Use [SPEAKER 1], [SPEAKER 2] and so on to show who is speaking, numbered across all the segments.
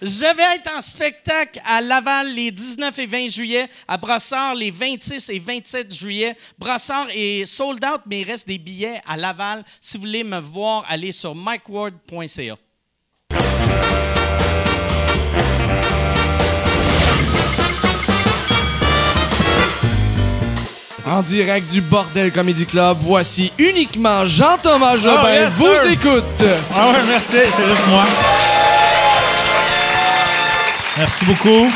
[SPEAKER 1] Je vais être en spectacle à Laval les 19 et 20 juillet, à Brossard les 26 et 27 juillet. Brossard est sold out, mais il reste des billets à Laval. Si vous voulez me voir, allez sur mikeward.ca.
[SPEAKER 2] En direct du Bordel Comedy Club, voici uniquement Jean-Thomas Jobin
[SPEAKER 3] Oh, yes,
[SPEAKER 2] vous
[SPEAKER 3] sir.
[SPEAKER 2] écoute.
[SPEAKER 3] Ah ouais, merci, c'est juste moi. Merci beaucoup.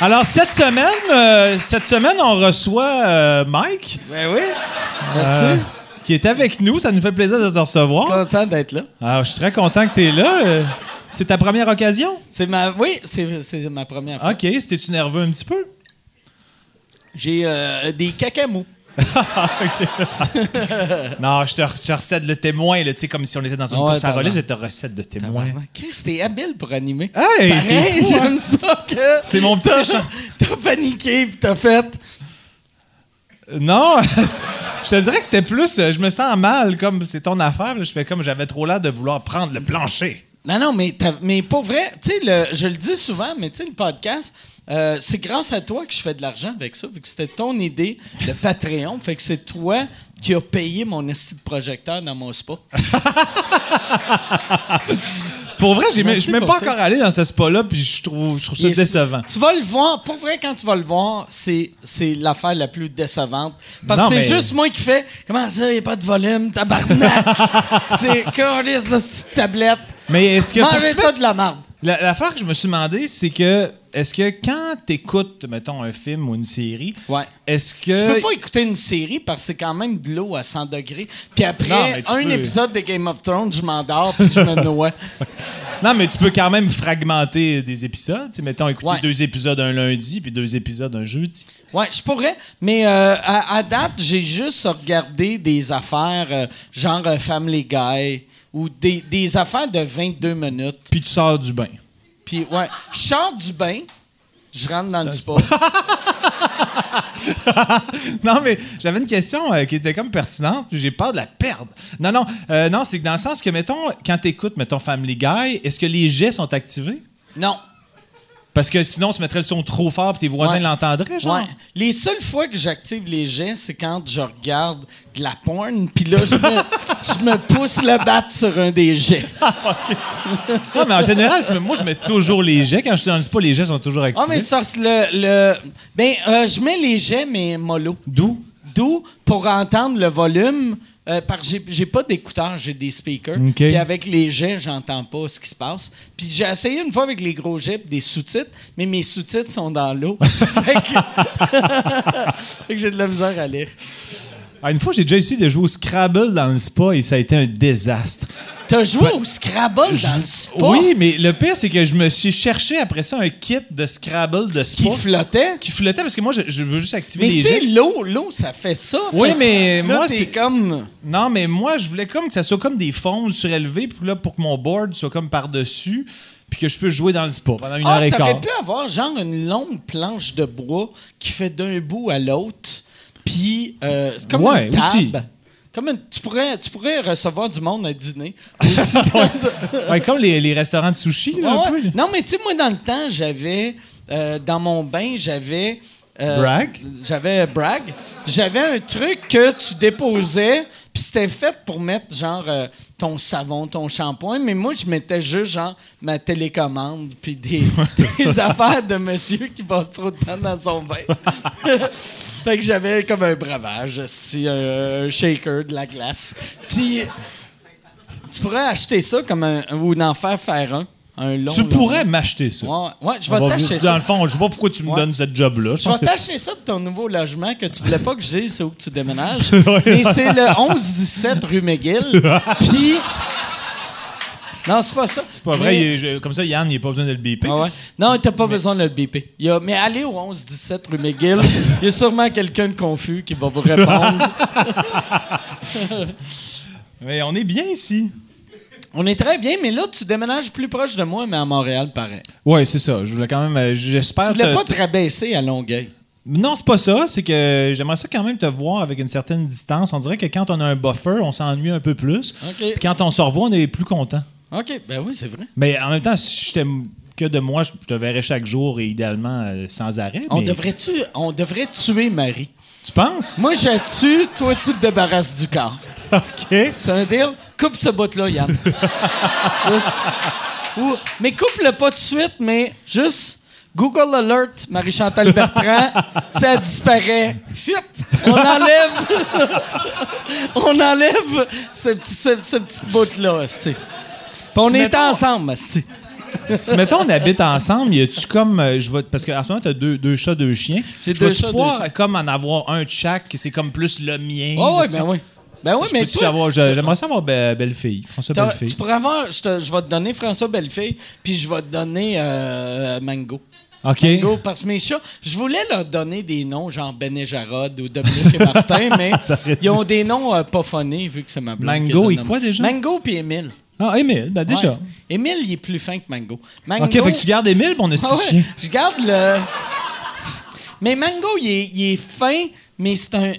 [SPEAKER 3] Alors cette semaine, euh, cette semaine on reçoit euh, Mike
[SPEAKER 4] Ben oui.
[SPEAKER 3] euh,
[SPEAKER 4] Merci.
[SPEAKER 3] qui est avec nous. Ça nous fait plaisir de te recevoir.
[SPEAKER 4] Content d'être là.
[SPEAKER 3] Alors, je suis très content que tu es là. Euh, C'est ta première occasion.
[SPEAKER 4] C'est ma, oui, c'est c'est ma première fois.
[SPEAKER 3] Ok, c'était tu nerveux un petit peu.
[SPEAKER 4] J'ai euh, des cacamous.
[SPEAKER 3] Ah, Ok. non, je te, je te recède le témoin, là, tu sais, comme si on était dans une
[SPEAKER 4] Ouais,
[SPEAKER 3] course à
[SPEAKER 4] t'as
[SPEAKER 3] relais, je
[SPEAKER 4] raison.
[SPEAKER 3] te recède le témoin.
[SPEAKER 4] Ouais. Chris, t'es habile pour animer.
[SPEAKER 3] Hey,
[SPEAKER 4] Pareil,
[SPEAKER 3] c'est fou, hein?
[SPEAKER 4] j'aime ça que.
[SPEAKER 3] C'est mon petit
[SPEAKER 4] t'as-
[SPEAKER 3] chat.
[SPEAKER 4] T'as paniqué pis t'as fait.
[SPEAKER 3] Non, je te dirais que c'était plus. euh, Je me sens mal, comme c'est ton affaire. là. Je fais comme j'avais trop l'air de vouloir prendre le plancher.
[SPEAKER 4] Non, non, mais, t'as- mais pour vrai, tu sais, le- je le dis souvent, mais tu sais, le podcast, euh, c'est grâce à toi que je fais de l'argent avec ça, vu que c'était ton idée, le Patreon. Fait que c'est toi qui as payé mon esti de projecteur dans mon spa.
[SPEAKER 3] Ah, Pour vrai, j'ai- je
[SPEAKER 4] Merci
[SPEAKER 3] suis même
[SPEAKER 4] pour
[SPEAKER 3] pas
[SPEAKER 4] ça.
[SPEAKER 3] encore allé dans ce spa-là, puis je trouve, je trouve ça
[SPEAKER 4] Il est-
[SPEAKER 3] décevant.
[SPEAKER 4] Tu vas le voir. Pour vrai, quand tu vas le voir, c'est, c'est l'affaire la plus décevante. Parce
[SPEAKER 3] Non,
[SPEAKER 4] que c'est
[SPEAKER 3] mais-
[SPEAKER 4] juste moi qui fais Comment ça, il n'y a pas de volume, tabarnak C'est câlisse de cette tablette.
[SPEAKER 3] Mais est-ce que. faut que tu
[SPEAKER 4] Mangez
[SPEAKER 3] mettes-
[SPEAKER 4] pas de la merde.
[SPEAKER 3] La- L'affaire que je me suis demandé, c'est que. Est-ce que quand t'écoutes, mettons, un film ou une série,
[SPEAKER 4] Ouais.
[SPEAKER 3] est-ce que.
[SPEAKER 4] Tu peux pas écouter une série parce que c'est quand même de l'eau à 100 degrés. Puis
[SPEAKER 3] Non,
[SPEAKER 4] après,
[SPEAKER 3] mais tu
[SPEAKER 4] un
[SPEAKER 3] peux-
[SPEAKER 4] épisode de Game of Thrones, je m'endors puis je me noie.
[SPEAKER 3] Non, mais tu peux quand même fragmenter des épisodes. Tu sais, mettons, écouter
[SPEAKER 4] Ouais.
[SPEAKER 3] deux épisodes un lundi, puis deux épisodes un jeudi.
[SPEAKER 4] Ouais, je pourrais. Mais euh, à, à date, j'ai juste regardé des affaires euh, genre euh, Family Guy ou des, des affaires de 22 minutes.
[SPEAKER 3] Puis tu sors du bain.
[SPEAKER 4] Puis, ouais, je sors du bain, je rentre dans le spa.
[SPEAKER 3] non, mais j'avais une question euh, qui était comme pertinente, puis j'ai peur de la perdre. Non, non, euh, non, c'est que dans le sens que, mettons, quand t'écoutes, mettons, Family Guy, est-ce que les jets sont activés?
[SPEAKER 4] Non.
[SPEAKER 3] Parce que sinon, tu mettrais le son trop fort, puis tes voisins
[SPEAKER 4] Ouais.
[SPEAKER 3] l'entendraient, genre.
[SPEAKER 4] Ouais. Les seules fois que j'active les jets, c'est quand je regarde de la porn, puis là, je me, je me pousse le battre sur un des jets.
[SPEAKER 3] Non, mais en général, tu mets- moi, je mets toujours les jets. Quand je suis dans le spa, les jets sont toujours activés.
[SPEAKER 4] Ah, mais ça, c'est le. le ben, euh, je mets les jets, mais mollo.
[SPEAKER 3] D'où?
[SPEAKER 4] D'où, pour entendre le volume, euh, parce que j'ai- j'ai pas d'écouteurs, j'ai des speakers.
[SPEAKER 3] OK.
[SPEAKER 4] Puis avec les jets, j'entends pas ce qui se passe. Puis j'ai essayé une fois avec les gros jets puis des sous-titres, mais mes sous-titres sont dans l'eau. fait que, Fait que j'ai de la misère à lire.
[SPEAKER 3] Ah, une fois, j'ai déjà essayé de jouer au Scrabble dans le spa et ça a été un désastre.
[SPEAKER 4] T'as joué au Scrabble dans le spa
[SPEAKER 3] Oui, mais le pire, c'est que je me suis cherché après ça un kit de Scrabble de spa
[SPEAKER 4] qui flottait?
[SPEAKER 3] qui flottait parce que moi, je, je veux juste activer
[SPEAKER 4] Mais
[SPEAKER 3] les
[SPEAKER 4] tu
[SPEAKER 3] jets.
[SPEAKER 4] sais, l'eau, l'eau, ça fait ça.
[SPEAKER 3] Oui,
[SPEAKER 4] Fait que
[SPEAKER 3] mais
[SPEAKER 4] là,
[SPEAKER 3] moi,
[SPEAKER 4] t'es
[SPEAKER 3] c'est-
[SPEAKER 4] comme...
[SPEAKER 3] Non, mais moi, je voulais comme que ça soit comme des fonds surélevés pour, là, pour que mon board soit comme par-dessus, puis que je puisse jouer dans le spa pendant une heure
[SPEAKER 4] Ah,
[SPEAKER 3] et
[SPEAKER 4] t'aurais
[SPEAKER 3] quart.
[SPEAKER 4] pu avoir genre une longue planche de bois qui fait d'un bout à l'autre, puis euh, c'est comme
[SPEAKER 3] Ouais,
[SPEAKER 4] une table.
[SPEAKER 3] aussi.
[SPEAKER 4] Comme une- tu, pourrais, tu pourrais recevoir du monde à dîner. Aussi.
[SPEAKER 3] Ouais, comme les, les restaurants de sushi, là,
[SPEAKER 4] Ouais,
[SPEAKER 3] un peu.
[SPEAKER 4] ouais. Non, mais tu sais, moi, dans le temps, j'avais... euh, dans mon bain, j'avais... euh,
[SPEAKER 3] Bragg?
[SPEAKER 4] J'avais euh, brag. J'avais un truc que tu déposais, puis c'était fait pour mettre, genre, euh, ton savon, ton shampoing, mais moi, je mettais juste, genre, ma télécommande, puis des, des affaires de monsieur qui passe trop de temps dans son bain. fait que j'avais comme un bravage, esti, un, un shaker, de la glace. Puis tu pourrais acheter ça comme un, ou en faire faire un, un long...
[SPEAKER 3] Tu
[SPEAKER 4] long-
[SPEAKER 3] pourrais m'acheter ça.
[SPEAKER 4] Ouais, ouais, je
[SPEAKER 3] On
[SPEAKER 4] vais
[SPEAKER 3] va-
[SPEAKER 4] t'acheter
[SPEAKER 3] Dans
[SPEAKER 4] ça.
[SPEAKER 3] le fond, je sais pas pourquoi tu me
[SPEAKER 4] Ouais.
[SPEAKER 3] donnes cette job-là. Je
[SPEAKER 4] Je vais
[SPEAKER 3] pense que-
[SPEAKER 4] t'acheter ça pour ton nouveau logement que tu voulais pas que je dise c'est où que tu déménages.
[SPEAKER 3] Ouais.
[SPEAKER 4] Mais c'est le 11-17 rue McGill. Puis. Non, c'est pas ça.
[SPEAKER 3] C'est pas vrai, il est- je- comme ça, Yann, il n'a pas besoin de le biper.
[SPEAKER 4] Ah ouais. Non, t'as pas besoin de le BP. Il y a- Mais allez au 11-17 rue McGill. Il y a sûrement quelqu'un de confus qui va vous répondre.
[SPEAKER 3] Mais on est bien ici.
[SPEAKER 4] On est très bien, mais là, tu déménages plus proche de moi, mais à Montréal, pareil.
[SPEAKER 3] Ouais, c'est ça. Je voulais quand même. euh, J'espère.
[SPEAKER 4] Tu voulais
[SPEAKER 3] te-
[SPEAKER 4] pas te rabaisser à Longueuil.
[SPEAKER 3] Non, c'est pas ça. C'est que j'aimerais ça quand même te voir avec une certaine distance. On dirait que quand on a un buffer, on s'ennuie un peu plus.
[SPEAKER 4] OK.
[SPEAKER 3] Puis quand on se revoit, on est plus content.
[SPEAKER 4] OK, ben oui, c'est vrai.
[SPEAKER 3] Mais en même temps, si j'étais que de moi, je te verrais chaque jour et idéalement euh, sans arrêt.
[SPEAKER 4] On
[SPEAKER 3] mais-
[SPEAKER 4] devrait tu, on devrait tuer Marie.
[SPEAKER 3] Tu penses?
[SPEAKER 4] Moi, je tue, toi, tu te débarrasses du corps.
[SPEAKER 3] OK.
[SPEAKER 4] C'est un deal. Coupe ce bout-là, Yann. juste. Ou, mais coupe-le pas tout de suite, mais juste. Google Alert, Marie-Chantal Bertrand, ça disparaît. Shit! On enlève. on enlève ce petit, ce, ce petit bout-là, esti. Puis on
[SPEAKER 3] Si
[SPEAKER 4] est
[SPEAKER 3] mettons-
[SPEAKER 4] ensemble, esti.
[SPEAKER 3] si mettons on habite ensemble, y a-tu comme euh, je vais parce qu'en ce moment t'as deux, deux chats, deux chiens.
[SPEAKER 4] J'ai
[SPEAKER 3] Je
[SPEAKER 4] deux
[SPEAKER 3] vais-tu
[SPEAKER 4] chats, deux
[SPEAKER 3] pouvoir,
[SPEAKER 4] chiens.
[SPEAKER 3] euh, comme en avoir un de chaque, que c'est comme plus le mien.
[SPEAKER 4] Oh, oui,
[SPEAKER 3] tu sais?
[SPEAKER 4] ben oui. Ben oui,
[SPEAKER 3] Je
[SPEAKER 4] mais
[SPEAKER 3] peux-tu
[SPEAKER 4] toi,
[SPEAKER 3] avoir- je- j'aimerais ça avoir be- belle fille, François
[SPEAKER 4] t'as-
[SPEAKER 3] belle
[SPEAKER 4] tu
[SPEAKER 3] fille.
[SPEAKER 4] pourrais avoir. Je, te- je vais te donner François Bellefeuille, puis je vais te donner euh, Mango.
[SPEAKER 3] OK.
[SPEAKER 4] Go, parce que mes chats, je voulais leur donner des noms, genre Bené Jarod ou Dominique et Martin, mais
[SPEAKER 3] T'aurais
[SPEAKER 4] ils ont des noms euh, pas phonés, vu que c'est ma blonde. qui les
[SPEAKER 3] Mango
[SPEAKER 4] a
[SPEAKER 3] et
[SPEAKER 4] nommés.
[SPEAKER 3] quoi déjà?
[SPEAKER 4] Mango puis Émile.
[SPEAKER 3] Ah, Émile, ben déjà.
[SPEAKER 4] Ouais. Émile, il est plus fin que Mango. Mango
[SPEAKER 3] OK, fait que tu gardes Émile, bon, on est
[SPEAKER 4] Ah ouais,
[SPEAKER 3] chien.
[SPEAKER 4] je garde le. Mais Mango, il est, il est fin, mais c'est un.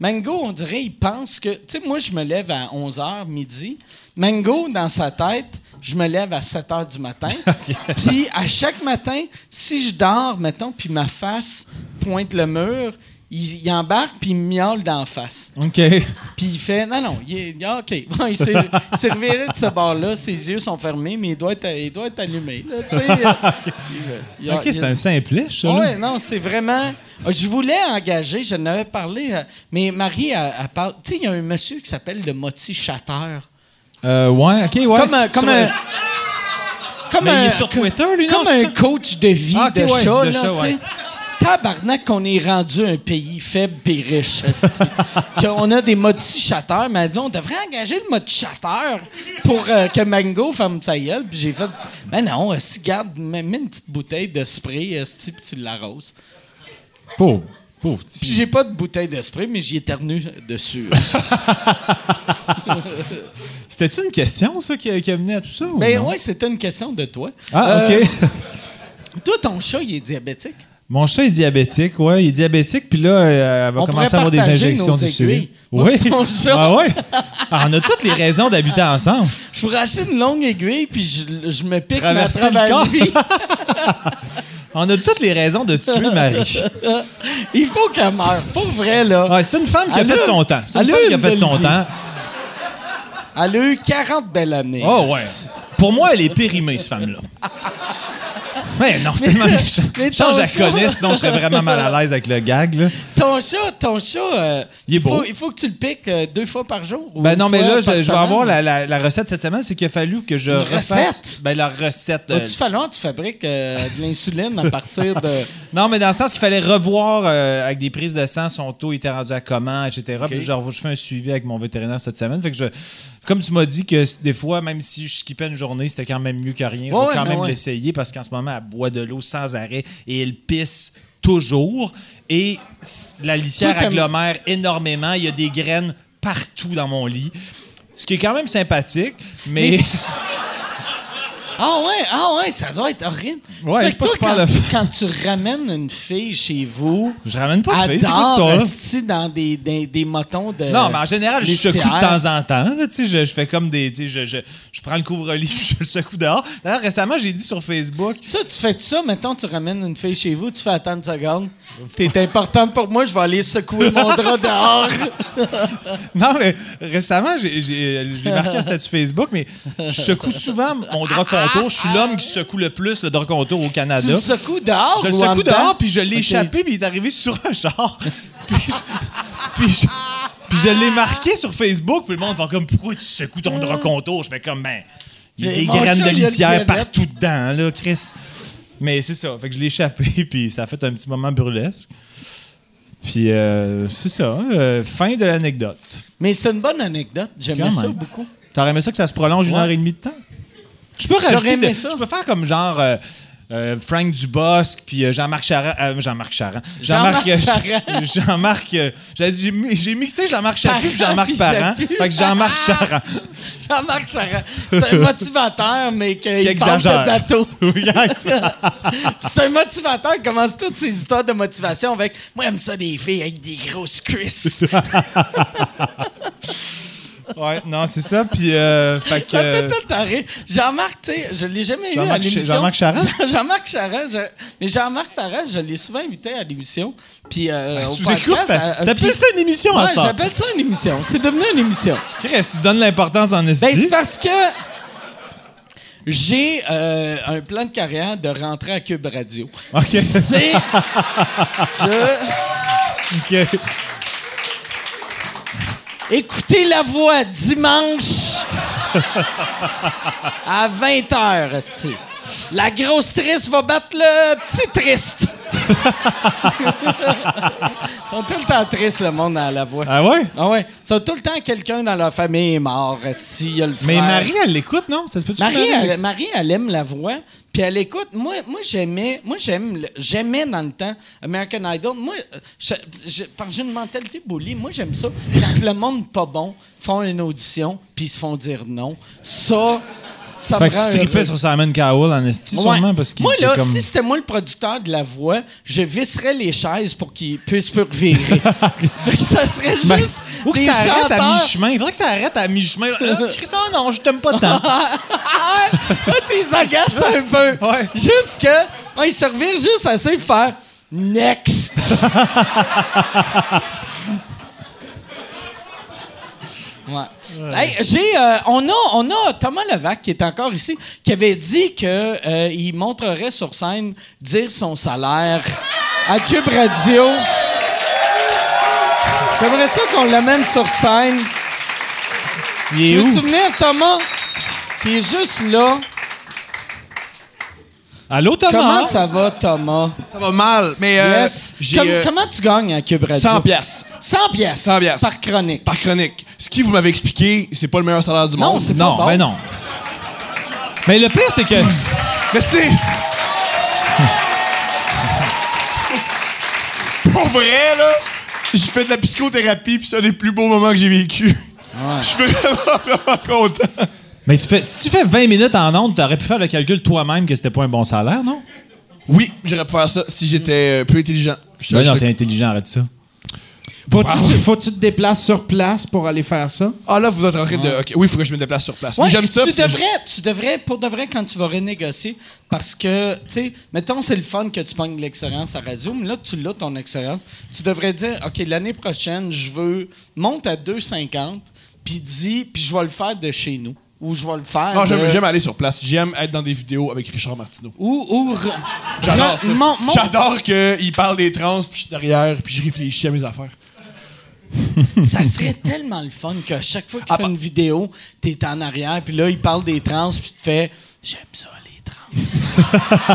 [SPEAKER 4] Mango, on dirait, il pense que. Tu sais, moi, je me lève à 11h, midi. Mango, dans sa tête, je me lève à 7 h du matin. Puis, à chaque matin, si je dors, mettons, puis ma face pointe le mur, il, il embarque, puis il me miaule dans la face.
[SPEAKER 3] OK.
[SPEAKER 4] Puis il fait non non, il est ah, OK. Bon, il s'est il s'est reviré de ce bord-là, ses yeux sont fermés mais il doit être il doit être allumé là, tu sais. Il- il-
[SPEAKER 3] OK,
[SPEAKER 4] il-
[SPEAKER 3] c'est un simplèche, ça. là.
[SPEAKER 4] Ouais, non, c'est vraiment ah, je voulais engager, je n'avais parlé euh, mais Marie elle, elle parle, tu sais il y a un monsieur qui s'appelle le Moti Chateur.
[SPEAKER 3] Euh, ouais, OK, ouais.
[SPEAKER 4] Comme un- comme
[SPEAKER 3] Sur-
[SPEAKER 4] un- Comme
[SPEAKER 3] Mais il est
[SPEAKER 4] un-
[SPEAKER 3] sur
[SPEAKER 4] comme-
[SPEAKER 3] Twitter, lui, non,
[SPEAKER 4] Comme
[SPEAKER 3] c'est
[SPEAKER 4] un
[SPEAKER 3] ça?
[SPEAKER 4] coach de vie
[SPEAKER 3] Ah, ok,
[SPEAKER 4] de
[SPEAKER 3] ouais,
[SPEAKER 4] chat,
[SPEAKER 3] de
[SPEAKER 4] là,
[SPEAKER 3] chat,
[SPEAKER 4] tu sais.
[SPEAKER 3] ouais.
[SPEAKER 4] Tabarnak qu'on est rendu un pays faible puis riche, esti. Qu'on a des motichateurs. Mais elle dit, on devrait engager le motichateur pour euh, que Mango ferme sa gueule. Puis j'ai fait, mais non, esti, garde, mets mets une petite bouteille de spray, esti, puis tu l'arroses.
[SPEAKER 3] Pauvre, pauvre petit.
[SPEAKER 4] Puis j'ai pas de bouteille de spray, mais j'y éternue dessus. esti.
[SPEAKER 3] C'était-tu une question, ça, qui, qui a mené à tout ça? ou
[SPEAKER 4] ben
[SPEAKER 3] Oh non?
[SPEAKER 4] ouais, c'était une question de toi.
[SPEAKER 3] Ah, OK.
[SPEAKER 4] Euh, Toi, ton chat, il est diabétique.
[SPEAKER 3] Mon chat est diabétique, ouais, il est diabétique, puis là, euh, elle va
[SPEAKER 4] On
[SPEAKER 3] commencer
[SPEAKER 4] pourrait
[SPEAKER 3] à avoir des
[SPEAKER 4] partager
[SPEAKER 3] injections
[SPEAKER 4] nos
[SPEAKER 3] d'insuline.
[SPEAKER 4] aiguilles. Moi
[SPEAKER 3] Oui.
[SPEAKER 4] pis ton chat.
[SPEAKER 3] Ah ouais. Ah, on a toutes les raisons d'habiter ensemble.
[SPEAKER 4] Je vous rachète une longue aiguille, puis je, je me pique ma
[SPEAKER 3] Traverser le
[SPEAKER 4] travers
[SPEAKER 3] corps.
[SPEAKER 4] lui.
[SPEAKER 3] On a toutes les raisons de tuer Marie.
[SPEAKER 4] Il faut qu'elle meure. Pour vrai, là.
[SPEAKER 3] Ah, c'est une femme qui a
[SPEAKER 4] Elle
[SPEAKER 3] fait
[SPEAKER 4] a-
[SPEAKER 3] son temps. C'est une
[SPEAKER 4] elle a
[SPEAKER 3] femme qui a
[SPEAKER 4] une
[SPEAKER 3] fait
[SPEAKER 4] belle
[SPEAKER 3] son
[SPEAKER 4] vie.
[SPEAKER 3] temps.
[SPEAKER 4] Elle a eu 40 belles années.
[SPEAKER 3] Oh ouais.
[SPEAKER 4] Esti.
[SPEAKER 3] Pour moi, elle est périmée, cette femme-là. Mais non, c'est tellement méchant.
[SPEAKER 4] mais
[SPEAKER 3] Change,
[SPEAKER 4] ton
[SPEAKER 3] je la
[SPEAKER 4] chat-
[SPEAKER 3] connais, sinon je serais vraiment mal à l'aise avec le gag. Là.
[SPEAKER 4] Ton chat, ton chat, euh,
[SPEAKER 3] Il est beau.
[SPEAKER 4] Faut, il faut que tu le piques euh, deux fois par jour. ou
[SPEAKER 3] Ben
[SPEAKER 4] une
[SPEAKER 3] non, mais
[SPEAKER 4] fois
[SPEAKER 3] là,
[SPEAKER 4] par
[SPEAKER 3] je, je vais
[SPEAKER 4] semaine.
[SPEAKER 3] avoir la, la- la recette cette semaine, c'est qu'il a fallu que je
[SPEAKER 4] Une
[SPEAKER 3] refasse
[SPEAKER 4] recette?
[SPEAKER 3] Ben, la recette. euh,
[SPEAKER 4] Va-tu falloir que tu fabriques euh, de l'insuline à partir de.
[SPEAKER 3] Non, mais dans le sens qu'il fallait revoir euh, avec des prises de sang, son taux était rendu à comment, etc. Puis je, revois- je fais un suivi avec mon vétérinaire cette semaine. Fait que je, comme tu m'as dit que s- des fois, même si je skippais une journée, c'était quand même mieux que rien. Je
[SPEAKER 4] Ouais,
[SPEAKER 3] vais quand
[SPEAKER 4] ouais,
[SPEAKER 3] même
[SPEAKER 4] mais ouais.
[SPEAKER 3] l'essayer parce qu'en ce moment, elle boit de l'eau sans arrêt et elle pisse toujours. Et s- la litière
[SPEAKER 4] Tout est-
[SPEAKER 3] agglomère énormément. Il y a des graines partout dans mon lit. Ce qui est quand même sympathique, mais,
[SPEAKER 4] Mais tu- Ah ouais, ah ouais, ça doit être horrible.
[SPEAKER 3] Ouais,
[SPEAKER 4] fait
[SPEAKER 3] c'est
[SPEAKER 4] que
[SPEAKER 3] pas
[SPEAKER 4] toi,
[SPEAKER 3] super
[SPEAKER 4] quand,
[SPEAKER 3] le fun.
[SPEAKER 4] quand tu ramènes une fille chez vous,
[SPEAKER 3] je ramène pas de
[SPEAKER 4] elle
[SPEAKER 3] fille. C'est quoi cette
[SPEAKER 4] dort
[SPEAKER 3] histoire-là?
[SPEAKER 4] esti, dans des, des, des motons de.
[SPEAKER 3] Non, mais en général, je secoue de
[SPEAKER 4] laitière.
[SPEAKER 3] temps en temps. là, tu sais, je, je fais comme des. tu sais, Je, je, je prends le couvre-lit puis je le secoue dehors. D'ailleurs, récemment, j'ai dit sur Facebook.
[SPEAKER 4] Ça, tu fais ça, mettons, tu ramènes une fille chez vous, tu fais attendre une seconde. T'es importante pour moi, je vais aller secouer mon drap dehors.
[SPEAKER 3] Non, mais récemment, j'ai, j'ai- euh, je l'ai marqué à statut Facebook, mais je secoue souvent mon drap contour. Je suis l'homme qui secoue le plus le drap contour au Canada.
[SPEAKER 4] tu le secoues dehors?
[SPEAKER 3] Je le
[SPEAKER 4] ou en
[SPEAKER 3] secoue
[SPEAKER 4] dedans?
[SPEAKER 3] dehors, puis je l'ai
[SPEAKER 4] Ok.
[SPEAKER 3] échappé, puis il est arrivé sur un char. puis je, puis je- puis je l'ai marqué sur Facebook, puis le monde fait comme Pourquoi tu secoues ton drap contour Je fais comme Ben, il y
[SPEAKER 4] Hmm.
[SPEAKER 3] a
[SPEAKER 4] Mais
[SPEAKER 3] des
[SPEAKER 4] mon
[SPEAKER 3] graines
[SPEAKER 4] chat,
[SPEAKER 3] de
[SPEAKER 4] il a le
[SPEAKER 3] litière
[SPEAKER 4] diabète.
[SPEAKER 3] partout dedans, là, Chris. Mais c'est ça, fait que je l'ai échappé, puis ça a fait un petit moment burlesque. Puis euh, c'est ça, euh, fin de l'anecdote.
[SPEAKER 4] Mais c'est une bonne anecdote. J'aimais
[SPEAKER 3] Quand
[SPEAKER 4] ça
[SPEAKER 3] même.
[SPEAKER 4] beaucoup.
[SPEAKER 3] T'aurais aimé ça que ça se prolonge une
[SPEAKER 4] Ouais.
[SPEAKER 3] heure et demie de temps? Je peux
[SPEAKER 4] J'aurais
[SPEAKER 3] rajouter.
[SPEAKER 4] aimé
[SPEAKER 3] de-
[SPEAKER 4] ça.
[SPEAKER 3] Je peux faire comme genre euh, euh, Frank Dubosc, puis euh, Jean-Marc Charan. euh, Jean-Marc Charan.
[SPEAKER 4] Jean-Marc Charrand.
[SPEAKER 3] Jean-Marc. euh, j'avais dit, j'ai mi- j'ai mixé Jean-Marc Chaput puis
[SPEAKER 4] Parent, Ah!
[SPEAKER 3] Jean-Marc
[SPEAKER 4] puis
[SPEAKER 3] Parent.
[SPEAKER 4] Chaput.
[SPEAKER 3] Fait que Jean-Marc Charan.
[SPEAKER 4] Jean-Marc Charrand, c'est un motivateur, mais
[SPEAKER 3] Qui
[SPEAKER 4] qu'il parle de
[SPEAKER 3] exagère.
[SPEAKER 4] bateau.
[SPEAKER 3] Oui, hein.
[SPEAKER 4] c'est un motivateur qui commence toutes ses histoires de motivation avec « Moi, j'aime ça des filles avec des grosses cuisses.
[SPEAKER 3] Ouais, non, c'est ça. Puis, euh, fait que.
[SPEAKER 4] Ça fait
[SPEAKER 3] euh,
[SPEAKER 4] tout taré. Jean-Marc, tu sais, je l'ai jamais eu à
[SPEAKER 3] Jean-Marc Ch-
[SPEAKER 4] l'émission.
[SPEAKER 3] Jean-Marc Charest?
[SPEAKER 4] Jean- Jean-Marc Charest. je- Mais Jean-Marc Charest, je l'ai souvent invité à l'émission. Puis euh, au
[SPEAKER 3] Ben, sous-écoute,
[SPEAKER 4] podcast, à- à-
[SPEAKER 3] t'appelles
[SPEAKER 4] puis-
[SPEAKER 3] ça une émission, à
[SPEAKER 4] Ouais,
[SPEAKER 3] cette heure?
[SPEAKER 4] j'appelle ça une émission. C'est devenu une émission.
[SPEAKER 3] Chris, tu donnes l'importance en
[SPEAKER 4] Ben,
[SPEAKER 3] estime.
[SPEAKER 4] c'est parce que j'ai euh, un plan de carrière de rentrer à Cube Radio.
[SPEAKER 3] Ok.
[SPEAKER 4] C'est. Je-
[SPEAKER 3] Ok.
[SPEAKER 4] Écoutez la voix dimanche à 20h. La grosse triste va battre le petit triste. Ils sont tout le temps tristes, le monde, à la voix.
[SPEAKER 3] Ah ouais?
[SPEAKER 4] Ah ouais. Ils sont tout le temps quelqu'un dans leur famille est mort. Si, il y a le frère.
[SPEAKER 3] Mais Marie, elle l'écoute, non? Ça se peut-tu?
[SPEAKER 4] Marie,
[SPEAKER 3] Marie?
[SPEAKER 4] elle, Marie, elle aime la voix, puis elle écoute. Moi, moi j'aimais, moi j'aime, le- j'aimais dans le temps American Idol. Moi, euh, je- je- parce que j'ai une mentalité bully. Moi, j'aime ça. Quand le monde pas bon font une audition, puis ils se font dire non. Ça, ça
[SPEAKER 3] Fait
[SPEAKER 4] me
[SPEAKER 3] que tu
[SPEAKER 4] rend
[SPEAKER 3] tripais
[SPEAKER 4] heureux.
[SPEAKER 3] sur Simon Cowell en esti,
[SPEAKER 4] Ouais.
[SPEAKER 3] sûrement, parce qu'il
[SPEAKER 4] moi, là,
[SPEAKER 3] était comme...
[SPEAKER 4] si c'était moi le producteur de la voix, je visserais les chaises pour qu'ils puissent revirer. ça serait juste
[SPEAKER 3] Ben, ou que
[SPEAKER 4] des
[SPEAKER 3] ça arrête à
[SPEAKER 4] chanteurs
[SPEAKER 3] mi-chemin. Il faudrait que ça arrête à mi-chemin. là. Ah, Chris, ah non, je t'aime pas tant.
[SPEAKER 4] Ah ouais, Toi, t'es agaces un peu.
[SPEAKER 3] Ouais.
[SPEAKER 4] Juste que, ouais, ils servirent juste assez pour faire next. Ouais. Hey, j'ai, euh, on, a, on a Thomas Levac, qui est encore ici, qui avait dit qu'il montrerait sur scène dire son salaire à Cube Radio. J'aimerais ça qu'on l'amène sur scène.
[SPEAKER 3] Il est
[SPEAKER 4] Tu
[SPEAKER 3] où?
[SPEAKER 4] veux-tu venir, Thomas? Qui est juste là.
[SPEAKER 3] Allô, Thomas?
[SPEAKER 4] Comment ça va, Thomas?
[SPEAKER 5] Ça va mal, mais euh,
[SPEAKER 4] Yes.
[SPEAKER 5] j'ai,
[SPEAKER 4] Comme-
[SPEAKER 5] euh,
[SPEAKER 4] Comment tu gagnes à Cube Radio?
[SPEAKER 5] 100 pièces
[SPEAKER 4] 100 pièces.
[SPEAKER 5] 100 piastres.
[SPEAKER 4] Par chronique.
[SPEAKER 5] par chronique. Ce qui vous m'avez expliqué, c'est pas le meilleur salaire du
[SPEAKER 4] Non,
[SPEAKER 5] monde.
[SPEAKER 4] c'est pas
[SPEAKER 3] Non,
[SPEAKER 4] bon.
[SPEAKER 3] ben non. Mais le pire, c'est que...
[SPEAKER 5] Mais c'est pour vrai là, j'ai fait de la psychothérapie puis c'est un des plus beaux moments que j'ai vécu. Je suis vraiment, vraiment content.
[SPEAKER 3] Mais tu fais, si tu fais 20 minutes en ondes, t'aurais pu faire le calcul toi-même que c'était pas un bon salaire, non?
[SPEAKER 5] Oui, j'aurais pu faire ça si j'étais euh, plus intelligent. Je te
[SPEAKER 3] Ben
[SPEAKER 5] lâche
[SPEAKER 3] non,
[SPEAKER 5] le-
[SPEAKER 3] t'es intelligent, arrête ça.
[SPEAKER 2] Faut-tu faut tu te déplaces sur place pour aller faire ça?
[SPEAKER 5] Ah là, vous êtes en train de. ok, Oui, il faut que je me déplace sur place.
[SPEAKER 4] Ouais,
[SPEAKER 5] Mais J'aime ça.
[SPEAKER 4] tu
[SPEAKER 5] puis je-
[SPEAKER 4] devrais, tu devrais, pour de vrai, quand tu vas renégocier, parce que, tu sais, mettons, c'est le fun que tu pognes l'expérience à radio, mais là, tu l'as, ton expérience. Tu devrais dire, OK, l'année prochaine, je veux, monte à 2,50, puis dis, puis je vais le faire de chez nous. Ou je vais le faire.
[SPEAKER 5] Non,
[SPEAKER 4] de-
[SPEAKER 5] Ah,
[SPEAKER 6] Euh,
[SPEAKER 5] j'aime, j'aime aller sur place. J'aime être dans des vidéos avec Richard Martineau.
[SPEAKER 4] Ou. ou re-
[SPEAKER 5] J'adore
[SPEAKER 4] re-
[SPEAKER 5] ça.
[SPEAKER 4] mon- mon-
[SPEAKER 5] J'adore qu'il parle des trans, puis je suis derrière, puis je réfléchis à mes affaires.
[SPEAKER 4] Ça serait tellement le fun qu'à chaque fois qu'il fait une vidéo, t'es en arrière, puis là, il parle des trans, puis tu fais « J'aime ça, les trans.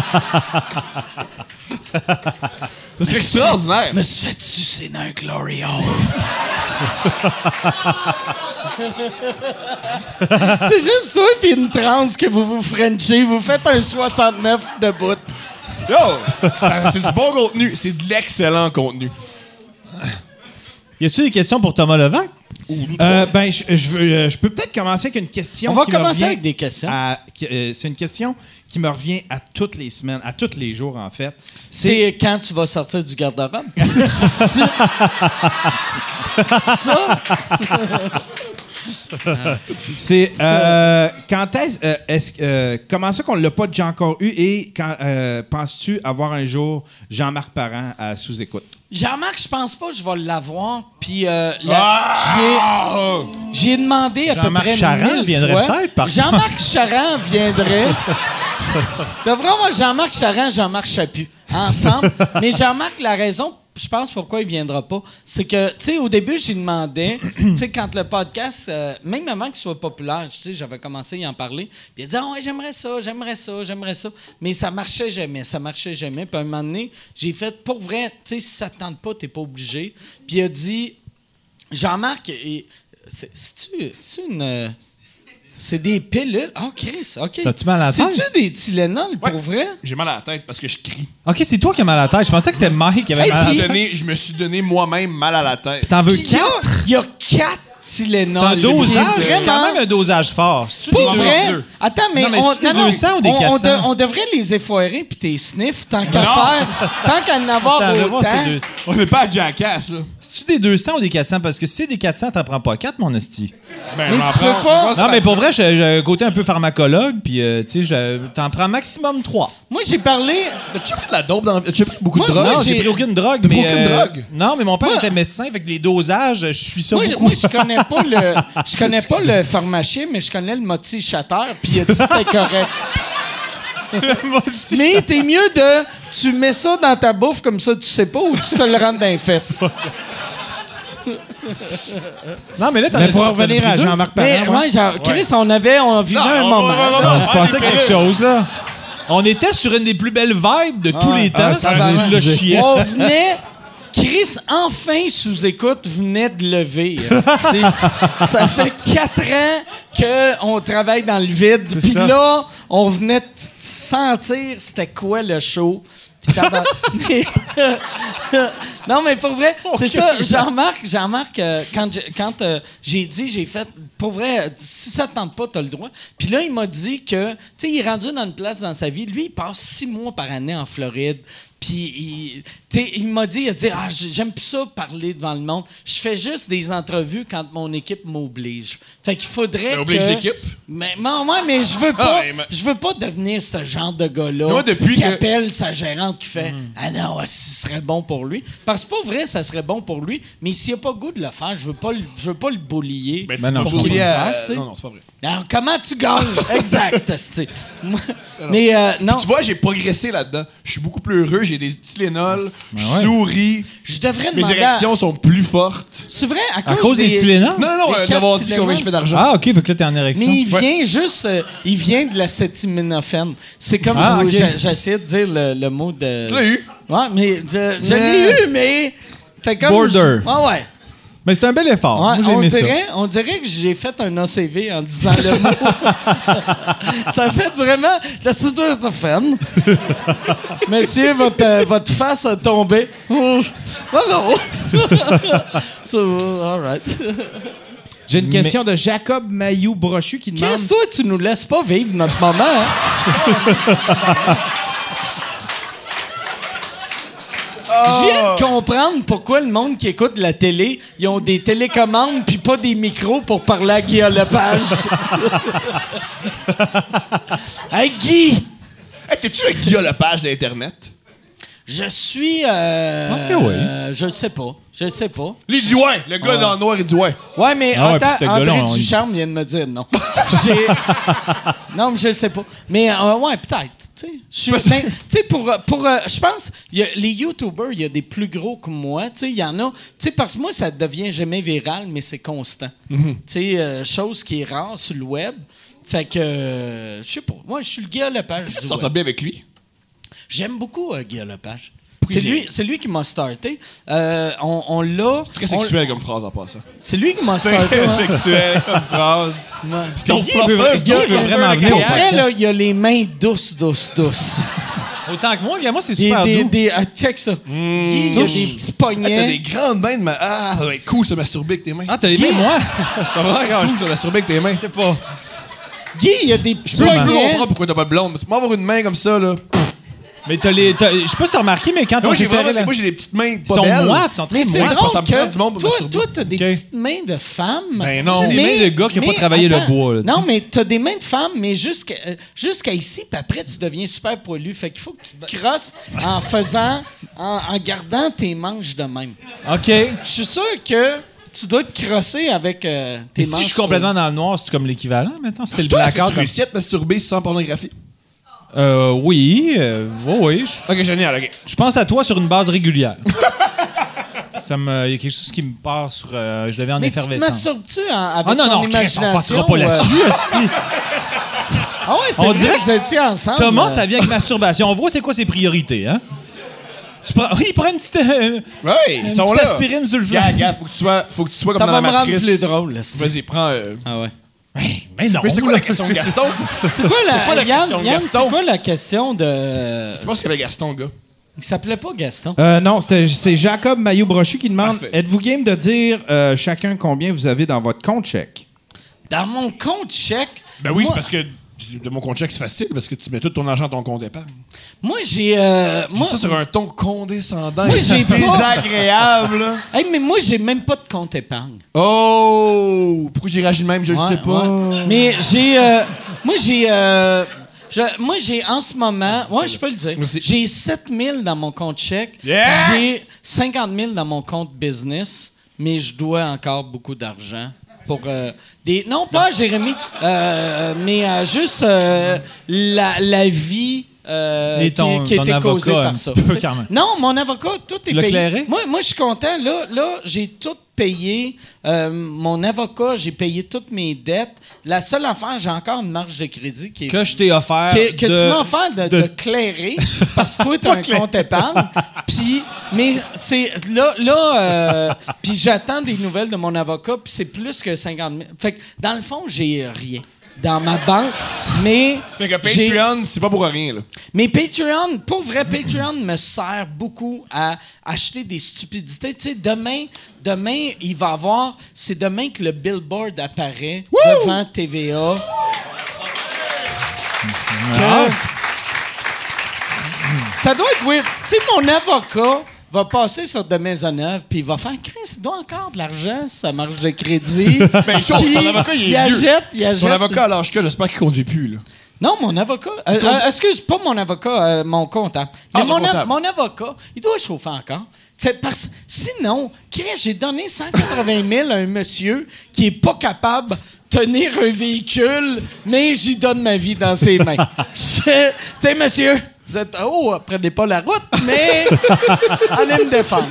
[SPEAKER 5] Ça serait extraordinaire.
[SPEAKER 4] Je me suis fait sucer dans un glory hole. » C'est juste toi puis une trans que vous vous frenchez. Vous faites un 69 de bout.
[SPEAKER 5] Yo! Ça- C'est du bon contenu. C'est de l'excellent contenu.
[SPEAKER 3] Y a-tu des questions pour Thomas Levac?
[SPEAKER 6] Euh, ben, je, je veux, euh, je peux peut-être commencer avec une question.
[SPEAKER 4] On va
[SPEAKER 6] qui me
[SPEAKER 4] commencer
[SPEAKER 6] revient
[SPEAKER 4] avec des questions.
[SPEAKER 6] à- qui- euh, c'est une question qui me revient à toutes les semaines, à tous les jours, en fait.
[SPEAKER 4] C'est quand tu vas sortir du garde-robe. ça,
[SPEAKER 6] C'est euh, quand est-ce, euh, est-ce- euh, comment ça qu'on l'a pas déjà encore eu et quand euh, penses-tu avoir un jour Jean-Marc Parent à sous-écoute?
[SPEAKER 4] Jean-Marc, je pense pas que je vais l'avoir. Puis euh, la- j'y ai-
[SPEAKER 5] Ah!
[SPEAKER 4] J'ai demandé à peu
[SPEAKER 3] Jean-Marc
[SPEAKER 4] près
[SPEAKER 3] Charest
[SPEAKER 4] 1000
[SPEAKER 3] viendrait
[SPEAKER 4] fois.
[SPEAKER 3] peut-être, par
[SPEAKER 4] Jean-Marc Charest viendrait. Devrait avoir Jean-Marc Charest, Jean-Marc Chaput ensemble. Mais Jean-Marc, la raison, je pense, pourquoi il viendra pas, c'est que, tu sais, au début, j'ai demandé, tu sais, quand le podcast, euh, même avant qu'il soit populaire, tu sais, j'avais commencé à y en parler, puis il a dit, ah ouais, j'aimerais ça, j'aimerais ça, j'aimerais ça. Mais ça marchait jamais, ça marchait jamais. Puis à un moment donné, j'ai fait, pour vrai, tu sais, si ça te tente pas, t'es pas obligé. Puis il a dit, Jean-Marc, et- c'est- c'est-tu c'est une. euh, C'est des pilules. Ah, Chris, OK.
[SPEAKER 3] T'as-tu mal à la tête?
[SPEAKER 4] C'est-tu des Tylenol pour
[SPEAKER 5] Ouais.
[SPEAKER 4] vrai?
[SPEAKER 5] J'ai mal à la tête parce que je crie.
[SPEAKER 3] OK, c'est toi qui as mal à la tête. Je pensais que c'était Mike qui avait
[SPEAKER 4] Hey,
[SPEAKER 3] mal à la
[SPEAKER 4] puis-
[SPEAKER 3] tête.
[SPEAKER 5] Donné- je me suis donné moi-même mal à la tête.
[SPEAKER 3] T'en veux
[SPEAKER 4] Puis il y a-
[SPEAKER 3] quatre?
[SPEAKER 4] Il y a quatre
[SPEAKER 3] C'est
[SPEAKER 4] Tylenol.
[SPEAKER 3] un dosage, euh,
[SPEAKER 4] Puis
[SPEAKER 3] c'est quand même un dosage fort. C'est-tu
[SPEAKER 4] Pour
[SPEAKER 3] des
[SPEAKER 4] vrai?
[SPEAKER 3] 200?
[SPEAKER 4] Attends, mais,
[SPEAKER 3] Non, mais
[SPEAKER 4] on,
[SPEAKER 3] c'est-tu des
[SPEAKER 4] non, non,
[SPEAKER 3] 200 ou des
[SPEAKER 4] on- on
[SPEAKER 3] 400?
[SPEAKER 4] de- on devrait les effoirer puis tes sniffs tant qu'à faire, tant qu'à en avoir
[SPEAKER 3] Attends, je vais
[SPEAKER 4] autant.
[SPEAKER 3] voir, c'est deux-
[SPEAKER 5] On n'est pas à Jackass, là.
[SPEAKER 3] C'est-tu des 200 ou des 400? Parce que si c'est des 400, t'en prends pas 4, mon hostie.
[SPEAKER 4] mais tu peux pas.
[SPEAKER 3] Non, mais pour vrai, j'ai j'ai un côté un peu pharmacologue, puis euh, tu sais, je- t'en prends maximum 3.
[SPEAKER 4] Moi, j'ai parlé.
[SPEAKER 5] As-tu pris de la dope dans As-tu pris beaucoup
[SPEAKER 4] Moi,
[SPEAKER 5] de drogue?
[SPEAKER 4] moi,
[SPEAKER 3] non, j'ai
[SPEAKER 4] j'ai-
[SPEAKER 3] pris aucune drogue.
[SPEAKER 5] T'as
[SPEAKER 3] mais, euh,
[SPEAKER 5] pris aucune drogue?
[SPEAKER 3] Non, mais mon père
[SPEAKER 4] Moi-
[SPEAKER 3] était médecin, fait que les dosages, je suis ça
[SPEAKER 4] Moi, je-
[SPEAKER 3] beaucoup.
[SPEAKER 4] moi, je connais pas le, je connais pas le pharmacien, mais je connais le moti chateur, puis il a dit que c'était correct. mais t'es mieux de, tu mets ça dans ta bouffe comme ça, tu sais pas, ou tu te le rentres dans les fesses.
[SPEAKER 3] Non, mais là, t'en
[SPEAKER 6] Mais
[SPEAKER 3] as-
[SPEAKER 6] pour
[SPEAKER 3] t'en as
[SPEAKER 6] revenir
[SPEAKER 3] pris
[SPEAKER 6] à
[SPEAKER 3] deux.
[SPEAKER 6] Jean-Marc
[SPEAKER 4] Mais
[SPEAKER 6] Parent, ouais.
[SPEAKER 4] ouais, genre, Chris, on avait, on vivait
[SPEAKER 5] Non,
[SPEAKER 4] un
[SPEAKER 5] on-
[SPEAKER 4] moment.
[SPEAKER 5] on- on- on-
[SPEAKER 3] Ah, il se
[SPEAKER 5] on-
[SPEAKER 3] passait
[SPEAKER 5] on-
[SPEAKER 3] quelque chose, là. On était sur une des plus belles vibes de tous les temps.
[SPEAKER 6] Ah, ça,
[SPEAKER 3] Je
[SPEAKER 6] c'est-
[SPEAKER 3] le chien.
[SPEAKER 4] On venait. Chris, enfin, sous écoute, venait de lever. esti. ça fait quatre ans qu'on travaille dans le vide. Puis
[SPEAKER 3] ça.
[SPEAKER 4] là, on venait de t- sentir c'était quoi le show. Puis tabar- Mais- non, mais pour vrai, c'est ça. Jean-Marc, Jean-Marc, euh, quand j'ai, quand, euh, j'ai dit, j'ai fait, pour vrai, euh, si ça te tente pas, t'as le droit. Puis là, il m'a dit que, tu sais, il est rendu dans une place dans sa vie. Lui, il passe six mois par année en Floride. Puis, il, tu sais, il m'a dit, il a dit, ah, j'ai- j'aime plus ça parler devant le monde. Je fais juste des entrevues quand mon équipe m'oblige. Fait qu'il faudrait
[SPEAKER 5] Ben, oblige
[SPEAKER 4] que-
[SPEAKER 5] l'équipe.
[SPEAKER 4] Mais, mais, ouais, mais je veux pas,
[SPEAKER 5] Ah, mais-
[SPEAKER 4] je veux pas devenir ce genre de gars-là
[SPEAKER 5] Moi, depuis
[SPEAKER 4] qui
[SPEAKER 5] que- Mm.
[SPEAKER 4] appelle sa gérante qui fait Ah non, ah, ce serait bon pour lui. Parce que pas vrai, ça serait bon pour lui, mais s'il n'a pas le goût de le faire, je veux pas le, je veux pas le boulier.
[SPEAKER 5] Ben, tu
[SPEAKER 3] Ben non,
[SPEAKER 5] m'as
[SPEAKER 3] je comprends.
[SPEAKER 5] oublié à-
[SPEAKER 4] Face, tu sais.
[SPEAKER 5] Non, non, c'est pas vrai.
[SPEAKER 4] Alors, comment tu gagnes? exact, esti. Moi- Mais euh, non,
[SPEAKER 5] Tu vois, j'ai progressé là-dedans. Je suis beaucoup plus heureux, j'ai des Tylenol, je souris,
[SPEAKER 4] je devrais
[SPEAKER 5] mes
[SPEAKER 4] demander. à-
[SPEAKER 5] érections sont plus fortes.
[SPEAKER 4] C'est vrai, à cause,
[SPEAKER 3] À cause des Tylenol?
[SPEAKER 5] Non, non, non,
[SPEAKER 4] Les
[SPEAKER 5] euh,
[SPEAKER 4] quatre
[SPEAKER 5] d'avoir dit combien
[SPEAKER 4] Tylenol.
[SPEAKER 5] je fais d'argent.
[SPEAKER 3] Ah, OK, fait que là, t'es en érection.
[SPEAKER 4] Mais il vient juste, euh, il vient de la cétiminophène. C'est comme
[SPEAKER 3] Ah,
[SPEAKER 4] où
[SPEAKER 3] ok.
[SPEAKER 4] j'a- j'essayais de dire le, le mot de.
[SPEAKER 5] Tu l'as eu?
[SPEAKER 4] Ouais, mais je, je
[SPEAKER 5] Mais-
[SPEAKER 4] l'ai eu, mais. T'es comme.
[SPEAKER 3] Border.
[SPEAKER 4] Ah ouais.
[SPEAKER 3] Mais c'est un bel effort.
[SPEAKER 4] Ouais,
[SPEAKER 3] Moi, j'ai
[SPEAKER 4] on,
[SPEAKER 3] aimé ça.
[SPEAKER 4] dirait, on dirait que j'ai fait un ACV en disant le mot. ça fait vraiment la cétiminophène. Monsieur, votre, euh, votre face a tombé. Oh, Hello! so, all right.
[SPEAKER 7] J'ai une question de Jacob Mayou Brochu qui demande.
[SPEAKER 4] Qu'est-ce toi, tu nous laisses pas vivre notre moment? hein? Je viens de comprendre pourquoi le monde qui écoute la télé, ils ont des télécommandes puis pas des micros pour parler à Guy Lepage. hey Guy,
[SPEAKER 5] Hey, t'es-tu un Guillaume Lepage d'Internet?
[SPEAKER 4] je suis. euh,
[SPEAKER 3] pense que oui.
[SPEAKER 4] euh, je le sais pas. Je le sais pas.
[SPEAKER 5] Lui, il dit ouais. Le gars dans le noir, il dit ouais.
[SPEAKER 4] Ouais, mais
[SPEAKER 3] Ah ouais, puis ce
[SPEAKER 4] attends,
[SPEAKER 3] gars-là,
[SPEAKER 4] André
[SPEAKER 3] on-
[SPEAKER 4] Ducharme vient de me dire non. J'ai- non, mais je le sais pas. Mais euh, ouais, peut-être. Tu sais, Je suis- ben, tu sais, pour, euh, pour euh, je pense, il y a- les YouTubers, il y a des plus gros que moi. Tu sais, il y en a. Tu sais, parce que moi, ça devient jamais viral, mais c'est constant. Tu sais, euh, chose qui est rare sur le web. Fait que, euh, je sais pas. Moi, je suis le gars à la page.
[SPEAKER 5] Tu
[SPEAKER 4] du
[SPEAKER 5] s'entends
[SPEAKER 4] web.
[SPEAKER 5] bien avec lui?
[SPEAKER 4] J'aime beaucoup euh, Guy Lepage. C'est lui, c'est lui qui m'a starté. Euh, on on l'a.
[SPEAKER 5] Très
[SPEAKER 4] on-
[SPEAKER 5] sexuel comme phrase en passant.
[SPEAKER 4] C'est lui qui m'a starté. hein.
[SPEAKER 5] sexuel comme phrase.
[SPEAKER 4] Ouais.
[SPEAKER 5] C'est ton
[SPEAKER 3] Guy veut-
[SPEAKER 5] flopper,
[SPEAKER 3] Guy veut vraiment venir au
[SPEAKER 4] Pour vrai, là, il y a les mains douces, douces, douces.
[SPEAKER 3] Autant que moi, gars, moi, c'est
[SPEAKER 4] Des,
[SPEAKER 3] super
[SPEAKER 4] des,
[SPEAKER 3] doux.
[SPEAKER 4] des- ah, check ça. Guy, il y a des petits
[SPEAKER 5] T'as des
[SPEAKER 4] poignets.
[SPEAKER 5] grandes mains de ma... Ah, ça va être cool de se masturber avec tes mains.
[SPEAKER 3] Ah, t'as les mains, moi?
[SPEAKER 5] ça va être cool de se masturber avec tes mains. Je
[SPEAKER 3] pas.
[SPEAKER 4] Guy, il y a des petits
[SPEAKER 5] peux je peux
[SPEAKER 4] poignets.
[SPEAKER 5] comprendre pourquoi t'as pas de blonde. mais Tu peux avoir une main comme ça, là.
[SPEAKER 3] Mais t'as les. t'as- Je sais pas si t'as remarqué, mais quand on
[SPEAKER 5] Moi, j'ai
[SPEAKER 3] s'est serré
[SPEAKER 5] vraiment-
[SPEAKER 3] la-
[SPEAKER 5] moi, j'ai des petites mains
[SPEAKER 3] Ils
[SPEAKER 5] pas
[SPEAKER 3] sont
[SPEAKER 5] belles.
[SPEAKER 3] moites, ils sont
[SPEAKER 4] Mais
[SPEAKER 3] très
[SPEAKER 4] c'est
[SPEAKER 5] moi,
[SPEAKER 3] moites.
[SPEAKER 5] je pense
[SPEAKER 4] drôle
[SPEAKER 5] que ça me prend
[SPEAKER 4] que
[SPEAKER 5] du monde pour
[SPEAKER 4] toi,
[SPEAKER 5] masturber.
[SPEAKER 4] toi, t'as des
[SPEAKER 3] Ok.
[SPEAKER 4] petites mains de femme.
[SPEAKER 5] Ben non.
[SPEAKER 3] C'est des mains de gars qui ont pas
[SPEAKER 4] mais
[SPEAKER 3] travaillé le bois, là, tu sais.
[SPEAKER 4] non, mais t'as des mains de femme, mais jusqu'à euh, jusqu'à ici, puis après, tu deviens super poilu. Fait qu'il faut que tu te crosses en faisant, en, en gardant tes manches de même.
[SPEAKER 3] OK.
[SPEAKER 4] Je suis sûr que tu dois te crosser avec euh, tes
[SPEAKER 3] Mais
[SPEAKER 4] manches.
[SPEAKER 3] si je suis complètement dans le noir, c'est comme l'équivalent, maintenant? C'est le
[SPEAKER 5] Toi, est-ce que
[SPEAKER 3] blackout.
[SPEAKER 5] tu réussis à te masturber sans pornographie?
[SPEAKER 3] comme- Euh, oui. euh, oui, oui. Je-
[SPEAKER 5] Ok, génial, ok.
[SPEAKER 3] Je pense à toi sur une base régulière. Ça me, il y a quelque chose qui me part sur. euh, je le vais en
[SPEAKER 4] Mais tu te
[SPEAKER 3] effervescence.
[SPEAKER 4] masturbes-tu en- avec
[SPEAKER 3] Ah non,
[SPEAKER 4] ton
[SPEAKER 3] non, Chris,
[SPEAKER 4] imagination?
[SPEAKER 3] on passera pas
[SPEAKER 4] euh,
[SPEAKER 3] là-dessus, hostie.
[SPEAKER 4] Ah ouais, c'est
[SPEAKER 3] On
[SPEAKER 4] vrai
[SPEAKER 3] dirait
[SPEAKER 4] que vous étiez ensemble.
[SPEAKER 3] Thomas,
[SPEAKER 4] euh.
[SPEAKER 3] ça vient avec masturbation. On voit c'est quoi ses priorités, hein? Tu prends, il prend une petite, euh,
[SPEAKER 5] Ouais,
[SPEAKER 3] une
[SPEAKER 5] ils sont
[SPEAKER 3] petite
[SPEAKER 5] là.
[SPEAKER 3] aspirine sur le flanc.
[SPEAKER 5] Gars, gars, faut que tu sois, faut que tu sois comme
[SPEAKER 4] Ça
[SPEAKER 5] dans
[SPEAKER 4] va
[SPEAKER 5] la
[SPEAKER 4] me rendre
[SPEAKER 5] matrice.
[SPEAKER 4] plus drôle, là, c'est-
[SPEAKER 5] Vas-y, prends. euh,
[SPEAKER 4] Ah ouais.
[SPEAKER 3] Mais non.
[SPEAKER 5] Mais c'est quoi la question de Gaston?
[SPEAKER 4] C'est quoi la,
[SPEAKER 5] la
[SPEAKER 4] Yann,
[SPEAKER 5] question de
[SPEAKER 4] Yann, c'est
[SPEAKER 5] Gaston?
[SPEAKER 4] quoi la question de
[SPEAKER 5] Je pense qu'il y avait Gaston, gars.
[SPEAKER 4] Il s'appelait pas Gaston.
[SPEAKER 6] Euh, non, c'était- c'est Jacob Maillot Brochu qui demande Êtes-vous game de dire euh, chacun combien vous avez dans votre compte chèque
[SPEAKER 4] Dans mon compte chèque.
[SPEAKER 5] Ben oui,
[SPEAKER 4] moi-
[SPEAKER 5] c'est parce que de mon compte chèque, c'est facile parce que tu mets tout ton argent dans ton compte épargne.
[SPEAKER 4] Moi, j'ai. euh, moi,
[SPEAKER 5] ça sur un ton condescendant.
[SPEAKER 4] Moi, j'ai pas-
[SPEAKER 5] désagréable. là.
[SPEAKER 4] Hey, mais moi, j'ai même pas de compte épargne.
[SPEAKER 5] Oh! Pourquoi j'ai réagi de même? Je le
[SPEAKER 4] Ouais,
[SPEAKER 5] sais pas.
[SPEAKER 4] ouais. Mais j'ai. euh, moi, j'ai. euh, je- moi, j'ai en ce moment. Ouais, je peux le dire.
[SPEAKER 5] Merci.
[SPEAKER 4] J'ai 7 000 dans mon compte chèque.
[SPEAKER 5] Yeah!
[SPEAKER 4] J'ai 50 000 dans mon compte business, mais je dois encore beaucoup d'argent. Pour euh, des. Non, pas à Jérémy, euh, mais euh, juste euh, la, la vie. euh,
[SPEAKER 3] Et
[SPEAKER 4] qui-
[SPEAKER 3] ton-
[SPEAKER 4] qui,
[SPEAKER 3] ton
[SPEAKER 4] était causée
[SPEAKER 3] avocat,
[SPEAKER 4] par
[SPEAKER 3] un
[SPEAKER 4] ça.
[SPEAKER 3] petit peu,
[SPEAKER 4] tu sais.
[SPEAKER 3] quand même.
[SPEAKER 4] Non, mon avocat, tout est
[SPEAKER 3] l'as
[SPEAKER 4] payé.
[SPEAKER 3] clairé?
[SPEAKER 4] Moi, moi je suis content. Là, là j'ai tout payé. Euh, mon avocat, j'ai payé toutes mes dettes. La seule affaire, j'ai encore une marge de crédit qui est.
[SPEAKER 3] Que je t'ai offert.
[SPEAKER 4] que, que
[SPEAKER 3] de-
[SPEAKER 4] tu m'as offert de,
[SPEAKER 3] de-
[SPEAKER 4] de clairer parce que toi, t'as un compte épargne. Puis, mais c'est. Là, là euh, puis j'attends des nouvelles de mon avocat, puis c'est plus que 50 000. Fait que, dans le fond, j'ai rien dans ma banque, mais.
[SPEAKER 5] Fait que
[SPEAKER 4] j'ai-
[SPEAKER 5] Patreon, c'est pas pour rien, là.
[SPEAKER 4] mais Patreon, pour vrai, Patreon me sert beaucoup à acheter des stupidités. Tu sais, demain, demain, il va y avoir. C'est demain que le billboard apparaît devant TVA. Que- Ça doit être weird. Tu sais, mon avocat va passer sur de Maisonneuve puis il va faire Chris, il doit encore de l'argent, sa marge de crédit.
[SPEAKER 5] Ben, chaud,
[SPEAKER 4] Puis
[SPEAKER 5] ton avocat, il est vieux.
[SPEAKER 4] achète, il
[SPEAKER 5] Ton
[SPEAKER 4] achète.
[SPEAKER 5] avocat à l'âge que j'espère qu'il conduit plus, là.
[SPEAKER 4] Non, mon avocat. euh, euh, excuse, pas mon avocat, euh, mon comptable.
[SPEAKER 5] Ah,
[SPEAKER 4] Mais
[SPEAKER 5] ton
[SPEAKER 4] mon, av-
[SPEAKER 5] comptable.
[SPEAKER 4] mon avocat, il doit chauffer encore. C'est parce sinon, Chris, j'ai donné 180 000 à un monsieur qui est pas capable de tenir un véhicule, mais j'y donne ma vie dans ses mains. Je- Tu sais, monsieur, vous êtes oh, prenez pas la route, mais allez me défendre.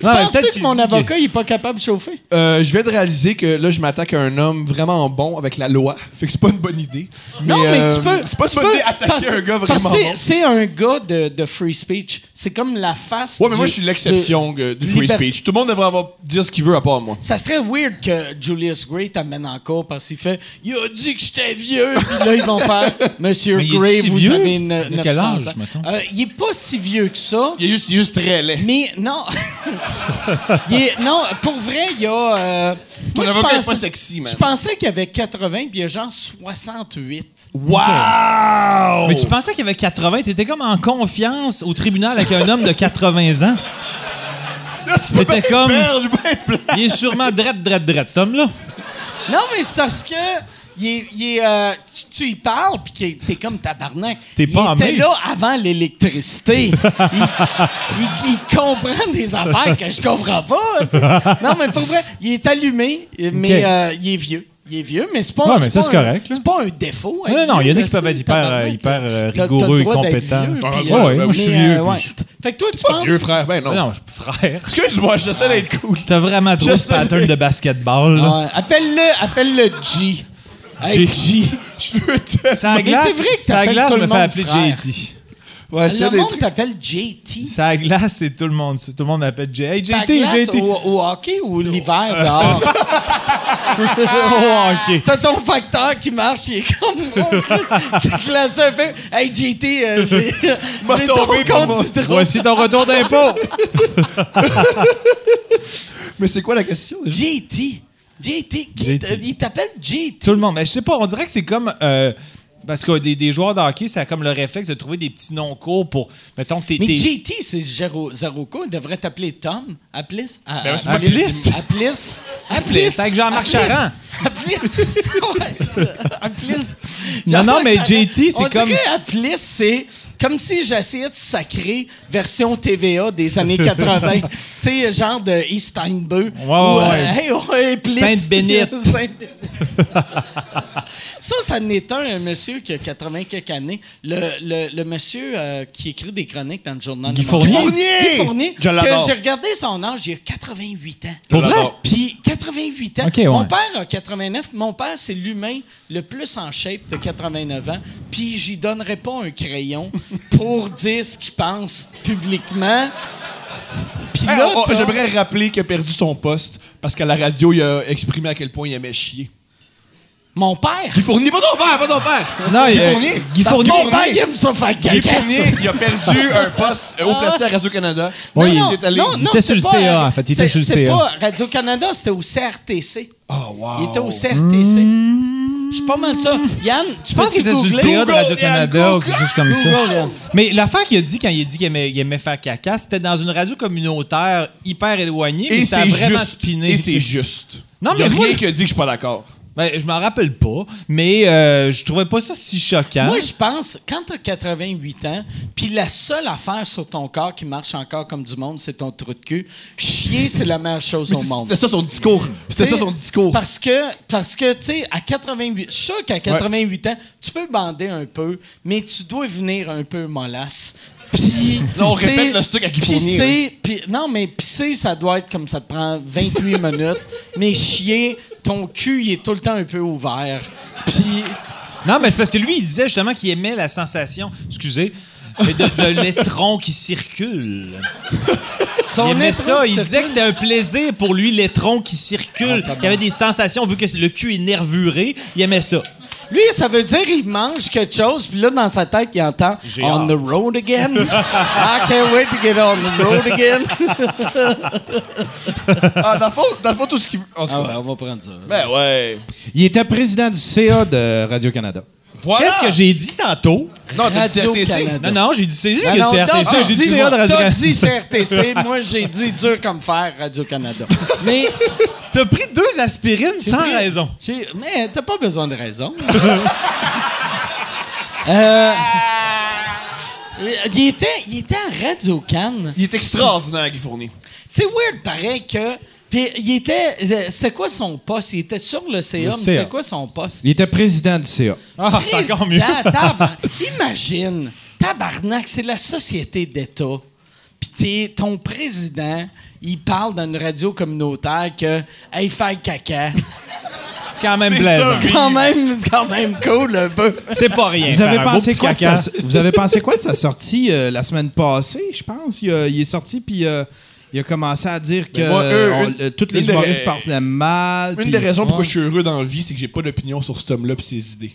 [SPEAKER 4] Tu
[SPEAKER 3] Non, mais
[SPEAKER 4] penses
[SPEAKER 3] peut-être
[SPEAKER 4] que
[SPEAKER 3] qu'il
[SPEAKER 4] mon
[SPEAKER 3] dit
[SPEAKER 4] avocat, il est pas capable de chauffer?
[SPEAKER 5] Euh, je viens de réaliser que là, je m'attaque à un homme vraiment bon avec la loi. Fait que c'est pas une bonne idée.
[SPEAKER 4] non, mais
[SPEAKER 5] euh,
[SPEAKER 4] tu peux.
[SPEAKER 5] C'est pas une
[SPEAKER 4] tu
[SPEAKER 5] bonne
[SPEAKER 4] peux-
[SPEAKER 5] idée d'attaquer
[SPEAKER 4] parce-
[SPEAKER 5] un gars
[SPEAKER 4] parce
[SPEAKER 5] vraiment
[SPEAKER 4] que c'est- C'est
[SPEAKER 5] bon.
[SPEAKER 4] un gars de, de free speech. C'est comme la face.
[SPEAKER 5] Ouais, mais moi,
[SPEAKER 4] du-
[SPEAKER 5] je suis l'exception euh, du
[SPEAKER 4] de
[SPEAKER 5] free
[SPEAKER 4] liber-
[SPEAKER 5] speech. Tout le monde devrait avoir dire ce qu'il veut à part moi.
[SPEAKER 4] Ça serait weird que Julius Gray t'amène en cours parce qu'il fait Il a dit que j'étais vieux. Puis là, ils vont faire Monsieur
[SPEAKER 3] Mais il est
[SPEAKER 4] Gray,
[SPEAKER 3] si
[SPEAKER 4] vous
[SPEAKER 3] vieux?
[SPEAKER 4] avez
[SPEAKER 3] Il a
[SPEAKER 4] ne-
[SPEAKER 3] quel
[SPEAKER 4] 900
[SPEAKER 3] âge,
[SPEAKER 4] ans.
[SPEAKER 3] mettons?
[SPEAKER 4] Euh, il est pas si vieux que ça.
[SPEAKER 5] Il est juste, il est juste très laid.
[SPEAKER 4] Mais non. Il est- non, pour vrai, il y a. euh,
[SPEAKER 5] Ton
[SPEAKER 4] moi, je
[SPEAKER 5] avocat est
[SPEAKER 4] pensais-
[SPEAKER 5] pas sexy, man.
[SPEAKER 4] Je pensais qu'il avait 80, puis il y a genre 68.
[SPEAKER 5] Wow!
[SPEAKER 4] Oh.
[SPEAKER 3] Mais tu pensais qu'il y avait 80, t'étais comme en confiance au tribunal avec un homme de 80 ans.
[SPEAKER 5] Là, tu peux
[SPEAKER 3] T'étais
[SPEAKER 5] bien
[SPEAKER 3] comme-
[SPEAKER 5] perdre, je peux être plat.
[SPEAKER 3] Il est sûrement drette, drette, drette, cet homme-là.
[SPEAKER 4] Non, mais c'est parce que. Il est- il est, euh, tu, tu y parles, puis qu'il- t'es comme tabarnak.
[SPEAKER 3] T'es pas
[SPEAKER 4] il était
[SPEAKER 3] armé.
[SPEAKER 4] là avant l'électricité. il, il- il comprend des affaires que je comprends pas. c'est- Non, mais pour vrai, il est allumé, mais
[SPEAKER 3] Ok.
[SPEAKER 4] euh, il est vieux. Il est vieux, mais c'est pas,
[SPEAKER 3] Ouais, mais
[SPEAKER 4] c'est
[SPEAKER 3] ça,
[SPEAKER 4] pas
[SPEAKER 3] c'est
[SPEAKER 4] un-
[SPEAKER 3] correct, là.
[SPEAKER 4] C'est pas un défaut.
[SPEAKER 3] Ouais,
[SPEAKER 4] être
[SPEAKER 3] non, il y en a
[SPEAKER 4] vieux,
[SPEAKER 3] qui peuvent
[SPEAKER 4] c'est
[SPEAKER 3] être hyper,
[SPEAKER 4] tabarnak.
[SPEAKER 3] euh, hyper, euh,
[SPEAKER 4] T'as- t'as le
[SPEAKER 3] rigoureux et
[SPEAKER 4] droit d'être
[SPEAKER 3] compétents.
[SPEAKER 4] vieux,
[SPEAKER 5] Ah,
[SPEAKER 4] puis,
[SPEAKER 5] ouais,
[SPEAKER 4] euh,
[SPEAKER 5] ouais, moi,
[SPEAKER 3] je suis
[SPEAKER 4] mais, euh,
[SPEAKER 3] vieux, puis
[SPEAKER 4] ouais.
[SPEAKER 3] je-
[SPEAKER 4] Fait que toi, tu penses...
[SPEAKER 5] Vieux frère, ben non.
[SPEAKER 3] Mais non, je- frère.
[SPEAKER 5] Excuse-moi, j'essaie d'être cool.
[SPEAKER 3] T'as vraiment trop ce
[SPEAKER 5] sais.
[SPEAKER 3] pattern de basketball, là.
[SPEAKER 4] Ouais, appelle-le, appelle-le G. Ah, Hey, G.
[SPEAKER 5] Je veux te...
[SPEAKER 3] Ça
[SPEAKER 4] Mais
[SPEAKER 3] glace,
[SPEAKER 4] c'est vrai que
[SPEAKER 3] ça
[SPEAKER 4] t'appelles
[SPEAKER 3] glace,
[SPEAKER 4] tout
[SPEAKER 3] je
[SPEAKER 4] le
[SPEAKER 3] me fais
[SPEAKER 4] monde
[SPEAKER 3] appeler
[SPEAKER 4] frère.
[SPEAKER 3] JT.
[SPEAKER 5] Ouais,
[SPEAKER 4] Le
[SPEAKER 5] c'est des
[SPEAKER 4] monde
[SPEAKER 5] trucs.
[SPEAKER 4] t'appelle JT.
[SPEAKER 3] Ça glace, c'est tout le monde. Tout le monde m'appelle JT. Hey,
[SPEAKER 4] Ça
[SPEAKER 3] JT,
[SPEAKER 4] glace oh,
[SPEAKER 3] JT.
[SPEAKER 4] Au, au hockey ou l'hiver dehors? ah,
[SPEAKER 3] Oh, ok.
[SPEAKER 4] T'as ton facteur qui marche, il est comme. C'est classé un peu. Hey, JT, euh, j'ai
[SPEAKER 5] M'a
[SPEAKER 4] j'ai ton
[SPEAKER 5] tombé pour moi.
[SPEAKER 4] compte d'hydro.
[SPEAKER 3] Voici ton retour d'impôt.
[SPEAKER 5] Mais c'est quoi la question déjà?
[SPEAKER 4] JT. JT. Qui
[SPEAKER 3] JT.
[SPEAKER 4] t- il t'appelle JT.
[SPEAKER 3] Tout le monde. Mais je sais pas, on dirait que c'est comme. euh, parce que des, des joueurs de hockey, ça a comme le réflexe de trouver des petits noms courts pour. Mettons que t'es.
[SPEAKER 4] Mais
[SPEAKER 3] t'es-
[SPEAKER 4] JT, c'est Zero- Zaroko. Il devrait t'appeler Tom. Applice. À-
[SPEAKER 5] Ben ouais, c'est
[SPEAKER 4] à-
[SPEAKER 5] Applice.
[SPEAKER 4] Applice. Applice. Applice.
[SPEAKER 3] C'est avec Jean-Marc Charrand.
[SPEAKER 4] Applice. Ouais. Applice.
[SPEAKER 3] Non, non, mais JT, c'est
[SPEAKER 4] On
[SPEAKER 3] comme-
[SPEAKER 4] dirait Applice, c'est comme si j'essayais de sacrer version TVA des années 80. tu sais, genre de East Steinbeu.
[SPEAKER 3] Ouais, ouais,
[SPEAKER 4] Ou, euh,
[SPEAKER 3] ouais.
[SPEAKER 4] hey, oh, hey, Applice.
[SPEAKER 3] Sainte-Bénite.
[SPEAKER 4] Sainte-Bénite. Ça, ça n'est un, un monsieur qui a 80 quelques années. Le, le- le monsieur euh, qui écrit des chroniques dans le journal.
[SPEAKER 3] Guy
[SPEAKER 4] de Montréal.
[SPEAKER 3] Fournier.
[SPEAKER 4] Guy Fournier!
[SPEAKER 5] Je
[SPEAKER 4] que
[SPEAKER 5] l'adore.
[SPEAKER 4] j'ai regardé son âge, il a 88 ans.
[SPEAKER 3] Pour vrai?
[SPEAKER 5] l'adore.
[SPEAKER 4] Puis 88 ans.
[SPEAKER 3] Ok, ouais.
[SPEAKER 4] Mon père a 89. Mon père, c'est l'humain le plus en shape de 89 ans. Puis j'y donnerais pas un crayon pour dire ce qu'il pense publiquement. Puis
[SPEAKER 5] Hey,
[SPEAKER 4] là,
[SPEAKER 5] oh, oh,
[SPEAKER 4] t'as-
[SPEAKER 5] J'aimerais rappeler qu'il a perdu son poste parce qu'à la radio, il a exprimé à quel point il aimait chier.
[SPEAKER 4] Mon père.
[SPEAKER 5] Guy Fournier, pas ton père, pas ton père.
[SPEAKER 3] Non,
[SPEAKER 5] Guy
[SPEAKER 3] il y a-
[SPEAKER 5] Fournier.
[SPEAKER 3] Guy
[SPEAKER 4] Parce que
[SPEAKER 3] Fournier.
[SPEAKER 4] mon père, il aime ça faire
[SPEAKER 5] Guy
[SPEAKER 4] caca. ça.
[SPEAKER 5] Fournier, il a perdu un poste euh, au placé à Radio-Canada.
[SPEAKER 4] Non,
[SPEAKER 5] Oui.
[SPEAKER 4] non,
[SPEAKER 5] Il est allé-
[SPEAKER 4] non,
[SPEAKER 3] il
[SPEAKER 4] non,
[SPEAKER 3] était
[SPEAKER 4] c'était
[SPEAKER 3] sur le
[SPEAKER 4] pas
[SPEAKER 3] CA,
[SPEAKER 4] à-
[SPEAKER 3] en fait, il était
[SPEAKER 4] c'est-
[SPEAKER 3] sur le
[SPEAKER 4] c'est
[SPEAKER 3] CA.
[SPEAKER 4] pas Radio-Canada, c'était au CRTC. Il était au CRTC. Je suis pas mal ça. Yann, tu
[SPEAKER 3] Je pense
[SPEAKER 4] penses
[SPEAKER 3] qu'il
[SPEAKER 4] qu'il
[SPEAKER 3] était sur le CA de Radio-Canada ou quelque chose comme ça.
[SPEAKER 4] Google, Yann.
[SPEAKER 3] Mais l'affaire qu'il a dit quand il a dit qu'il aimait, il aimait faire caca, c'était dans une radio communautaire hyper éloignée, mais ça a vraiment spiné.
[SPEAKER 5] Et
[SPEAKER 3] tu sais.
[SPEAKER 5] c'est juste.
[SPEAKER 3] Non,
[SPEAKER 5] il y a
[SPEAKER 3] mais moi-
[SPEAKER 5] rien qui a dit que je suis pas d'accord.
[SPEAKER 3] Ben, je m'en rappelle pas, mais euh, je trouvais pas ça si choquant.
[SPEAKER 4] Moi, je pense, quand t'as 88 ans, puis la seule affaire sur ton corps qui marche encore comme du monde, c'est ton trou de cul, chier, c'est la meilleure chose au monde.
[SPEAKER 5] C'était ça son discours. C'était ça son discours.
[SPEAKER 4] Parce que, parce que tu sais, à 88, je suis sûr qu'à 88 ans, tu peux bander un peu, mais tu dois venir un peu mollasse. Puis,
[SPEAKER 5] Là, on
[SPEAKER 4] tu sais,
[SPEAKER 5] répète le truc à Guy Fournier,
[SPEAKER 4] pisser, puis- non, mais pisser, ça doit être comme ça te prend 28 minutes. Mais chier, ton cul, il est tout le temps un peu ouvert. Puis,
[SPEAKER 3] Non, mais c'est parce que lui, il disait justement qu'il aimait la sensation, excusez, mais de, de l'étron qui circule.
[SPEAKER 4] son
[SPEAKER 3] il aimait
[SPEAKER 4] étrange
[SPEAKER 3] ça. Il
[SPEAKER 4] se
[SPEAKER 3] disait que c'était un plaisir pour lui, l'étron qui circule,
[SPEAKER 5] Ah,
[SPEAKER 3] qu'il y avait des sensations, vu que le cul est nervuré. Il aimait ça.
[SPEAKER 4] Lui, ça veut dire il mange quelque chose, puis là, dans sa tête, il entend « On the road again. I can't wait to get on the road again.
[SPEAKER 5] Ah, dans le fond, dans le fond, tout ce qu'il. En » tout
[SPEAKER 4] Ah
[SPEAKER 5] cas.
[SPEAKER 4] ouais, on va prendre ça.
[SPEAKER 5] Ben ouais.
[SPEAKER 6] Il était président du CA de Radio-Canada.
[SPEAKER 5] Voilà.
[SPEAKER 3] Qu'est-ce que j'ai dit tantôt?
[SPEAKER 5] Non, t'as dit CRTC.
[SPEAKER 4] Radio-Canada.
[SPEAKER 3] Non, non, j'ai dit c'est lui qui a dit
[SPEAKER 4] Non, non,
[SPEAKER 3] CRTC,
[SPEAKER 4] t'as
[SPEAKER 3] j'ai dit
[SPEAKER 4] dit-
[SPEAKER 3] CA de
[SPEAKER 4] T'as
[SPEAKER 3] Radio-Canada.
[SPEAKER 4] dit CRTC, moi j'ai dit dur comme fer Radio-Canada. Mais,
[SPEAKER 3] T'as pris deux aspirines sans
[SPEAKER 4] pris-
[SPEAKER 3] raison.
[SPEAKER 4] j'ai- mais t'as pas besoin de raison. Euh, il, était, il était à Radio-Can.
[SPEAKER 5] Il est extraordinaire, Guy Fournier.
[SPEAKER 4] C'est weird, pareil, que. Puis il était. euh, C'était quoi son poste? Il était sur le CA, mais
[SPEAKER 6] CA.
[SPEAKER 4] c'était quoi son poste?
[SPEAKER 6] Il était président du CA.
[SPEAKER 3] Ah, c'est encore mieux.
[SPEAKER 4] Président, tabar- Imagine, tabarnak, c'est la société d'État. Puis t'es- ton président, il parle dans une radio communautaire que Hey, faire caca.
[SPEAKER 3] C'est quand même
[SPEAKER 5] C'est
[SPEAKER 3] plaisant.
[SPEAKER 5] ça.
[SPEAKER 4] C'est quand même, c'est quand même cool un peu.
[SPEAKER 3] C'est pas rien.
[SPEAKER 6] Vous avez,
[SPEAKER 3] faire un beau
[SPEAKER 6] pensé
[SPEAKER 3] petit
[SPEAKER 6] quoi de
[SPEAKER 3] caca.
[SPEAKER 6] sa, vous avez pensé quoi de sa sortie euh, la semaine passée, je pense? Il, a- il est sorti, puis euh, il a commencé à dire que
[SPEAKER 5] Mais Ben moi, eux,
[SPEAKER 6] on-
[SPEAKER 5] une-
[SPEAKER 6] euh, toutes les
[SPEAKER 5] une des-
[SPEAKER 6] humoristes parlaient mal.
[SPEAKER 5] Une
[SPEAKER 6] puis-
[SPEAKER 5] des raisons pourquoi je suis heureux dans la vie, c'est que j'ai pas d'opinion sur cet homme-là pis ses idées.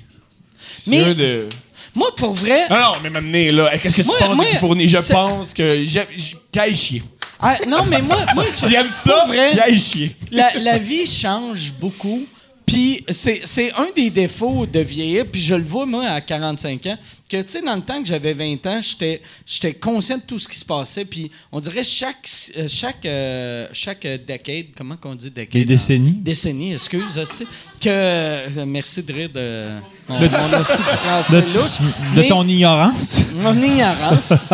[SPEAKER 5] C'est
[SPEAKER 4] Mais-
[SPEAKER 5] un de.
[SPEAKER 4] Moi, pour vrai.
[SPEAKER 5] Alors, mais m'amener là, hey, qu'est-ce que tu
[SPEAKER 4] Moi-
[SPEAKER 5] penses
[SPEAKER 4] moi,
[SPEAKER 5] de Guy Fournier? Je
[SPEAKER 4] c'est-
[SPEAKER 5] pense que. j'aime- j- Qu'aille chier.
[SPEAKER 4] ah, non, mais moi, moi je,
[SPEAKER 5] Il aime ça,
[SPEAKER 4] pour vrai,
[SPEAKER 5] il aille chier.
[SPEAKER 4] la, la vie change beaucoup. Puis c'est c'est un des défauts de vieillir. Puis je le vois, moi, à 45 ans, que, tu sais, dans le temps que j'avais 20 ans, j'étais j'étais conscient de tout ce qui se passait. Puis on dirait chaque, euh, chaque, euh, chaque euh, decade, comment qu'on dit decade?
[SPEAKER 3] Les décennies.
[SPEAKER 4] Décennies, excuse. hostie, Que, euh, merci de rire de mon, mon hostie de français louche.
[SPEAKER 3] de
[SPEAKER 4] Mais-
[SPEAKER 3] ton ignorance.
[SPEAKER 4] mon ignorance.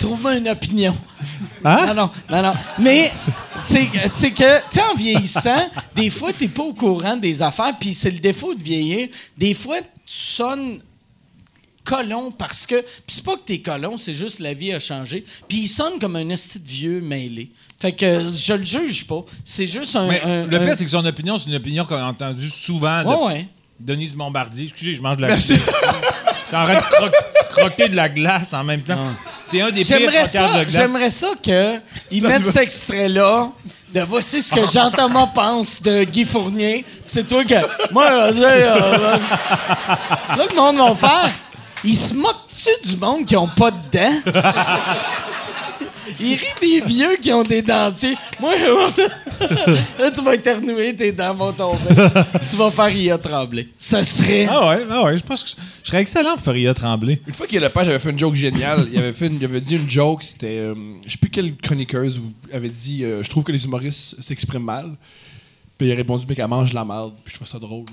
[SPEAKER 4] Trouve-moi une opinion.
[SPEAKER 3] Hein?
[SPEAKER 4] Non, non, non, non. Mais c'est c'est que, tu sais, en vieillissant, des fois, t'es pas au courant des affaires, puis c'est le défaut de vieillir. Des fois, tu sonnes colon parce que. Puis c'est pas que t'es colon, c'est juste la vie a changé. Puis il sonne comme un esti de vieux mêlé. Fait que je le juge pas. C'est juste un.
[SPEAKER 3] Mais
[SPEAKER 4] un-
[SPEAKER 3] le
[SPEAKER 4] un-
[SPEAKER 3] pire, c'est que son opinion, c'est une opinion qu'on a entendue souvent de
[SPEAKER 4] Ouais, ouais.
[SPEAKER 3] Denise Bombardier. Excusez, je mange de la glace. T'es en train de croque- croquer de la glace en même temps. C'est un des pires
[SPEAKER 4] J'aimerais
[SPEAKER 3] croqueurs de
[SPEAKER 4] ça,
[SPEAKER 3] glace.
[SPEAKER 4] j'aimerais ça que ils mettent cet extrait-là de voici ce que Jean-Thomas pense de Guy Fournier. C'est toi que. Moi, là, je- euh, euh, c'est ça que le monde va faire. Ils se moquent-tu du monde qui ont pas de dents? Ils rient des vieux qui ont des dentiers. Moi, là, tu vas éternuer, tes dents vont tomber. tu vas faire Ia trembler. Ça serait.
[SPEAKER 3] Ah ouais, ah ouais, je pense que je- je serais excellent pour faire Ia trembler.
[SPEAKER 5] Une fois qu'il y a le page, j'avais fait une joke géniale. Il avait, fait une- il avait dit une joke, c'était. euh, je sais plus quelle chroniqueuse ou- avait dit euh, Je trouve que les humoristes s'expriment mal. Puis il a répondu Mais qu'elle mange de la merde. Puis je trouve ça drôle.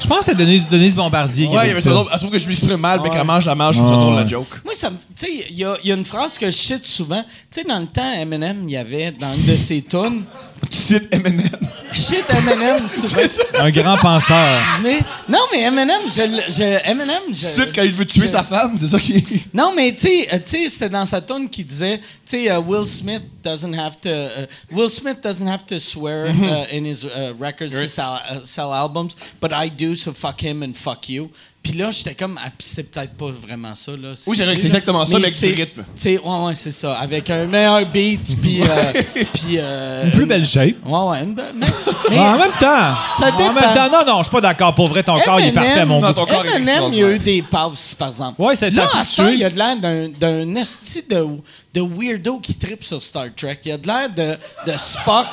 [SPEAKER 3] Je pense que c'est Denise, Denise Bombardier qui
[SPEAKER 5] Ouais,
[SPEAKER 3] avait
[SPEAKER 5] il avait
[SPEAKER 3] dit
[SPEAKER 5] ça
[SPEAKER 3] ça.
[SPEAKER 5] drôle. Elle trouve que je m'exprime mal, mais qu'elle mange de la merde. Je trouve ça
[SPEAKER 3] Ouais.
[SPEAKER 5] drôle la joke.
[SPEAKER 4] Moi, ça me- Tu sais, il y a, il y a une phrase que je cite souvent. Tu sais, dans le temps, Eminem, il y avait dans une de ses tunes.
[SPEAKER 5] Tu cites Eminem.
[SPEAKER 4] Je cite Eminem souvent.
[SPEAKER 3] Un grand penseur.
[SPEAKER 4] Mais, non, mais Eminem, je. le- je Eminem, je.
[SPEAKER 5] Tu cites quand il veut tuer sa femme. C'est ça qui.
[SPEAKER 4] Non, mais tu sais, euh, tu sais, c'était dans sa tune qui disait, tu sais, euh, Will Smith doesn't have to, euh,
[SPEAKER 5] Mm-hmm.
[SPEAKER 4] Will Smith doesn't have to swear uh, in his uh, records, his al- uh, sell albums, but I do, do, so fuck him and fuck you. Puis là, j'étais comme, ah, puis c'est peut-être pas vraiment ça, là.
[SPEAKER 5] Oui, j'ai- c'est exactement ça, mais avec du rythme.
[SPEAKER 4] Tu sais, ouais, ouais, c'est ça. Avec un meilleur beat, puis. euh, puis euh,
[SPEAKER 3] Une plus belle shape.
[SPEAKER 4] Ouais, ouais, une belle. mais- mais-
[SPEAKER 3] Mais en même temps.
[SPEAKER 4] Ça
[SPEAKER 3] En même
[SPEAKER 4] dépend.
[SPEAKER 3] temps, non, non, je suis pas d'accord. Pour vrai, ton corps, il est parfait à mon
[SPEAKER 5] Non,
[SPEAKER 3] goût.
[SPEAKER 5] ton corps est
[SPEAKER 4] M&M, il y a eu des passes, par exemple.
[SPEAKER 3] Ouais, ça a été
[SPEAKER 4] Là, à
[SPEAKER 3] affectueux.
[SPEAKER 4] ce temps, il y a de l'air d'un- d'un esti de, de weirdo qui tripe sur Star Trek. Il y a de l'air de, de Spock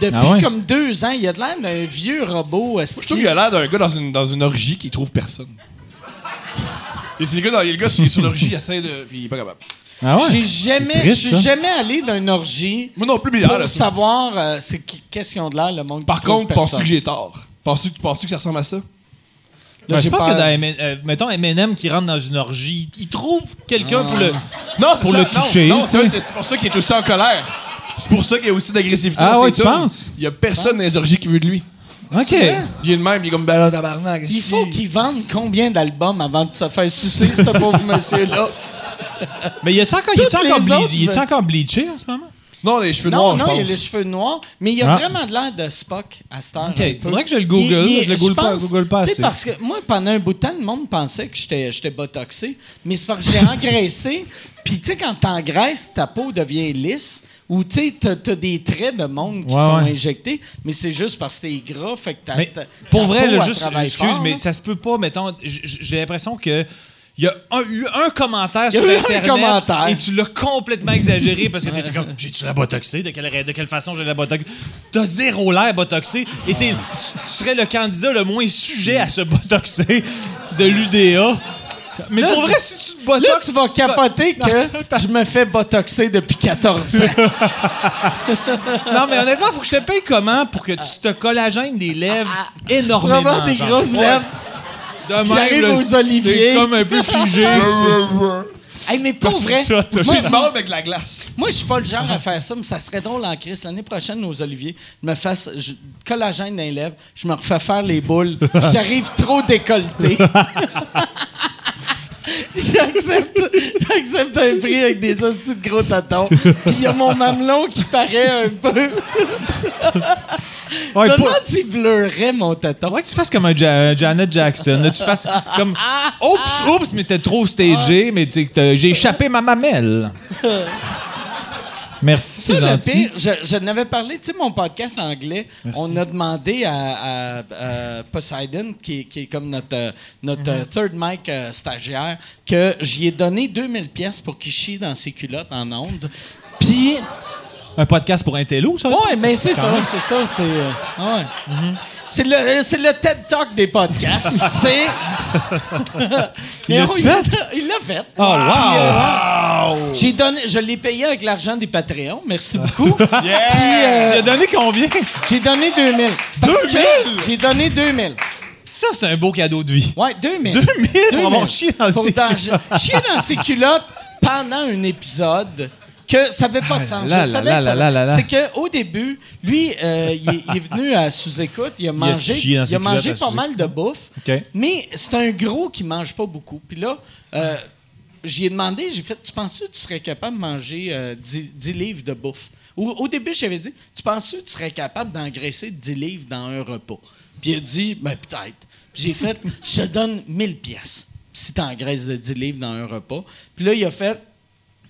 [SPEAKER 4] depuis
[SPEAKER 3] Ah ouais?
[SPEAKER 4] comme deux ans. Il y a de l'air d'un vieux robot.
[SPEAKER 5] Je trouve qu'il a l'air d'un gars dans une, dans une orgie qui trouve personne. Et c'est le gars, dans, il y a le gars, il est sur l'orgie, il essaie de. Puis il est pas capable.
[SPEAKER 3] Ah ouais?
[SPEAKER 4] J'ai jamais,
[SPEAKER 3] C'est triste,
[SPEAKER 4] je
[SPEAKER 3] ça.
[SPEAKER 4] suis jamais allé d'un orgie
[SPEAKER 5] Moi non plus, mais il a l'air
[SPEAKER 4] pour
[SPEAKER 5] de ça.
[SPEAKER 4] savoir euh, c'est qui- qu'est-ce qu'ils ont de l'air, le monde qui
[SPEAKER 5] Par
[SPEAKER 4] trouve
[SPEAKER 5] contre, penses-tu
[SPEAKER 4] personne.
[SPEAKER 5] que j'ai tort? Penses-tu penses que ça ressemble à ça?
[SPEAKER 4] Là,
[SPEAKER 3] Ben, je
[SPEAKER 4] j'ai
[SPEAKER 3] pense
[SPEAKER 4] peur.
[SPEAKER 3] que dans M&M, euh, mettons M&M qui rentre dans une orgie, il trouve quelqu'un pour le.
[SPEAKER 5] Non, c'est
[SPEAKER 3] Pour
[SPEAKER 5] ça,
[SPEAKER 3] le
[SPEAKER 5] non,
[SPEAKER 3] toucher,
[SPEAKER 5] Non,
[SPEAKER 3] tu
[SPEAKER 5] c'est
[SPEAKER 3] sais.
[SPEAKER 5] c'est pour ça qu'il est aussi en colère. C'est pour ça qu'il y a aussi d'agressivité.
[SPEAKER 3] Ah
[SPEAKER 5] dans
[SPEAKER 3] ouais,
[SPEAKER 5] ses
[SPEAKER 3] tu
[SPEAKER 5] tunes.
[SPEAKER 3] penses?
[SPEAKER 5] Il y a personne dans les orgies qui veut de lui.
[SPEAKER 4] Ah.
[SPEAKER 3] Ok.
[SPEAKER 5] Il est le même, il est comme ben là, tabarnak.
[SPEAKER 4] Il
[SPEAKER 5] si.
[SPEAKER 4] faut qu'ils vendent combien d'albums avant de se faire sucer, ce pauvre monsieur-là?
[SPEAKER 3] Mais il est encore, il est
[SPEAKER 4] Toutes
[SPEAKER 3] encore,
[SPEAKER 4] les
[SPEAKER 3] ble-
[SPEAKER 4] autres-
[SPEAKER 3] il est-tu encore bleaché en ce moment?
[SPEAKER 5] Non, les cheveux
[SPEAKER 4] Non,
[SPEAKER 5] noirs, je
[SPEAKER 4] non, il a
[SPEAKER 5] pense.
[SPEAKER 4] les cheveux noirs, mais il a
[SPEAKER 3] Ah.
[SPEAKER 4] vraiment de l'air de Spock à cette heure.
[SPEAKER 3] Ok,
[SPEAKER 4] un peu.
[SPEAKER 3] faudrait que je le google,
[SPEAKER 4] Il- il-
[SPEAKER 3] je le google pas-
[SPEAKER 4] pense-
[SPEAKER 3] google pas
[SPEAKER 4] tu sais,
[SPEAKER 3] assez.
[SPEAKER 4] parce que moi, pendant un bout de temps, le monde pensait que j'étais j'étais botoxé, mais c'est parce que j'ai engraissé. Puis, tu sais, quand t'engraisses, ta peau devient lisse. Ou, tu sais, t'as t'as des traits de monde qui
[SPEAKER 3] Ouais,
[SPEAKER 4] sont
[SPEAKER 3] ouais.
[SPEAKER 4] injectés, mais c'est juste parce que t'es gras, fait que t'as.
[SPEAKER 3] Mais
[SPEAKER 4] t'as-
[SPEAKER 3] pour
[SPEAKER 4] ta
[SPEAKER 3] vrai,
[SPEAKER 4] peau,
[SPEAKER 3] là,
[SPEAKER 4] elle
[SPEAKER 3] juste,
[SPEAKER 4] travaille
[SPEAKER 3] excuse,
[SPEAKER 4] fort,
[SPEAKER 3] mais
[SPEAKER 4] là.
[SPEAKER 3] ça se peut pas, mettons, j- j- j'ai l'impression que. Il y a un- eu un commentaire
[SPEAKER 4] Il y a
[SPEAKER 3] sur
[SPEAKER 4] eu un
[SPEAKER 3] Internet
[SPEAKER 4] commentaire.
[SPEAKER 3] et tu l'as complètement exagéré parce que t'étais comme « J'ai-tu la botoxée? De quelle, de quelle façon j'ai la botoxée? » T'as zéro l'air botoxé et t'es- tu, tu serais le candidat le moins sujet à se botoxer de l'UDA. Mais
[SPEAKER 4] Là,
[SPEAKER 3] pour vrai,
[SPEAKER 4] c'est-
[SPEAKER 3] si tu te
[SPEAKER 4] Là,
[SPEAKER 3] botoxes...
[SPEAKER 4] tu vas capoter que je me fais botoxer depuis 14 ans.
[SPEAKER 3] Non, mais honnêtement, faut que je te paye comment pour que tu te collagènes des lèvres
[SPEAKER 4] Pour
[SPEAKER 3] énormément.
[SPEAKER 4] avoir Ah, des
[SPEAKER 3] genre.
[SPEAKER 4] grosses
[SPEAKER 3] Ouais.
[SPEAKER 4] lèvres.
[SPEAKER 3] De même,
[SPEAKER 4] J'arrive
[SPEAKER 3] là,
[SPEAKER 4] aux
[SPEAKER 3] t'es
[SPEAKER 4] oliviers.
[SPEAKER 3] comme un peu figé.
[SPEAKER 4] Hey, mais pour vrai,
[SPEAKER 3] Ça, t'as-
[SPEAKER 4] moi,
[SPEAKER 5] Il demande avec la glace.
[SPEAKER 4] moi, je suis pas le genre à faire ça, mais ça serait drôle en crise. L'année prochaine, aux Oliviers, je me fasse je- collagène dans les lèvres, je me refais faire les boules, j'arrive trop décolleté. J'accepte, j'accepte un prix avec des hosties de gros tatons. Puis il y a mon mamelon qui paraît un peu.
[SPEAKER 3] Ouais,
[SPEAKER 4] je me
[SPEAKER 3] pour-
[SPEAKER 4] demande s'il bleurait mon taton.
[SPEAKER 3] Faudrait que tu fasses comme un Ja- Janet Jackson. Là, tu fasses comme Oups, oups, mais c'était trop stagé, mais tu sais que t'as- j'ai échappé ma mamelle. Merci,
[SPEAKER 4] Ça,
[SPEAKER 3] c'est
[SPEAKER 4] le
[SPEAKER 3] gentil.
[SPEAKER 4] pire, je, je n'avais parlé, tu sais, mon podcast anglais, on a demandé à, à- à Poseidon, qui, est- qui est comme notre, euh, notre
[SPEAKER 3] Uh-huh.
[SPEAKER 4] euh, third mic euh, stagiaire, que j'y ai donné 2000 pièces pour qu'il chie dans ses culottes en ondes. Puis,
[SPEAKER 3] Un podcast pour un télo, ça?
[SPEAKER 4] ouais, mais c'est
[SPEAKER 3] Quand
[SPEAKER 4] ça,
[SPEAKER 3] même. Mm-hmm.
[SPEAKER 4] c'est ça, c'est. euh, ouais. C'est le, euh, c'est le TED Talk des podcasts. c'est.
[SPEAKER 3] Il
[SPEAKER 4] Mais
[SPEAKER 3] l'a-tu
[SPEAKER 4] oh,
[SPEAKER 3] fait?
[SPEAKER 4] Il l'a fait.
[SPEAKER 3] Oh, wow!
[SPEAKER 4] Puis, euh, j'ai donné, je l'ai payé avec l'argent des Patreons. Merci beaucoup. Puis, euh,
[SPEAKER 3] Tu as donné combien?
[SPEAKER 4] j'ai donné 2000. Parce
[SPEAKER 3] 2000?
[SPEAKER 4] que J'ai donné 2000.
[SPEAKER 3] Ça, c'est un beau cadeau de vie.
[SPEAKER 4] Ouais, 2000.
[SPEAKER 3] 2000 pour avoir chié dans
[SPEAKER 4] Pour
[SPEAKER 3] ses
[SPEAKER 4] dans-
[SPEAKER 3] culottes.
[SPEAKER 4] chier dans ses culottes pendant un épisode que ça n'avait pas de sens.
[SPEAKER 3] Ah, là,
[SPEAKER 4] Je savais
[SPEAKER 3] là,
[SPEAKER 4] que ça
[SPEAKER 3] là, là, là, là.
[SPEAKER 4] C'est qu'au début, lui, euh, il, est, il est venu à sous-écoute, il a mangé,
[SPEAKER 3] chié dans
[SPEAKER 4] il
[SPEAKER 3] ses
[SPEAKER 4] a mangé
[SPEAKER 3] culottes à
[SPEAKER 4] pas mal de bouffe,
[SPEAKER 3] OK.
[SPEAKER 4] mais c'est un gros qui mange pas beaucoup. Puis là, euh, j'y ai demandé, j'ai fait, tu penses que tu serais capable de manger euh, 10, 10 livres de bouffe? Au, au début, j'avais dit, tu penses que tu serais capable d'engraisser 10 livres dans un repas? Puis il a dit, ben peut-être. Puis j'ai fait, je te donne 1000 pièces si tu engraisses de 10 livres dans un repas. Puis là, il a fait,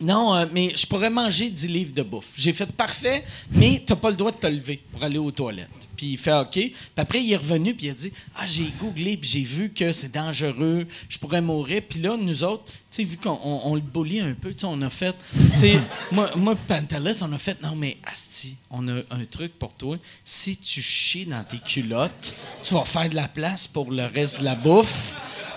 [SPEAKER 4] non, euh, mais je pourrais manger 10 livres de bouffe. J'ai fait parfait, mais t'as pas le droit de te lever pour aller aux toilettes. Puis il fait OK. Puis après, il est revenu, puis il a dit Ah, j'ai googlé, puis j'ai vu que c'est dangereux, je pourrais mourir. Puis là, nous autres, tu sais, vu qu'on on- on le bully un peu, tu sais, on a fait, tu sais, moi, moi pis Pantelis, on a fait Non, mais Asti, on a un truc pour toi. Si tu chies dans tes culottes, tu vas faire de la place pour le reste de la bouffe.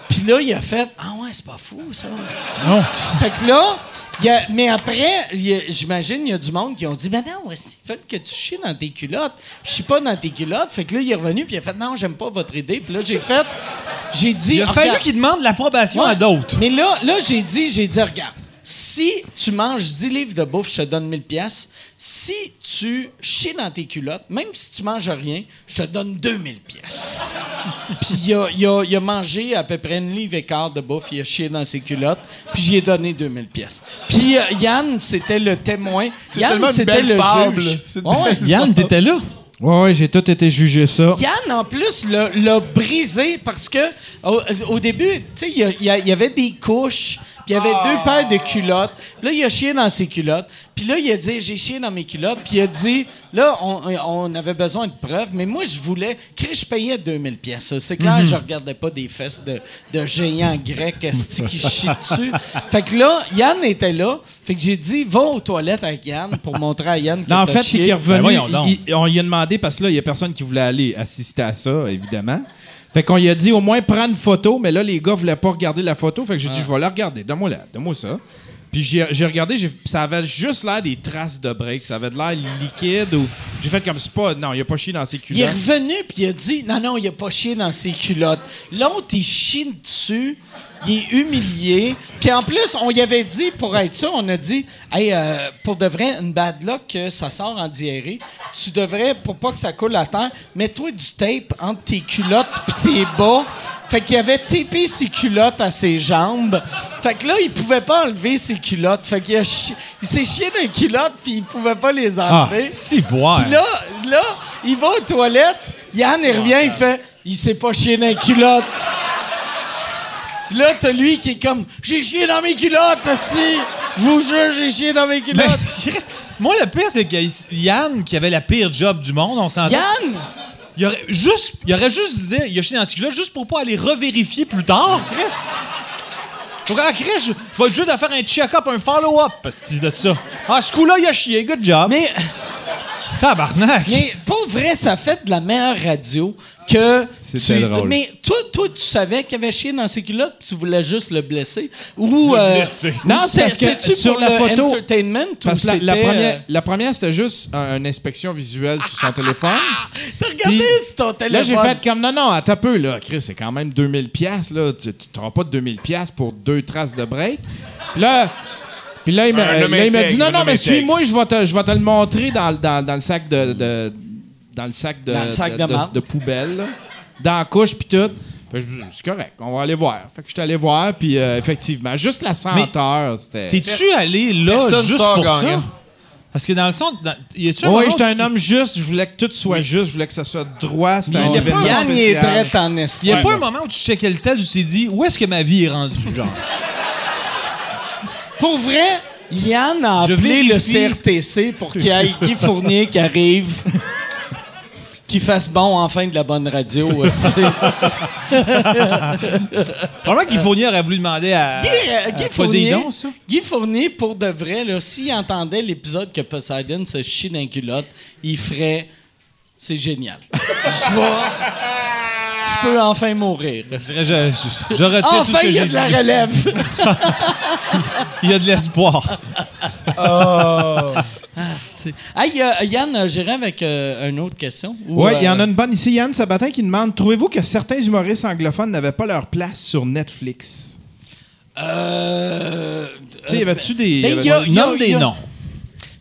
[SPEAKER 4] Puis là, il a fait Ah ouais, c'est pas fou, ça, Asti.
[SPEAKER 3] Non.
[SPEAKER 4] Fait que là, il y a- mais après, il y a- j'imagine, il y a du monde qui ont dit Ben non, voici, faites que tu chies dans tes culottes. Je chie pas dans tes culottes. Fait que là, il est revenu, puis il a fait Non, j'aime pas votre idée. Puis là, j'ai fait. J'ai dit.
[SPEAKER 3] Il a fallu qu'il demande l'approbation à d'autres.
[SPEAKER 4] Mais là, là j'ai dit, j'ai dit, regarde, si tu manges 10 livres de bouffe, je te donne 1000 pièces. Si tu chies dans tes culottes, même si tu manges rien, je te donne 2000 pièces. Puis il a, il a- il a mangé à peu près une livre et quart de bouffe, il a chié dans ses culottes, puis j'y ai donné 2000 pièces. Puis euh, Yann, c'était le témoin. Yann,
[SPEAKER 5] tellement une
[SPEAKER 4] c'était
[SPEAKER 5] belle
[SPEAKER 4] le
[SPEAKER 5] fable.
[SPEAKER 4] juge.
[SPEAKER 5] C'est une
[SPEAKER 4] Ouais, ouais.
[SPEAKER 3] Yann, t'étais là?
[SPEAKER 6] Ouais, ouais, j'ai tout été jugé ça.
[SPEAKER 4] Yann, en plus, l'a l'a brisé parce que au, au début, tu sais, il y a- il y, a- il y avait des couches, puis il y avait deux paires de culottes. Puis Là, il a chié dans ses culottes. Puis là, il a dit, j'ai chié dans mes culottes. Puis il a dit, là, on, on avait besoin de preuves, mais moi, je voulais... Chris, je payais 2000 pièces. C'est clair,
[SPEAKER 6] Mhm.
[SPEAKER 4] je regardais pas des fesses de, de géants grecs esti, qui chient dessus. Fait que là, Yann était là. Fait que j'ai dit, va aux toilettes avec Yann pour montrer à Yann que
[SPEAKER 6] Non, en
[SPEAKER 4] t'as
[SPEAKER 6] fait, c'est
[SPEAKER 4] chié.
[SPEAKER 6] qu'il est
[SPEAKER 3] Ben
[SPEAKER 6] revenu.
[SPEAKER 3] voyons donc.
[SPEAKER 6] il- il- on lui a demandé, parce que là, il n'y a personne qui voulait aller assister à ça, évidemment. Fait qu'on lui a dit au moins prendre une photo, mais là, les gars voulaient pas regarder la photo. Fait que j'ai
[SPEAKER 4] Ah.
[SPEAKER 6] dit, je vais la regarder. Donne-moi la, donne-moi ça. Puis j'ai, j'ai regardé, j'ai- ça avait juste l'air des traces de break. Ça avait de l'air liquide. ou J'ai fait comme c'est pas. Non, il a pas chié dans ses
[SPEAKER 4] Il est
[SPEAKER 6] culottes.
[SPEAKER 4] revenu puis il a dit non non il a pas chié dans ses culottes. L'autre il chie dessus, il est humilié. Puis en plus on y avait dit pour être sûr on a dit hey euh, pour de vrai une bad luck que ça sort en diarrhée, tu devrais pour pas que ça coule à terre, mets-toi du tape entre tes culottes puis tes bas. Fait qu'il avait tapé ses culottes à ses jambes. Fait que là il pouvait pas enlever ses culottes. Fait qu'il a chi- il s'est chié dans les culottes puis il pouvait pas les
[SPEAKER 3] Ah,
[SPEAKER 4] enlever.
[SPEAKER 3] si, boire.
[SPEAKER 4] Puis là, là, il va aux toilettes, Yann, il revient, il fait Il s'est pas chié dans les culottes. Puis là, t'as lui qui est comme J'ai chié dans mes culottes, aussi. Vous jure, j'ai chié dans mes
[SPEAKER 3] Mais,
[SPEAKER 4] culottes.
[SPEAKER 3] Chris, moi, le pire, c'est que Yann, qui avait la pire job du monde, on s'entend.
[SPEAKER 4] Yann
[SPEAKER 3] Il aurait juste, il aurait juste dit, il a chié dans ce cul-là juste pour pas aller revérifier plus tard, Chris. Donc, ah, Chris, je, je vais être obligé de faire un check-up, un follow-up, parce que de ça. Ah, ce coup-là, il a chié, good job.
[SPEAKER 4] Mais,
[SPEAKER 3] Tabarnak.
[SPEAKER 4] mais pour vrai, ça fait de la meilleure radio que.
[SPEAKER 6] C'était
[SPEAKER 4] tu-
[SPEAKER 6] drôle.
[SPEAKER 4] Mais toi, toi, tu savais qu'il avait chié dans ses culottes, puis tu voulais juste le blesser. Ou. euh,
[SPEAKER 7] Non,
[SPEAKER 4] ou
[SPEAKER 7] c'est parce que
[SPEAKER 4] c'était-tu
[SPEAKER 7] sur
[SPEAKER 4] pour
[SPEAKER 7] la
[SPEAKER 4] le
[SPEAKER 7] photo-
[SPEAKER 4] Entertainment, ou
[SPEAKER 7] Parce que la, la
[SPEAKER 4] c'était,
[SPEAKER 7] première,
[SPEAKER 4] euh,
[SPEAKER 7] la première, c'était juste un- une inspection visuelle sur son téléphone.
[SPEAKER 4] T'as regardé
[SPEAKER 7] Puis-
[SPEAKER 4] sur ton
[SPEAKER 7] Là,
[SPEAKER 4] téléphone.
[SPEAKER 7] j'ai fait comme non, non, attends un peu, là, Chris, c'est quand même 2000 pièces là. Tu n'auras pas de 2000 pièces pour deux traces de break. Puis là, puis là, il m'a
[SPEAKER 8] Un homme
[SPEAKER 7] là, il m'a dit
[SPEAKER 8] intègre,
[SPEAKER 7] non,
[SPEAKER 8] un
[SPEAKER 7] non,
[SPEAKER 8] homme
[SPEAKER 7] mais
[SPEAKER 8] intègre.
[SPEAKER 7] suis-moi, je vais te, je vais te le montrer dans, le- dans- dans le sac de, de- dans le sac de
[SPEAKER 4] Dans le sac de marde.
[SPEAKER 7] poubelle, là. dans la couche puis tout. Fait que je dis, C'est correct, on va aller voir. Fait que je suis allé voir, puis euh, effectivement, juste la senteur, c'était.
[SPEAKER 3] T'es-tu allé là
[SPEAKER 5] Personne
[SPEAKER 3] juste
[SPEAKER 5] sort
[SPEAKER 3] pour
[SPEAKER 5] gagnant.
[SPEAKER 3] ça? Parce que dans le son, dans- y a-tu un moment
[SPEAKER 6] Oui,
[SPEAKER 3] où
[SPEAKER 6] j'étais un
[SPEAKER 3] tu-
[SPEAKER 6] homme juste. Je voulais que tout soit juste. Je voulais que ça soit droit. C'était un
[SPEAKER 4] Il y a
[SPEAKER 6] événement.
[SPEAKER 4] pas- Yann, il est
[SPEAKER 7] Ah,
[SPEAKER 6] spécial.
[SPEAKER 4] très en esti.
[SPEAKER 3] Il n'y a pas un moment où tu checkais le sel, tu t'es dit, où est-ce que ma vie est rendue, genre?
[SPEAKER 4] Pour vrai, Yann a
[SPEAKER 3] Je
[SPEAKER 4] appelé le
[SPEAKER 3] vérifie.
[SPEAKER 4] CRTC pour qu'il y ait Guy Fournier qui arrive. Qu'il fasse bon enfin de la bonne radio. euh, aussi.
[SPEAKER 3] Probablement qu'il Fournier aurait voulu demander à,
[SPEAKER 4] Guy, euh, Guy
[SPEAKER 3] à
[SPEAKER 4] Fournier,
[SPEAKER 3] Poséidon, ça.
[SPEAKER 4] Guy Fournier, pour de vrai, là, s'il entendait l'épisode que Poseidon se chie dans les culottes, il ferait « C'est génial. Je vais... Je peux enfin mourir.
[SPEAKER 3] Je, je- je retire tout
[SPEAKER 4] Enfin,
[SPEAKER 3] ce que
[SPEAKER 4] il y a
[SPEAKER 3] j'ai
[SPEAKER 4] de la
[SPEAKER 3] dit.
[SPEAKER 4] relève. »
[SPEAKER 3] Il y a de l'espoir.
[SPEAKER 4] Ah, Hey, euh, Yann, euh, j'irai avec euh, une autre question. ou,
[SPEAKER 6] Oui, il y en
[SPEAKER 4] euh,
[SPEAKER 6] a une bonne ici. Yann Sabatin qui demande Trouvez-vous que certains humoristes anglophones n'avaient pas leur place sur Netflix
[SPEAKER 4] Euh,
[SPEAKER 6] Tu sais, y avait-tu des. y
[SPEAKER 4] ben,
[SPEAKER 6] avait-
[SPEAKER 4] y a- y a-
[SPEAKER 3] Nomme
[SPEAKER 4] y
[SPEAKER 3] des
[SPEAKER 4] a-
[SPEAKER 3] noms.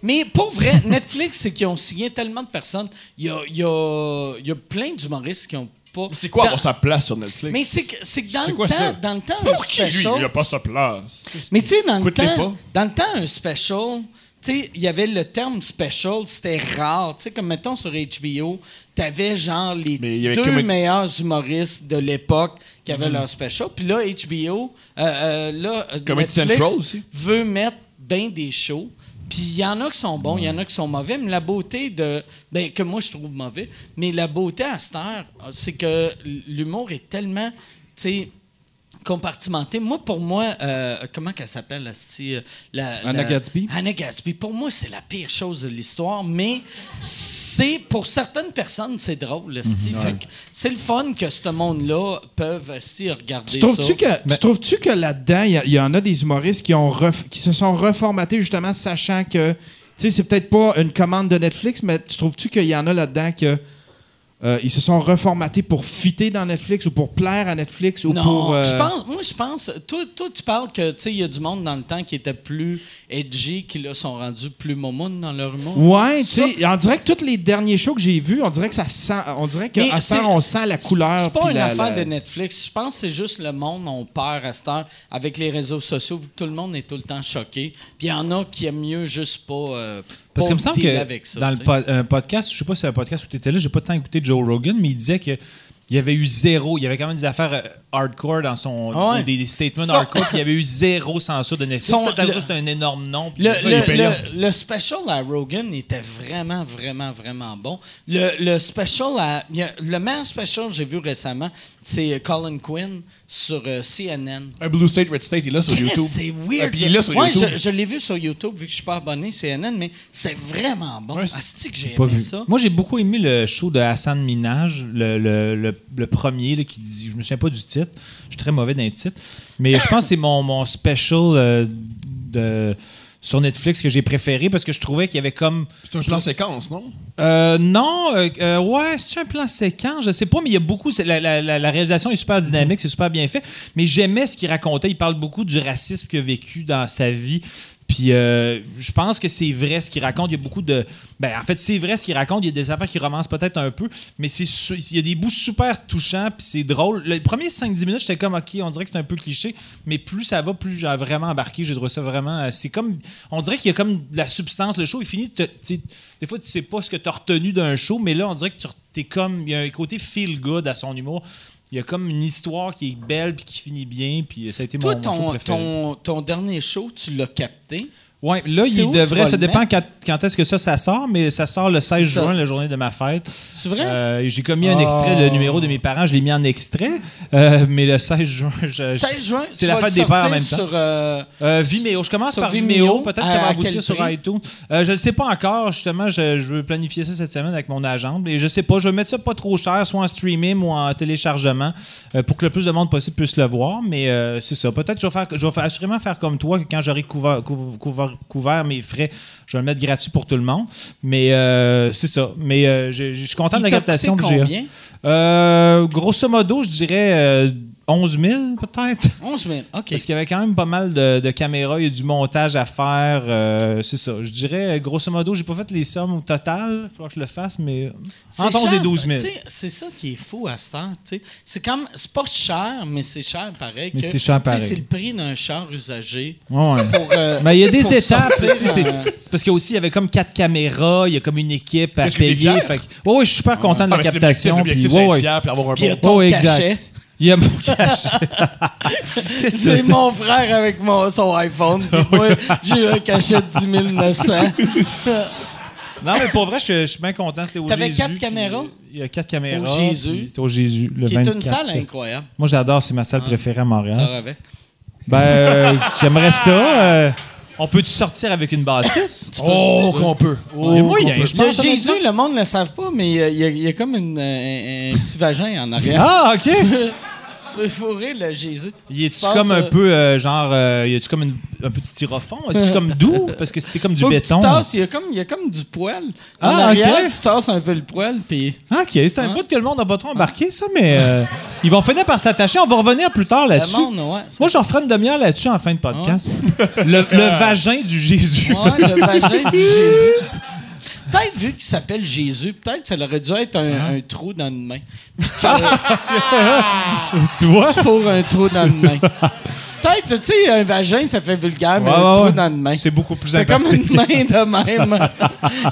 [SPEAKER 4] Mais pour vrai, Netflix, c'est qu'ils ont signé tellement de personnes. Il y a, il y a- il y a plein d'humoristes qui ont pas.
[SPEAKER 5] Mais C'est quoi
[SPEAKER 4] Dans-
[SPEAKER 5] avoir sa place sur Netflix?
[SPEAKER 4] Mais c'est que, c'est que dans,
[SPEAKER 5] C'est
[SPEAKER 4] le
[SPEAKER 5] quoi ça?
[SPEAKER 4] temps, dans le temps,
[SPEAKER 5] C'est pas
[SPEAKER 4] un
[SPEAKER 5] pour qui, lui?
[SPEAKER 4] special-
[SPEAKER 5] Il a pas sa place.
[SPEAKER 4] Mais tu sais, dans, le
[SPEAKER 5] Écoute-les
[SPEAKER 4] temps-
[SPEAKER 5] pas.
[SPEAKER 4] dans le temps, un special, tu sais, il y avait le terme special, c'était rare. Tu sais, comme mettons sur HBO, t'avais genre les
[SPEAKER 5] Mais il y avait Mm.
[SPEAKER 4] deux
[SPEAKER 5] comme-
[SPEAKER 4] meilleurs humoristes de l'époque qui avaient leur special. Puis là, HBO, euh, euh, là, euh,
[SPEAKER 5] Comedy
[SPEAKER 4] Netflix
[SPEAKER 5] Central aussi.
[SPEAKER 4] veut mettre bien des shows. Puis il y en a qui sont bons, il y en a qui sont mauvais, mais la beauté de. Ben, que moi je trouve mauvais, mais la beauté à cette heure, c'est que l'humour est tellement. Tu sais, compartimenté. Moi, pour moi, euh, comment qu'elle s'appelle, la, si, euh, la,
[SPEAKER 6] Anna
[SPEAKER 4] la-
[SPEAKER 6] Gadsby?
[SPEAKER 4] Anna Gadsby. Pour moi, c'est la pire chose de l'histoire, mais c'est pour certaines personnes, c'est
[SPEAKER 6] Mhm.
[SPEAKER 4] drôle. esti. Fait que C'est le fun que ce monde-là peuvent esti, regarder
[SPEAKER 6] Tu
[SPEAKER 4] ça.
[SPEAKER 6] trouves-tu que, tu trouves-tu que là-dedans, il y a- il y, en a des humoristes qui, ont ref- qui se sont reformatés justement sachant que. Tu sais, c'est peut-être pas une commande de Netflix, mais tu trouves-tu qu'il y en a là-dedans que. euh, ils se sont reformatés pour fitter dans Netflix ou pour plaire à Netflix ou
[SPEAKER 4] non,
[SPEAKER 6] pour. euh,
[SPEAKER 4] je pense, moi je pense, toi, toi tu parles que tu sais, il y a du monde dans le temps qui était plus edgy, qui là sont rendus plus momoun dans leur monde.
[SPEAKER 6] Ouais, tu sais, on dirait que tous les derniers shows que j'ai vus, on dirait que ça sent, on dirait que
[SPEAKER 4] Mais
[SPEAKER 6] à ce temps,
[SPEAKER 4] c'est-
[SPEAKER 6] on sent la couleur.
[SPEAKER 4] C'est pas
[SPEAKER 6] puis
[SPEAKER 4] une
[SPEAKER 6] la-
[SPEAKER 4] affaire
[SPEAKER 6] la-
[SPEAKER 4] de Netflix. Je pense que c'est juste le monde, on perd à cette heure. Avec les réseaux sociaux, vu que tout le monde est tout le temps choqué. Puis il y en a qui aiment mieux juste pas euh,
[SPEAKER 3] Parce que me semble
[SPEAKER 4] dealer
[SPEAKER 3] que
[SPEAKER 4] avec ça,
[SPEAKER 3] dans le
[SPEAKER 4] tu sais.
[SPEAKER 3] po- un podcast, je sais pas si c'est un podcast où tu étais là, j'ai pas tant écouté Joe Rogan, mais il disait que il y avait eu zéro, il y avait quand même des affaires euh, hardcore dans son
[SPEAKER 4] Ah ouais.
[SPEAKER 3] des, des statements
[SPEAKER 4] Son-
[SPEAKER 3] hardcore, puis il y avait eu zéro censure de Netflix.
[SPEAKER 4] Son-
[SPEAKER 3] Peut-être parce
[SPEAKER 4] le-
[SPEAKER 3] que c'est un énorme nom. puis
[SPEAKER 4] Le,
[SPEAKER 3] ça, il est
[SPEAKER 4] le,
[SPEAKER 3] payant.
[SPEAKER 4] le- le special à Rogan était vraiment, vraiment, vraiment bon. Le, le special à- il y a- le meilleur special que j'ai vu récemment, c'est Colin Quinn sur euh, CNN.
[SPEAKER 5] Un Blue State, Red State, il est là sur
[SPEAKER 4] Chris,
[SPEAKER 5] YouTube.
[SPEAKER 4] C'est
[SPEAKER 5] Ah,
[SPEAKER 4] weird.
[SPEAKER 5] puis il est là sur
[SPEAKER 4] Ouais,
[SPEAKER 5] YouTube.
[SPEAKER 4] je, je l'ai vu sur YouTube vu que je suis pas abonné CNN, mais c'est vraiment bon.
[SPEAKER 5] Ouais,
[SPEAKER 4] Asti que j'ai
[SPEAKER 3] Pas
[SPEAKER 4] aimé
[SPEAKER 3] vu.
[SPEAKER 4] ça.
[SPEAKER 3] Moi, j'ai beaucoup aimé le show de Hassan Minaj, le, le- le- le premier là, qui dit. Je me souviens pas du titre. Je suis très mauvais dans les titres. Mais je pense que c'est mon, mon special euh, de, sur Netflix que j'ai préféré parce que je trouvais qu'il y avait comme.
[SPEAKER 5] C'est un plan séquence, non?
[SPEAKER 3] Euh, non, euh, euh, ouais, c'est un plan séquent, je sais pas, mais il y a beaucoup. c'est- La, la- la- la réalisation est super dynamique, c'est super bien fait. Mais j'aimais ce qu'il racontait. Il parle beaucoup du racisme qu'il a vécu dans sa vie. Puis euh, je pense que c'est vrai ce qu'il raconte. Il y a beaucoup de. Ben, en fait, c'est vrai ce qu'il raconte. Il y a des affaires qui romancent peut-être un peu, mais c'est su- il y a des bouts super touchants, puis c'est drôle. Le premier 5-10 minutes, j'étais comme, OK, on dirait que c'est un peu cliché, mais plus ça va, plus j'ai vraiment embarqué. J'ai trouvé ça vraiment. euh, C'est comme. On dirait qu'il y a comme de la substance. Le show, il finit. de te- tu sais, des fois, tu sais pas ce que tu as retenu d'un show, mais là, on dirait que tu es comme. Il y a un côté feel good à son humour. Il y a comme une histoire qui est belle, puis qui finit bien, puis euh, ça a été
[SPEAKER 4] Toi,
[SPEAKER 3] mon, mon show
[SPEAKER 4] ton,
[SPEAKER 3] préféré.
[SPEAKER 4] ton, ton dernier show, tu l'as capté.
[SPEAKER 3] Ouais, là,
[SPEAKER 4] C'est
[SPEAKER 3] il
[SPEAKER 4] où tu vas
[SPEAKER 3] devrait. Ça
[SPEAKER 4] le
[SPEAKER 3] dépend
[SPEAKER 4] mettre?
[SPEAKER 3] quand, quand est-ce que ça, ça sort, mais ça sort le 16
[SPEAKER 4] ça.
[SPEAKER 3] juin, la journée de ma fête.
[SPEAKER 4] C'est vrai? Ah.
[SPEAKER 3] Euh, J'ai commis un extrait, le numéro de mes parents, je l'ai mis en extrait, euh, mais le 16 juin, je- je-
[SPEAKER 4] 16 juin,
[SPEAKER 3] Euh, c'est
[SPEAKER 4] tu
[SPEAKER 3] la
[SPEAKER 4] vas
[SPEAKER 3] fête
[SPEAKER 4] le
[SPEAKER 3] des pères en
[SPEAKER 4] sortir
[SPEAKER 3] même temps.
[SPEAKER 4] Sur, euh,
[SPEAKER 3] Euh, Vimeo, je commence
[SPEAKER 4] Sur
[SPEAKER 3] par Vimeo,
[SPEAKER 4] Vimeo,
[SPEAKER 3] peut-être
[SPEAKER 4] à-
[SPEAKER 3] que ça va
[SPEAKER 4] à
[SPEAKER 3] aboutir
[SPEAKER 4] quel
[SPEAKER 3] sur
[SPEAKER 4] prix?
[SPEAKER 3] iTunes. Euh, je ne sais pas encore, justement, je, je veux planifier ça cette semaine avec mon agent, mais je sais pas, je vais mettre ça pas trop cher, soit en streaming ou en téléchargement, euh, pour que le plus de monde possible puisse le voir, mais euh, c'est ça. Peut-être que je vais, faire, je vais faire- assurément faire comme toi, que quand j'aurai couvert, couv- couvert- couvert mes frais, je vais le mettre gratuit pour tout le monde, mais euh, c'est ça. Mais euh, je, je suis content
[SPEAKER 4] il
[SPEAKER 3] de la
[SPEAKER 4] t'a coûté
[SPEAKER 3] captation que j'ai.
[SPEAKER 4] combien?
[SPEAKER 3] Euh, grosso modo, je dirais euh, 11 000 peut-être.
[SPEAKER 4] 11 000. OK.
[SPEAKER 3] Parce qu'il y avait quand même pas mal de, de caméras, il y a du montage à faire. euh, c'est ça. Je dirais, euh, grosso modo, j'ai pas fait les sommes au total. Il faudra que je le fasse, mais
[SPEAKER 4] C'est
[SPEAKER 3] entre 11 et
[SPEAKER 4] cher,
[SPEAKER 3] 12 000.
[SPEAKER 4] tu sais, C'est ça qui est fou à cette heure. tu sais. C'est comme, c'est pas cher, mais c'est cher pareil.
[SPEAKER 3] Mais
[SPEAKER 4] que-
[SPEAKER 3] c'est cher
[SPEAKER 4] tu sais,
[SPEAKER 3] pareil.
[SPEAKER 4] C'est le prix d'un char usagé.
[SPEAKER 3] Ouais, ouais.
[SPEAKER 4] Pour, euh,
[SPEAKER 3] Mais il y a des
[SPEAKER 4] pour
[SPEAKER 3] étapes. tu
[SPEAKER 4] sortir,
[SPEAKER 3] sais, C'est
[SPEAKER 4] euh,
[SPEAKER 3] c'est parce qu'il y a aussi, il y avait comme quatre caméras, il y a comme une équipe à
[SPEAKER 5] Est-ce que t'es
[SPEAKER 3] payer.
[SPEAKER 5] fier?
[SPEAKER 3] Fait que- ouais, ouais, je suis super content de la
[SPEAKER 5] Ah, mais c'est
[SPEAKER 3] captation. Puis,
[SPEAKER 5] l'objectif, l'objectif, c'est
[SPEAKER 3] ouais,
[SPEAKER 5] d'être
[SPEAKER 3] ouais.
[SPEAKER 5] fier puis avoir un
[SPEAKER 4] Puis il y a
[SPEAKER 5] bon.
[SPEAKER 4] ton
[SPEAKER 3] Ouais, exact.
[SPEAKER 4] cachet.
[SPEAKER 3] Il y a mon cachet.
[SPEAKER 4] C'est mon frère avec mon, son iPhone. Puis moi, j'ai un cachet de 10 900.
[SPEAKER 3] Non, mais pour vrai, je, je suis bien content. C'était au
[SPEAKER 4] T'avais
[SPEAKER 3] Jésus,
[SPEAKER 4] quatre
[SPEAKER 3] puis
[SPEAKER 4] caméras?
[SPEAKER 3] Il y a quatre caméras.
[SPEAKER 4] Au Jésus.
[SPEAKER 3] puis C'était au Jésus. Le
[SPEAKER 4] qui est une
[SPEAKER 3] 24.
[SPEAKER 4] salle incroyable.
[SPEAKER 3] Moi, j'adore, c'est ma salle préférée à Montréal.
[SPEAKER 4] Ah. Ça va avec.
[SPEAKER 3] Ben, euh, j'aimerais ça. euh, on peut-tu sortir avec une bâtisse?
[SPEAKER 5] Oh, qu'on peut. Oh,
[SPEAKER 3] Mais moi, il y a-
[SPEAKER 5] qu'on peut.
[SPEAKER 3] je
[SPEAKER 4] Le
[SPEAKER 3] pense que-
[SPEAKER 4] Jésus, le monde ne le savent pas, mais il y a- il y, a comme une, euh, un, un petit vagin en arrière.
[SPEAKER 3] Ah, OK!
[SPEAKER 4] Tu peux- tu peux fourrer le Jésus.
[SPEAKER 3] Y est-tu
[SPEAKER 4] Tu penses,
[SPEAKER 3] comme un
[SPEAKER 4] euh,
[SPEAKER 3] peu, euh, genre, euh, y a-tu comme une- un petit styrofoam? Est-tu comme doux? Parce que c'est comme du
[SPEAKER 4] faut que tu
[SPEAKER 3] béton.
[SPEAKER 4] tasses, il y a comme, il y a comme du poil. En
[SPEAKER 3] Ah,
[SPEAKER 4] arrière,
[SPEAKER 3] ok.
[SPEAKER 4] tu tasses un peu le poil, puis...
[SPEAKER 3] Ah, OK, c'est
[SPEAKER 4] Hein?
[SPEAKER 3] un bout que le monde n'a pas trop embarqué, ça, mais euh, ils vont finir par s'attacher. On va revenir plus tard
[SPEAKER 4] Le
[SPEAKER 3] là-dessus.
[SPEAKER 4] monde, ouais. c'est-
[SPEAKER 3] Moi, j'en ferai une demi-heure là-dessus en fin de podcast. le, le vagin du Jésus.
[SPEAKER 4] Ouais, le vagin du Jésus. Peut-être vu qu'il s'appelle Jésus, peut-être que ça aurait dû être un,
[SPEAKER 3] Hein?
[SPEAKER 4] un trou dans une main.
[SPEAKER 3] tu vois?
[SPEAKER 4] Tu fourres un trou dans une main. Peut-être, tu sais, un vagin, ça fait vulgaire, mais
[SPEAKER 3] Ouais,
[SPEAKER 4] un
[SPEAKER 3] ouais,
[SPEAKER 4] trou
[SPEAKER 3] ouais.
[SPEAKER 4] dans une main.
[SPEAKER 3] C'est beaucoup plus
[SPEAKER 4] C'est comme
[SPEAKER 3] sympathique.
[SPEAKER 4] une main de même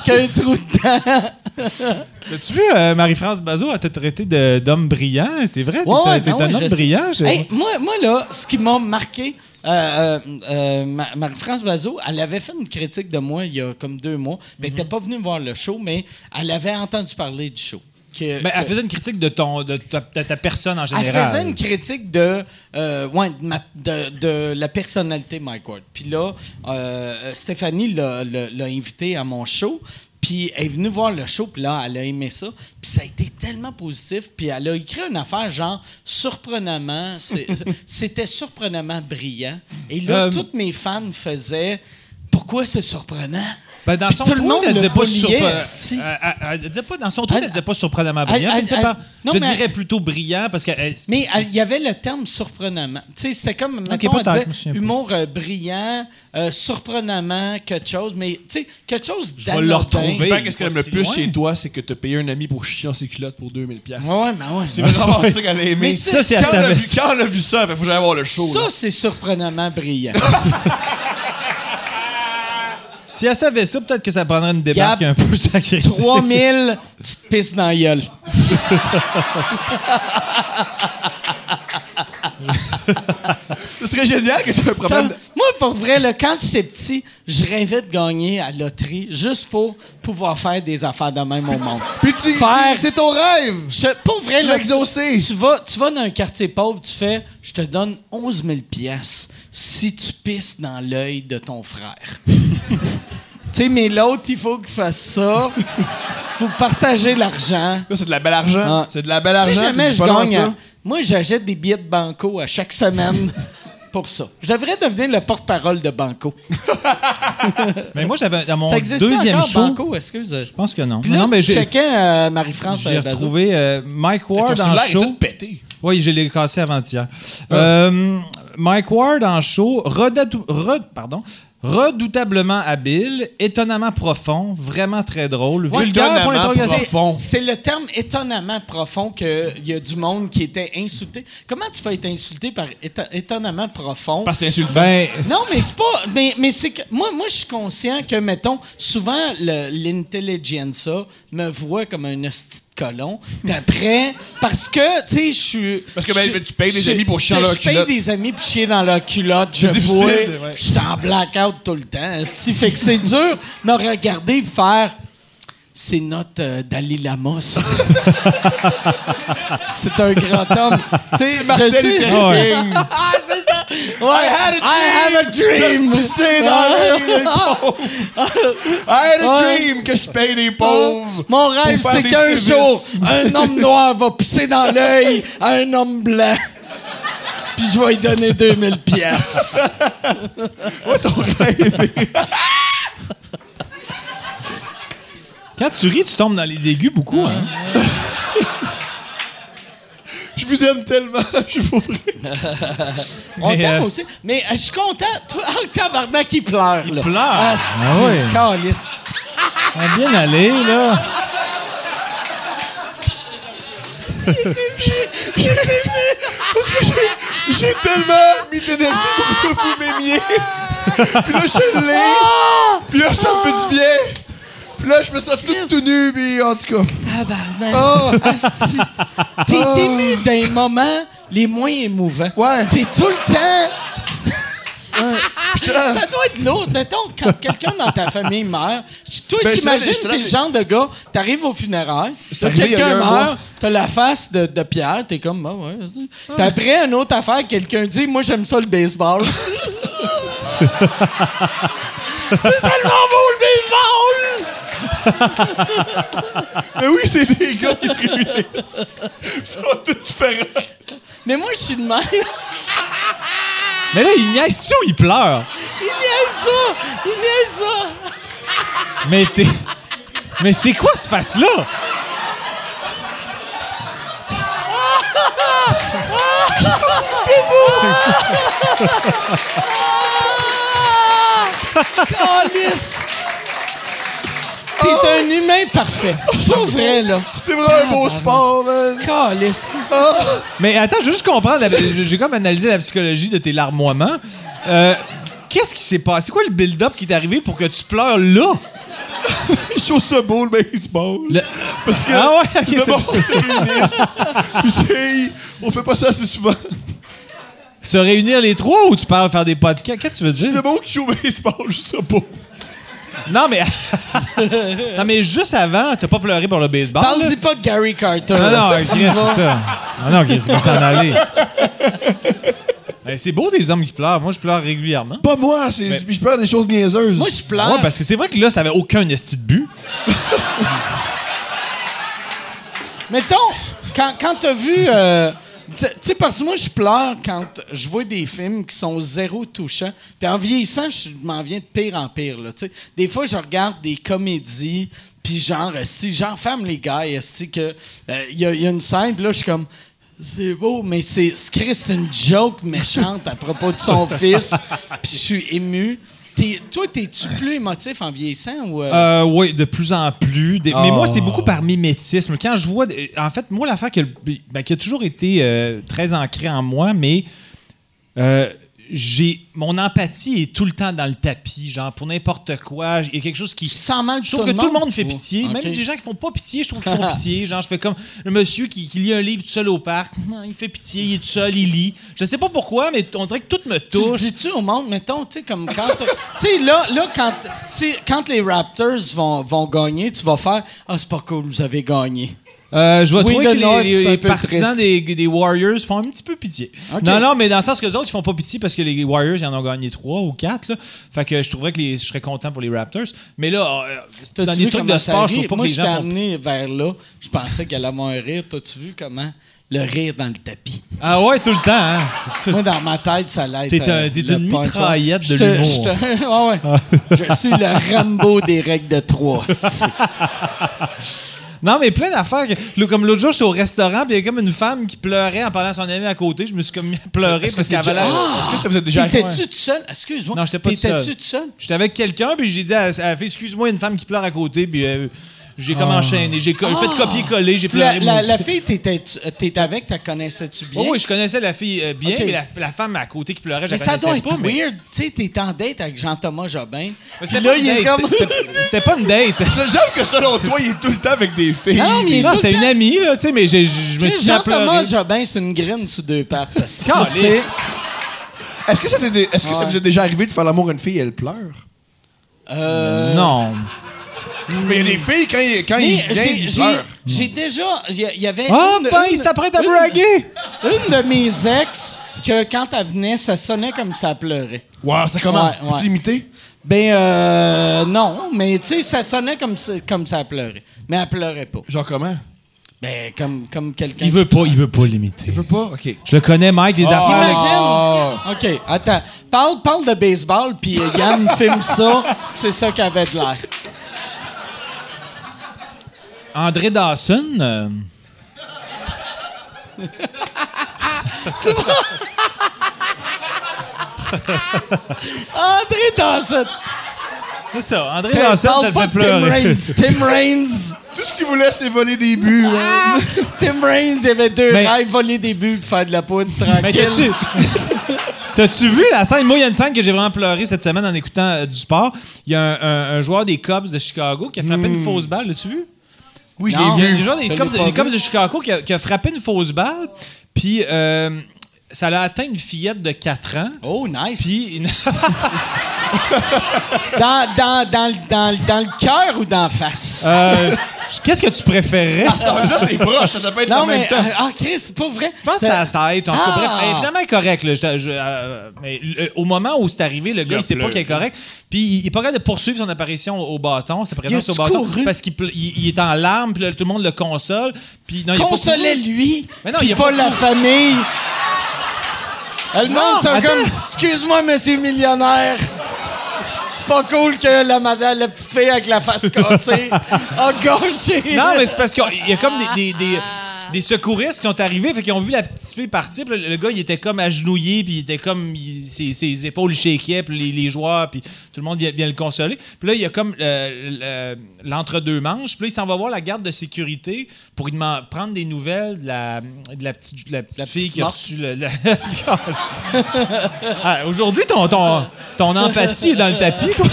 [SPEAKER 4] qu'un trou dedans.
[SPEAKER 3] As-tu vu euh, Marie-France Bazot a te traité de- d'homme brillant? C'est vrai? T'es
[SPEAKER 4] Ouais,
[SPEAKER 3] un-
[SPEAKER 4] ouais,
[SPEAKER 3] t'es
[SPEAKER 4] ben
[SPEAKER 3] un
[SPEAKER 4] ouais,
[SPEAKER 3] homme
[SPEAKER 4] je sais.
[SPEAKER 3] brillant? je-
[SPEAKER 4] Hey, moi, moi, là, ce qui m'a marqué, euh, euh, euh, Ma- Marie-France Bazot, elle avait fait une critique de moi il y a comme deux mois. Ben, Elle n'était pas venue voir le show, mais elle avait entendu parler du show. Que-
[SPEAKER 3] Mais
[SPEAKER 4] que-
[SPEAKER 3] Ben, elle faisait une critique de, ton, de, ta, de ta personne en
[SPEAKER 4] Elle
[SPEAKER 3] général.
[SPEAKER 4] faisait une critique de, euh, ouais, de, ma- de- de la personnalité de Mike Ward. Puis là, euh, Stéphanie l'a, l'a- l'a invité à mon show. Puis elle est venue voir le show, puis là, elle a aimé ça. Puis ça a été tellement positif. Puis elle a écrit une affaire genre surprenamment. c'est- c'était surprenamment brillant. Et là,
[SPEAKER 3] Euh,
[SPEAKER 4] toutes mes fans faisaient Pourquoi c'est surprenant?
[SPEAKER 3] Ben, dans
[SPEAKER 4] Puis
[SPEAKER 3] son
[SPEAKER 4] tout le
[SPEAKER 3] tweet,
[SPEAKER 4] monde
[SPEAKER 3] elle
[SPEAKER 4] le
[SPEAKER 3] disait pas
[SPEAKER 4] publiait,
[SPEAKER 3] surpre-
[SPEAKER 4] si.
[SPEAKER 3] Euh, elle- elle disait pas dans son tweet, elle,
[SPEAKER 4] Elle-
[SPEAKER 3] disait pas surprenamment brillant.
[SPEAKER 4] elle-
[SPEAKER 3] elle disait
[SPEAKER 4] elle-
[SPEAKER 3] par-
[SPEAKER 4] non,
[SPEAKER 3] je
[SPEAKER 4] mais elle-
[SPEAKER 3] dirais plutôt brillant parce que elle-
[SPEAKER 4] Mais elle- il y avait le terme surprenamment. Tu sais, c'était comme, mettons,
[SPEAKER 3] peut-être,
[SPEAKER 4] on disait
[SPEAKER 3] je me souviens pas.
[SPEAKER 4] humour euh, brillant, euh, surprenamment, quelque chose, mais tu sais, quelque chose
[SPEAKER 3] vais le
[SPEAKER 4] d'anodin.
[SPEAKER 3] retrouver.
[SPEAKER 5] Fait que ce que
[SPEAKER 3] Pas
[SPEAKER 5] j'aime le
[SPEAKER 3] si
[SPEAKER 5] plus
[SPEAKER 3] loin.
[SPEAKER 5] chez toi, c'est que t'as payé un ami pour chier dans ses culottes pour 2000$. piastres.
[SPEAKER 4] Ouais, ouais, mais ouais.
[SPEAKER 5] C'est vraiment ça qu'elle a
[SPEAKER 4] Mais
[SPEAKER 5] aimé.
[SPEAKER 4] c'est-
[SPEAKER 3] ça, c'est à
[SPEAKER 5] Quand elle
[SPEAKER 3] sa
[SPEAKER 5] a vu-
[SPEAKER 3] veste.
[SPEAKER 5] quand elle a vu ça, il faut que j'aille voir le show. là.
[SPEAKER 4] Ça, c'est surprenamment brillant.
[SPEAKER 3] Si elle savait ça, peut-être que ça prendrait une débarque
[SPEAKER 4] Gab,
[SPEAKER 3] un peu sacrée.
[SPEAKER 4] 3000, tu te pisses dans la gueule.
[SPEAKER 5] Ce serait génial que tu aies un problème.
[SPEAKER 4] Comme- moi, pour vrai, là, quand j'étais petit, je rêvais de gagner à la loterie juste pour pouvoir faire des affaires de même au monde.
[SPEAKER 5] Puis tu,
[SPEAKER 4] Faire-
[SPEAKER 5] c'est ton rêve!
[SPEAKER 4] Je- pour vrai,
[SPEAKER 5] Tu
[SPEAKER 4] là,
[SPEAKER 5] l'as exaucé.
[SPEAKER 4] tu, tu vas, tu vas dans un quartier pauvre, tu fais « Je te donne 11 000 piastres si tu pisses dans l'œil de ton frère. » Tu sais, mais l'autre, il faut qu'il fasse ça. Vous partagez l'argent.
[SPEAKER 5] Là, c'est de la belle argent.
[SPEAKER 4] Ah.
[SPEAKER 5] C'est de la belle argent.
[SPEAKER 4] Si jamais
[SPEAKER 5] tu dis
[SPEAKER 4] je
[SPEAKER 5] pas non à
[SPEAKER 4] gagne,
[SPEAKER 5] ça.
[SPEAKER 4] à- moi j'achète des billets de banco à chaque semaine pour ça. Je devrais devenir le porte-parole de banco.
[SPEAKER 3] Mais moi, j'avais dans mon
[SPEAKER 4] ça existe ça
[SPEAKER 3] deuxième
[SPEAKER 4] encore
[SPEAKER 3] show.
[SPEAKER 4] banco, excuse.
[SPEAKER 3] Je pense que non.
[SPEAKER 4] Puis là,
[SPEAKER 3] non, mais
[SPEAKER 4] tu
[SPEAKER 3] j'ai
[SPEAKER 4] checkais euh, Marie-France
[SPEAKER 3] j'ai
[SPEAKER 4] euh, Bazin.
[SPEAKER 3] retrouvé euh, Mike Ward
[SPEAKER 5] Ton
[SPEAKER 3] en
[SPEAKER 5] cellulaire est
[SPEAKER 3] show.
[SPEAKER 5] tout pété.
[SPEAKER 3] Oui, je l'ai cassé avant-hier. Euh, Mike Ward en show, redoutou- re- pardon, redoutablement habile, étonnamment profond, vraiment très drôle, vulgaire point
[SPEAKER 5] Étonnamment
[SPEAKER 3] d'interrogation.
[SPEAKER 5] profond.
[SPEAKER 4] C'est le terme étonnamment profond qu'il y a du monde qui était insulté. Comment tu peux être insulté par éton- étonnamment profond?
[SPEAKER 5] Parce que t'es insultant.
[SPEAKER 3] Ben,
[SPEAKER 4] Non, mais c'est pas. Mais, mais c'est que. Moi, moi je suis conscient que, mettons, souvent, le- l'intelligentsia me voit comme un hostie de colon. Puis après, parce que, tu sais, je suis.
[SPEAKER 5] Parce que, ben,
[SPEAKER 4] je-
[SPEAKER 5] tu payes des
[SPEAKER 4] je-
[SPEAKER 5] amis pour chier dans
[SPEAKER 4] je-
[SPEAKER 5] leur culotte.
[SPEAKER 4] Je paye des amis pour chier dans leur culotte. Je
[SPEAKER 5] difficile,
[SPEAKER 4] vois.
[SPEAKER 5] ouais.
[SPEAKER 4] Je suis en blackout tout le temps. hostie. Fait que c'est dur de me regarder faire. C'est notre euh, Dalai Lama, ça. c'est un grand homme. Tu sais, je
[SPEAKER 5] Martin
[SPEAKER 4] sais.
[SPEAKER 5] Luther King.
[SPEAKER 4] Ah, c'est ça. Ouais, I
[SPEAKER 5] had
[SPEAKER 4] have a dream. Ah.
[SPEAKER 5] C'est dans les pauvres. I had a
[SPEAKER 4] Ouais.
[SPEAKER 5] dream que je paye les pauvres.
[SPEAKER 4] Mon rêve,
[SPEAKER 5] faire
[SPEAKER 4] c'est
[SPEAKER 5] des
[SPEAKER 4] qu'un
[SPEAKER 5] services.
[SPEAKER 4] jour, un homme noir va pisser dans l'œil à un homme blanc. Puis je vais lui donner 2000 pièces.
[SPEAKER 3] quand tu ris, tu tombes dans les aigus beaucoup. Hein?
[SPEAKER 5] Je vous aime tellement. Je vous prie.
[SPEAKER 4] On
[SPEAKER 3] Mais,
[SPEAKER 4] t'aime
[SPEAKER 3] euh,
[SPEAKER 4] aussi. Mais euh, je suis content. Toi, ah, le tabarnak, il pleure. Il
[SPEAKER 3] pleure.
[SPEAKER 4] Ah,
[SPEAKER 3] Ah
[SPEAKER 4] si,
[SPEAKER 3] oui.
[SPEAKER 4] câlisse.
[SPEAKER 3] Ça va bien aller, là.
[SPEAKER 5] J'ai tellement mis d'énergie pour que vous m'aimiez. Puis là, je l'ai. Puis là, ça me
[SPEAKER 4] Ah.
[SPEAKER 5] fait du bien. Puis là, je me sens tout, tout nu. Puis en tout cas.
[SPEAKER 4] Tabarnak.
[SPEAKER 5] Oh.
[SPEAKER 4] bah, Ah, si. T'es ému dans les moments les moins émouvants.
[SPEAKER 5] Ouais.
[SPEAKER 4] T'es tout le temps. Ça doit être lourd. Mettons, quand quelqu'un dans ta famille meurt, tu- toi,
[SPEAKER 5] Ben, je
[SPEAKER 4] t'imagines
[SPEAKER 5] te
[SPEAKER 4] que
[SPEAKER 5] l'ai-
[SPEAKER 4] t'es
[SPEAKER 5] je te
[SPEAKER 4] le genre de gars, t'arrives au funérailles,
[SPEAKER 5] C'est
[SPEAKER 4] t'as
[SPEAKER 5] arrivé il y a
[SPEAKER 4] quelqu'un
[SPEAKER 5] eu un
[SPEAKER 4] meurt,
[SPEAKER 5] mois.
[SPEAKER 4] t'as la face de, de Pierre, t'es comme, bah ouais. vas-y. Puis après, une autre affaire, quelqu'un dit, moi, j'aime ça le baseball. C'est tellement beau le baseball!
[SPEAKER 5] Mais oui, c'est des gars qui se réunissent. Ils sont tous différents.
[SPEAKER 4] Mais moi, je suis de même.
[SPEAKER 3] Mais là, il niaise ça ou il pleure?
[SPEAKER 4] Il niaise ça! Il niaise ça!
[SPEAKER 3] Mais t'es... Mais c'est quoi ce face-là?
[SPEAKER 4] Calice! T'es un humain parfait. Pas vrai, là.
[SPEAKER 5] C'était vraiment un beau sport, man. Ah,
[SPEAKER 4] Calice.
[SPEAKER 3] Mais attends, je veux juste comprendre. la- J'ai comme analysé la psychologie de tes larmoiements. Euh, Qu'est-ce qui s'est passé? C'est quoi le build-up qui t'est arrivé pour que tu pleures là?
[SPEAKER 5] Je trouve ça beau, le baseball.
[SPEAKER 3] Le-
[SPEAKER 5] Parce que
[SPEAKER 3] Ah ouais, ok,
[SPEAKER 5] le
[SPEAKER 3] c'est-
[SPEAKER 5] monde se réunissent. Puis, tu sais, on fait pas ça assez souvent.
[SPEAKER 3] Se réunir les trois ou tu parles faire des podcasts? Qu'est-ce que tu veux dire?
[SPEAKER 5] Le monde qui joue au baseball, je trouve ça beau.
[SPEAKER 3] Non, mais. non, mais juste avant, t'as pas pleuré pour le baseball. là?
[SPEAKER 4] Parle-y Euh, pas de Gary Carter.
[SPEAKER 3] Non, Ah non,
[SPEAKER 4] là.
[SPEAKER 3] Chris, c'est ça. Non, non, Chris, va s'en aller. Ben, c'est beau des hommes qui pleurent. Moi, je pleure régulièrement. Ah
[SPEAKER 5] Pas moi, c'est, je perds des choses niaiseuses.
[SPEAKER 4] Moi, je pleure.
[SPEAKER 3] Ouais, parce que c'est vrai que là, ça avait aucun esti de but.
[SPEAKER 4] Mettons, quand, quand t'as vu. euh, tu tu sais, parce que moi, je pleure quand je vois des films qui sont zéro touchants. Puis en vieillissant, je m'en viens de pire en pire. Là, tu sais. des fois, je regarde des comédies, puis genre, euh, si j'enferme les gars, si que euh, il y, a- il y a une scène, puis là, je suis comme. C'est beau, mais c'est c'est- Chris, c'est une joke méchante à propos de son fils. Puis je suis ému. T'es- toi, t'es-tu plus émotif en vieillissant ou euh,
[SPEAKER 3] Euh, oui, de plus en plus. Des- Mais moi,
[SPEAKER 4] Ah.
[SPEAKER 3] c'est beaucoup par mimétisme. Quand je vois. des- En fait, moi, l'affaire qui a, le- ben, qui a toujours été euh, très ancrée en moi, mais euh, j'ai mon empathie est tout le temps dans le tapis, genre pour n'importe quoi. Il y a quelque chose qui.
[SPEAKER 4] Tu te sens mal
[SPEAKER 3] Je
[SPEAKER 4] pour
[SPEAKER 3] trouve que
[SPEAKER 4] tout le
[SPEAKER 3] tout le
[SPEAKER 4] monde?
[SPEAKER 3] monde fait
[SPEAKER 4] Oh,
[SPEAKER 3] pitié.
[SPEAKER 4] ok.
[SPEAKER 3] Même des gens qui font pas pitié, je trouve qu'ils font pitié. Genre, je fais comme le monsieur qui, qui lit un livre tout seul au parc. Hum, Il fait pitié, il est tout seul, il lit. Je sais pas pourquoi, mais on dirait que tout me
[SPEAKER 4] Tu le
[SPEAKER 3] touche.
[SPEAKER 4] dis-tu au monde, mettons, tu sais, comme quand. Tu sais, là, là quand, si- quand les Raptors vont, vont gagner, tu vas faire Ah, c'est pas cool, vous avez gagné.
[SPEAKER 3] Euh, je vais
[SPEAKER 4] Oui,
[SPEAKER 3] trouver
[SPEAKER 4] de
[SPEAKER 3] que les-
[SPEAKER 4] North,
[SPEAKER 3] les,
[SPEAKER 4] c'est un
[SPEAKER 3] les
[SPEAKER 4] peu
[SPEAKER 3] partisans
[SPEAKER 4] triste.
[SPEAKER 3] des, des Warriors font un petit peu pitié.
[SPEAKER 4] Ok.
[SPEAKER 3] Non, non, mais dans le sens que les autres, ils font pas pitié parce que les Warriors, ils en ont gagné trois ou quatre. là. Fait que je trouverais que les- je serais content pour les Raptors. Mais là, euh, dans
[SPEAKER 4] T'as-tu
[SPEAKER 3] les
[SPEAKER 4] vu
[SPEAKER 3] trucs
[SPEAKER 4] comment
[SPEAKER 3] de
[SPEAKER 4] ça
[SPEAKER 3] sport, je
[SPEAKER 4] rit?
[SPEAKER 3] trouve pas
[SPEAKER 4] Moi,
[SPEAKER 3] que les
[SPEAKER 4] je t'ai
[SPEAKER 3] gens font
[SPEAKER 4] amené vers là. Je pensais qu'elle allait avoir un rire. T'as-tu vu comment le rire dans le tapis?
[SPEAKER 3] Ah ouais, tout le temps, hein? Tout-
[SPEAKER 4] Moi, dans ma tête, ça allait être.
[SPEAKER 3] T'es un-
[SPEAKER 4] euh,
[SPEAKER 3] t'es
[SPEAKER 4] le
[SPEAKER 3] une
[SPEAKER 4] punch-up.
[SPEAKER 3] mitraillette de
[SPEAKER 4] Je te-
[SPEAKER 3] l'humour.
[SPEAKER 4] je te- Ah ouais. Je suis le Rambo des règles de trois. c'est-tu.
[SPEAKER 3] Non, mais plein d'affaires. que- là, Comme l'autre jour, j'étais au restaurant, puis il y a comme une femme qui pleurait en parlant à son ami à côté. Je me suis comme mis à pleurer parce qu'elle avait l'air-
[SPEAKER 5] Est-ce que ça vous a déjà arrivé?
[SPEAKER 4] T'étais-tu tout seul? Excuse-moi.
[SPEAKER 3] Non, j'étais pas tout seul.
[SPEAKER 4] T'étais-tu tout seul?
[SPEAKER 3] J'étais avec quelqu'un, puis j'ai dit à à la fille, excuse-moi, il y a une femme qui pleure à côté, puis euh, j'ai comme enchaîné. J'ai co- fait copier-coller, j'ai
[SPEAKER 4] Puis Ah. La,
[SPEAKER 3] pleuré.
[SPEAKER 4] la-
[SPEAKER 3] moi aussi.
[SPEAKER 4] la fille, t'étais t'étais avec, t'as connaissais-tu bien?
[SPEAKER 3] Oh oui, je connaissais la fille euh, bien,
[SPEAKER 4] Ok.
[SPEAKER 3] mais la, la femme à côté qui pleurait, je
[SPEAKER 4] Mais
[SPEAKER 3] la
[SPEAKER 4] ça
[SPEAKER 3] connaissais
[SPEAKER 4] doit être
[SPEAKER 3] pas, mais-
[SPEAKER 4] weird. Tu sais, t'es en date avec Jean-Thomas Jobin.
[SPEAKER 3] Mais
[SPEAKER 4] Puis
[SPEAKER 3] c'était
[SPEAKER 4] là,
[SPEAKER 3] pas, une
[SPEAKER 4] il est
[SPEAKER 3] date,
[SPEAKER 4] comme.
[SPEAKER 3] c'était- c'était- c'était pas une date.
[SPEAKER 5] J'aime que selon toi, il est tout le temps avec des filles.
[SPEAKER 4] Non, mais il est
[SPEAKER 3] Non,
[SPEAKER 4] tout
[SPEAKER 3] c'était
[SPEAKER 4] le
[SPEAKER 3] une
[SPEAKER 4] temps-
[SPEAKER 3] amie, là, tu sais, mais j'ai- je je me suis mis à
[SPEAKER 4] Jean-Thomas
[SPEAKER 3] pleurer.
[SPEAKER 4] Jobin, c'est une grine sous deux pattes. parce que tu sais-
[SPEAKER 3] Calisse.
[SPEAKER 5] Est-ce que, ça, s'est dé- est-ce que ça vous est déjà arrivé de faire l'amour à une fille et elle pleure?
[SPEAKER 3] Non.
[SPEAKER 5] Mais il y a des filles, quand, il-
[SPEAKER 3] Ben,
[SPEAKER 5] quand
[SPEAKER 4] euh, Mais
[SPEAKER 5] ils viennent,
[SPEAKER 4] j'ai-
[SPEAKER 5] ils
[SPEAKER 4] j'ai-
[SPEAKER 5] pleurent.
[SPEAKER 4] j'ai déjà. Il y, il y avait.
[SPEAKER 3] Oh,
[SPEAKER 4] une-
[SPEAKER 3] ben,
[SPEAKER 4] une-
[SPEAKER 3] il s'apprête à
[SPEAKER 4] une-
[SPEAKER 3] braguer!
[SPEAKER 4] Une de mes ex, que quand elle venait, ça sonnait comme ça pleurait.
[SPEAKER 5] Wow, ça comment?
[SPEAKER 4] Ouais, ouais.
[SPEAKER 5] Tu imité?
[SPEAKER 4] Ben, euh, non, mais tu sais, ça sonnait comme ça, comme ça pleurait. Mais elle pleurait pas.
[SPEAKER 5] Genre comment?
[SPEAKER 4] Ben, comme, comme quelqu'un.
[SPEAKER 3] Il veut pas, il veut pas l'imiter.
[SPEAKER 5] Tu veux pas? OK.
[SPEAKER 3] Je le connais, Mike, des affaires.
[SPEAKER 4] Imagine.
[SPEAKER 5] Oh.
[SPEAKER 3] Ah.
[SPEAKER 4] OK, attends. Parle, parle de baseball, puis euh, Yann filme ça, puis c'est ça qui avait de l'air.
[SPEAKER 3] André Dawson. euh,
[SPEAKER 4] André Dawson!
[SPEAKER 3] C'est ça, André
[SPEAKER 4] Parle
[SPEAKER 3] Dawson, ça le
[SPEAKER 4] pas
[SPEAKER 3] fait
[SPEAKER 4] de Tim
[SPEAKER 3] pleurer.
[SPEAKER 4] Raines. Tim Raines!
[SPEAKER 5] Tout ce qu'ils voulaient, c'est voler des buts. là.
[SPEAKER 4] Ah! Tim Raines, il y avait deux
[SPEAKER 3] Mais-
[SPEAKER 4] rêves, voler des buts, faire de la poudre,
[SPEAKER 3] Mais
[SPEAKER 4] tranquille.
[SPEAKER 3] t'as-tu... T'as-tu vu la scène? Moi, il y a une scène que j'ai vraiment pleuré cette semaine en écoutant euh, du sport. Il y a un, un- un joueur des Cubs de Chicago qui a frappé une fausse balle. L'as-tu vu?
[SPEAKER 5] Oui, je
[SPEAKER 4] Non.
[SPEAKER 5] l'ai
[SPEAKER 3] Il y a
[SPEAKER 5] vu.
[SPEAKER 3] un joueur des
[SPEAKER 4] Je l'ai
[SPEAKER 3] Cubs,
[SPEAKER 4] pas
[SPEAKER 3] des
[SPEAKER 4] vu.
[SPEAKER 3] Cubs de Chicago qui a, qui a frappé une fausse balle, puis euh, ça l'a atteint une fillette de 4 ans.
[SPEAKER 4] Oh, nice.
[SPEAKER 3] Puis, une-
[SPEAKER 4] Dans, dans, dans, le- dans, le- dans le cœur ou dans la face?
[SPEAKER 3] euh, qu'est-ce que tu préférais?
[SPEAKER 5] Ah, là, c'est proche, ça, ça peut être
[SPEAKER 4] non,
[SPEAKER 5] en même
[SPEAKER 4] mais.
[SPEAKER 5] temps.
[SPEAKER 4] euh, Ah, Chris, c'est pas vrai.
[SPEAKER 3] Je pense à la tête. En tout cas,
[SPEAKER 4] Ah!
[SPEAKER 3] bref, elle est finalement correct. là. Je- je- euh, mais le- au moment où c'est arrivé, le gars, il sait pas qu'il est correct. Puis il n'est pas capable de poursuivre son apparition au, au bâton, sa présence
[SPEAKER 4] a-tu
[SPEAKER 3] au bâton,
[SPEAKER 4] couru?
[SPEAKER 3] parce qu'il ple- il- il est en larmes, puis là, tout le monde le console. Puis non, il a pas couru.
[SPEAKER 4] Consolez-lui,
[SPEAKER 3] Mais non,
[SPEAKER 4] puis
[SPEAKER 3] il a
[SPEAKER 4] pas,
[SPEAKER 3] pas
[SPEAKER 4] la
[SPEAKER 3] couru.
[SPEAKER 4] famille. Euh, Le monde, c'est
[SPEAKER 3] attends.
[SPEAKER 4] comme Excuse-moi, monsieur millionnaire. C'est pas cool que la, madame, la petite fille avec la face cassée a gâché.
[SPEAKER 3] Non, mais c'est parce qu'il y a comme des, des- des- des secouristes qui sont arrivés, fait qu'ils ont vu la petite fille partir. puis le, le gars, il était comme agenouillé, puis il était comme. il- ses, ses épaules shakeaient, puis les, les joueurs, puis tout le monde vient, vient le consoler. Puis là, il y a comme euh, le- l'entre-deux-manches. Puis là, il s'en va voir la garde de sécurité pour lui demand- prendre des nouvelles de la, de la petite, de la petite
[SPEAKER 4] La
[SPEAKER 3] fille
[SPEAKER 4] petite
[SPEAKER 3] qui a
[SPEAKER 4] morte.
[SPEAKER 3] reçu le. le- Ah, Aujourd'hui, ton, ton, ton empathie est dans le tapis, toi.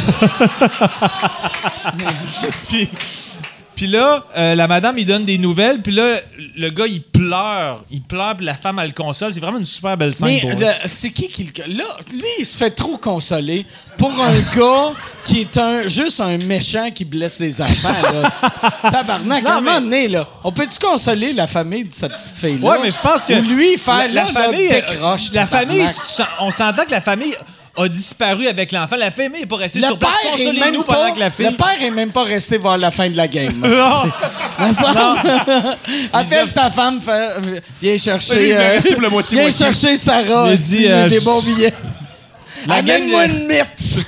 [SPEAKER 3] puis, puis là, euh, la madame, il donne des nouvelles. Puis là, le gars, il pleure. Il pleure, puis la femme, elle le console. C'est vraiment une super belle scène
[SPEAKER 4] Mais
[SPEAKER 3] pour
[SPEAKER 4] le- c'est qui qui le. Là, lui, il se fait trop consoler pour un gars qui est un juste un méchant qui blesse les enfants. Là. Tabarnak,
[SPEAKER 3] Non,
[SPEAKER 4] à un
[SPEAKER 3] mais-
[SPEAKER 4] moment donné, là, on peut-tu consoler la famille de sa petite fille-là?
[SPEAKER 3] Ouais, mais je pense que.
[SPEAKER 4] Ou lui, faire
[SPEAKER 3] la, la
[SPEAKER 4] là, là,
[SPEAKER 3] famille. euh,
[SPEAKER 4] décroche,
[SPEAKER 3] la famille,
[SPEAKER 4] tabarnak.
[SPEAKER 3] tu sens- on s'entend que la famille a disparu avec l'enfant. La famille est pas restée
[SPEAKER 4] Le
[SPEAKER 3] sur place.
[SPEAKER 4] père, est même
[SPEAKER 3] Consolez-nous
[SPEAKER 4] pas,
[SPEAKER 3] pendant que la fille.
[SPEAKER 4] le père est même pas resté voir la fin de la game.
[SPEAKER 3] Non.
[SPEAKER 4] Me semble- Appelle ta femme, fais- viens
[SPEAKER 5] Oui,
[SPEAKER 4] chercher.
[SPEAKER 5] mais
[SPEAKER 4] euh,
[SPEAKER 5] restez pour la moitié,
[SPEAKER 4] viens
[SPEAKER 5] moitié.
[SPEAKER 4] chercher Sarah.
[SPEAKER 3] Mais
[SPEAKER 4] si
[SPEAKER 3] dis,
[SPEAKER 4] j'ai
[SPEAKER 3] euh,
[SPEAKER 4] des
[SPEAKER 3] je-
[SPEAKER 4] bons billets.
[SPEAKER 3] La gang- euh,
[SPEAKER 4] Amène-moi une mythe. Il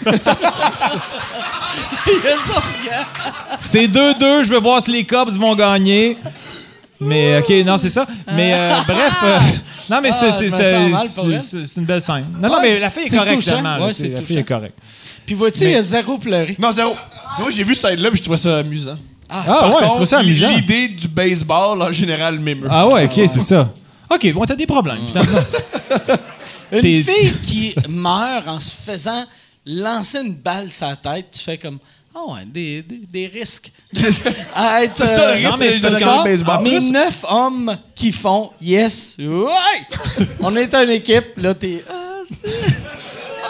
[SPEAKER 4] y a son gars.
[SPEAKER 3] C'est 2-2, je veux voir si les Cubs vont gagner. Mais, OK, non, c'est ça. Mais, euh, bref. euh, non, mais
[SPEAKER 4] Ah,
[SPEAKER 3] c'est- c'est
[SPEAKER 4] je me sens mal
[SPEAKER 3] c'est-
[SPEAKER 4] pour elle.
[SPEAKER 3] c'est- c'est- c'est une belle scène. Non, non,
[SPEAKER 4] Ouais,
[SPEAKER 3] mais la fille est
[SPEAKER 4] c'est
[SPEAKER 3] correcte,
[SPEAKER 4] touchant.
[SPEAKER 3] finalement. là,
[SPEAKER 4] Ouais,
[SPEAKER 3] tu sais,
[SPEAKER 4] c'est
[SPEAKER 3] la fille
[SPEAKER 4] touchant.
[SPEAKER 3] est correcte.
[SPEAKER 4] Puis vois-tu, il y a zéro pleuré.
[SPEAKER 5] Non, zéro. Moi, j'ai vu ça là puis je trouvais ça amusant.
[SPEAKER 3] Ah, ouais, tu
[SPEAKER 5] Par
[SPEAKER 3] trouves ça
[SPEAKER 5] contre,
[SPEAKER 3] amusant?
[SPEAKER 5] L'idée du baseball, en général, m'émeut.
[SPEAKER 3] Ah, ouais, OK, c'est ça. OK, bon, t'as des problèmes. putain.
[SPEAKER 4] Une
[SPEAKER 3] T'es-
[SPEAKER 4] fille qui meurt en se faisant lancer une balle sur la tête, tu fais comme. Ah ouais, des, des, des risques. à être. euh,
[SPEAKER 5] C'est ça, le risque,
[SPEAKER 3] non, mais
[SPEAKER 5] c'est
[SPEAKER 3] c'est Ah,
[SPEAKER 5] parce
[SPEAKER 3] parce
[SPEAKER 5] qu'en
[SPEAKER 4] Bon,
[SPEAKER 5] baseball.
[SPEAKER 4] Mais neuf hommes qui font yes, ouais! On est une équipe, là, t'es. Ah,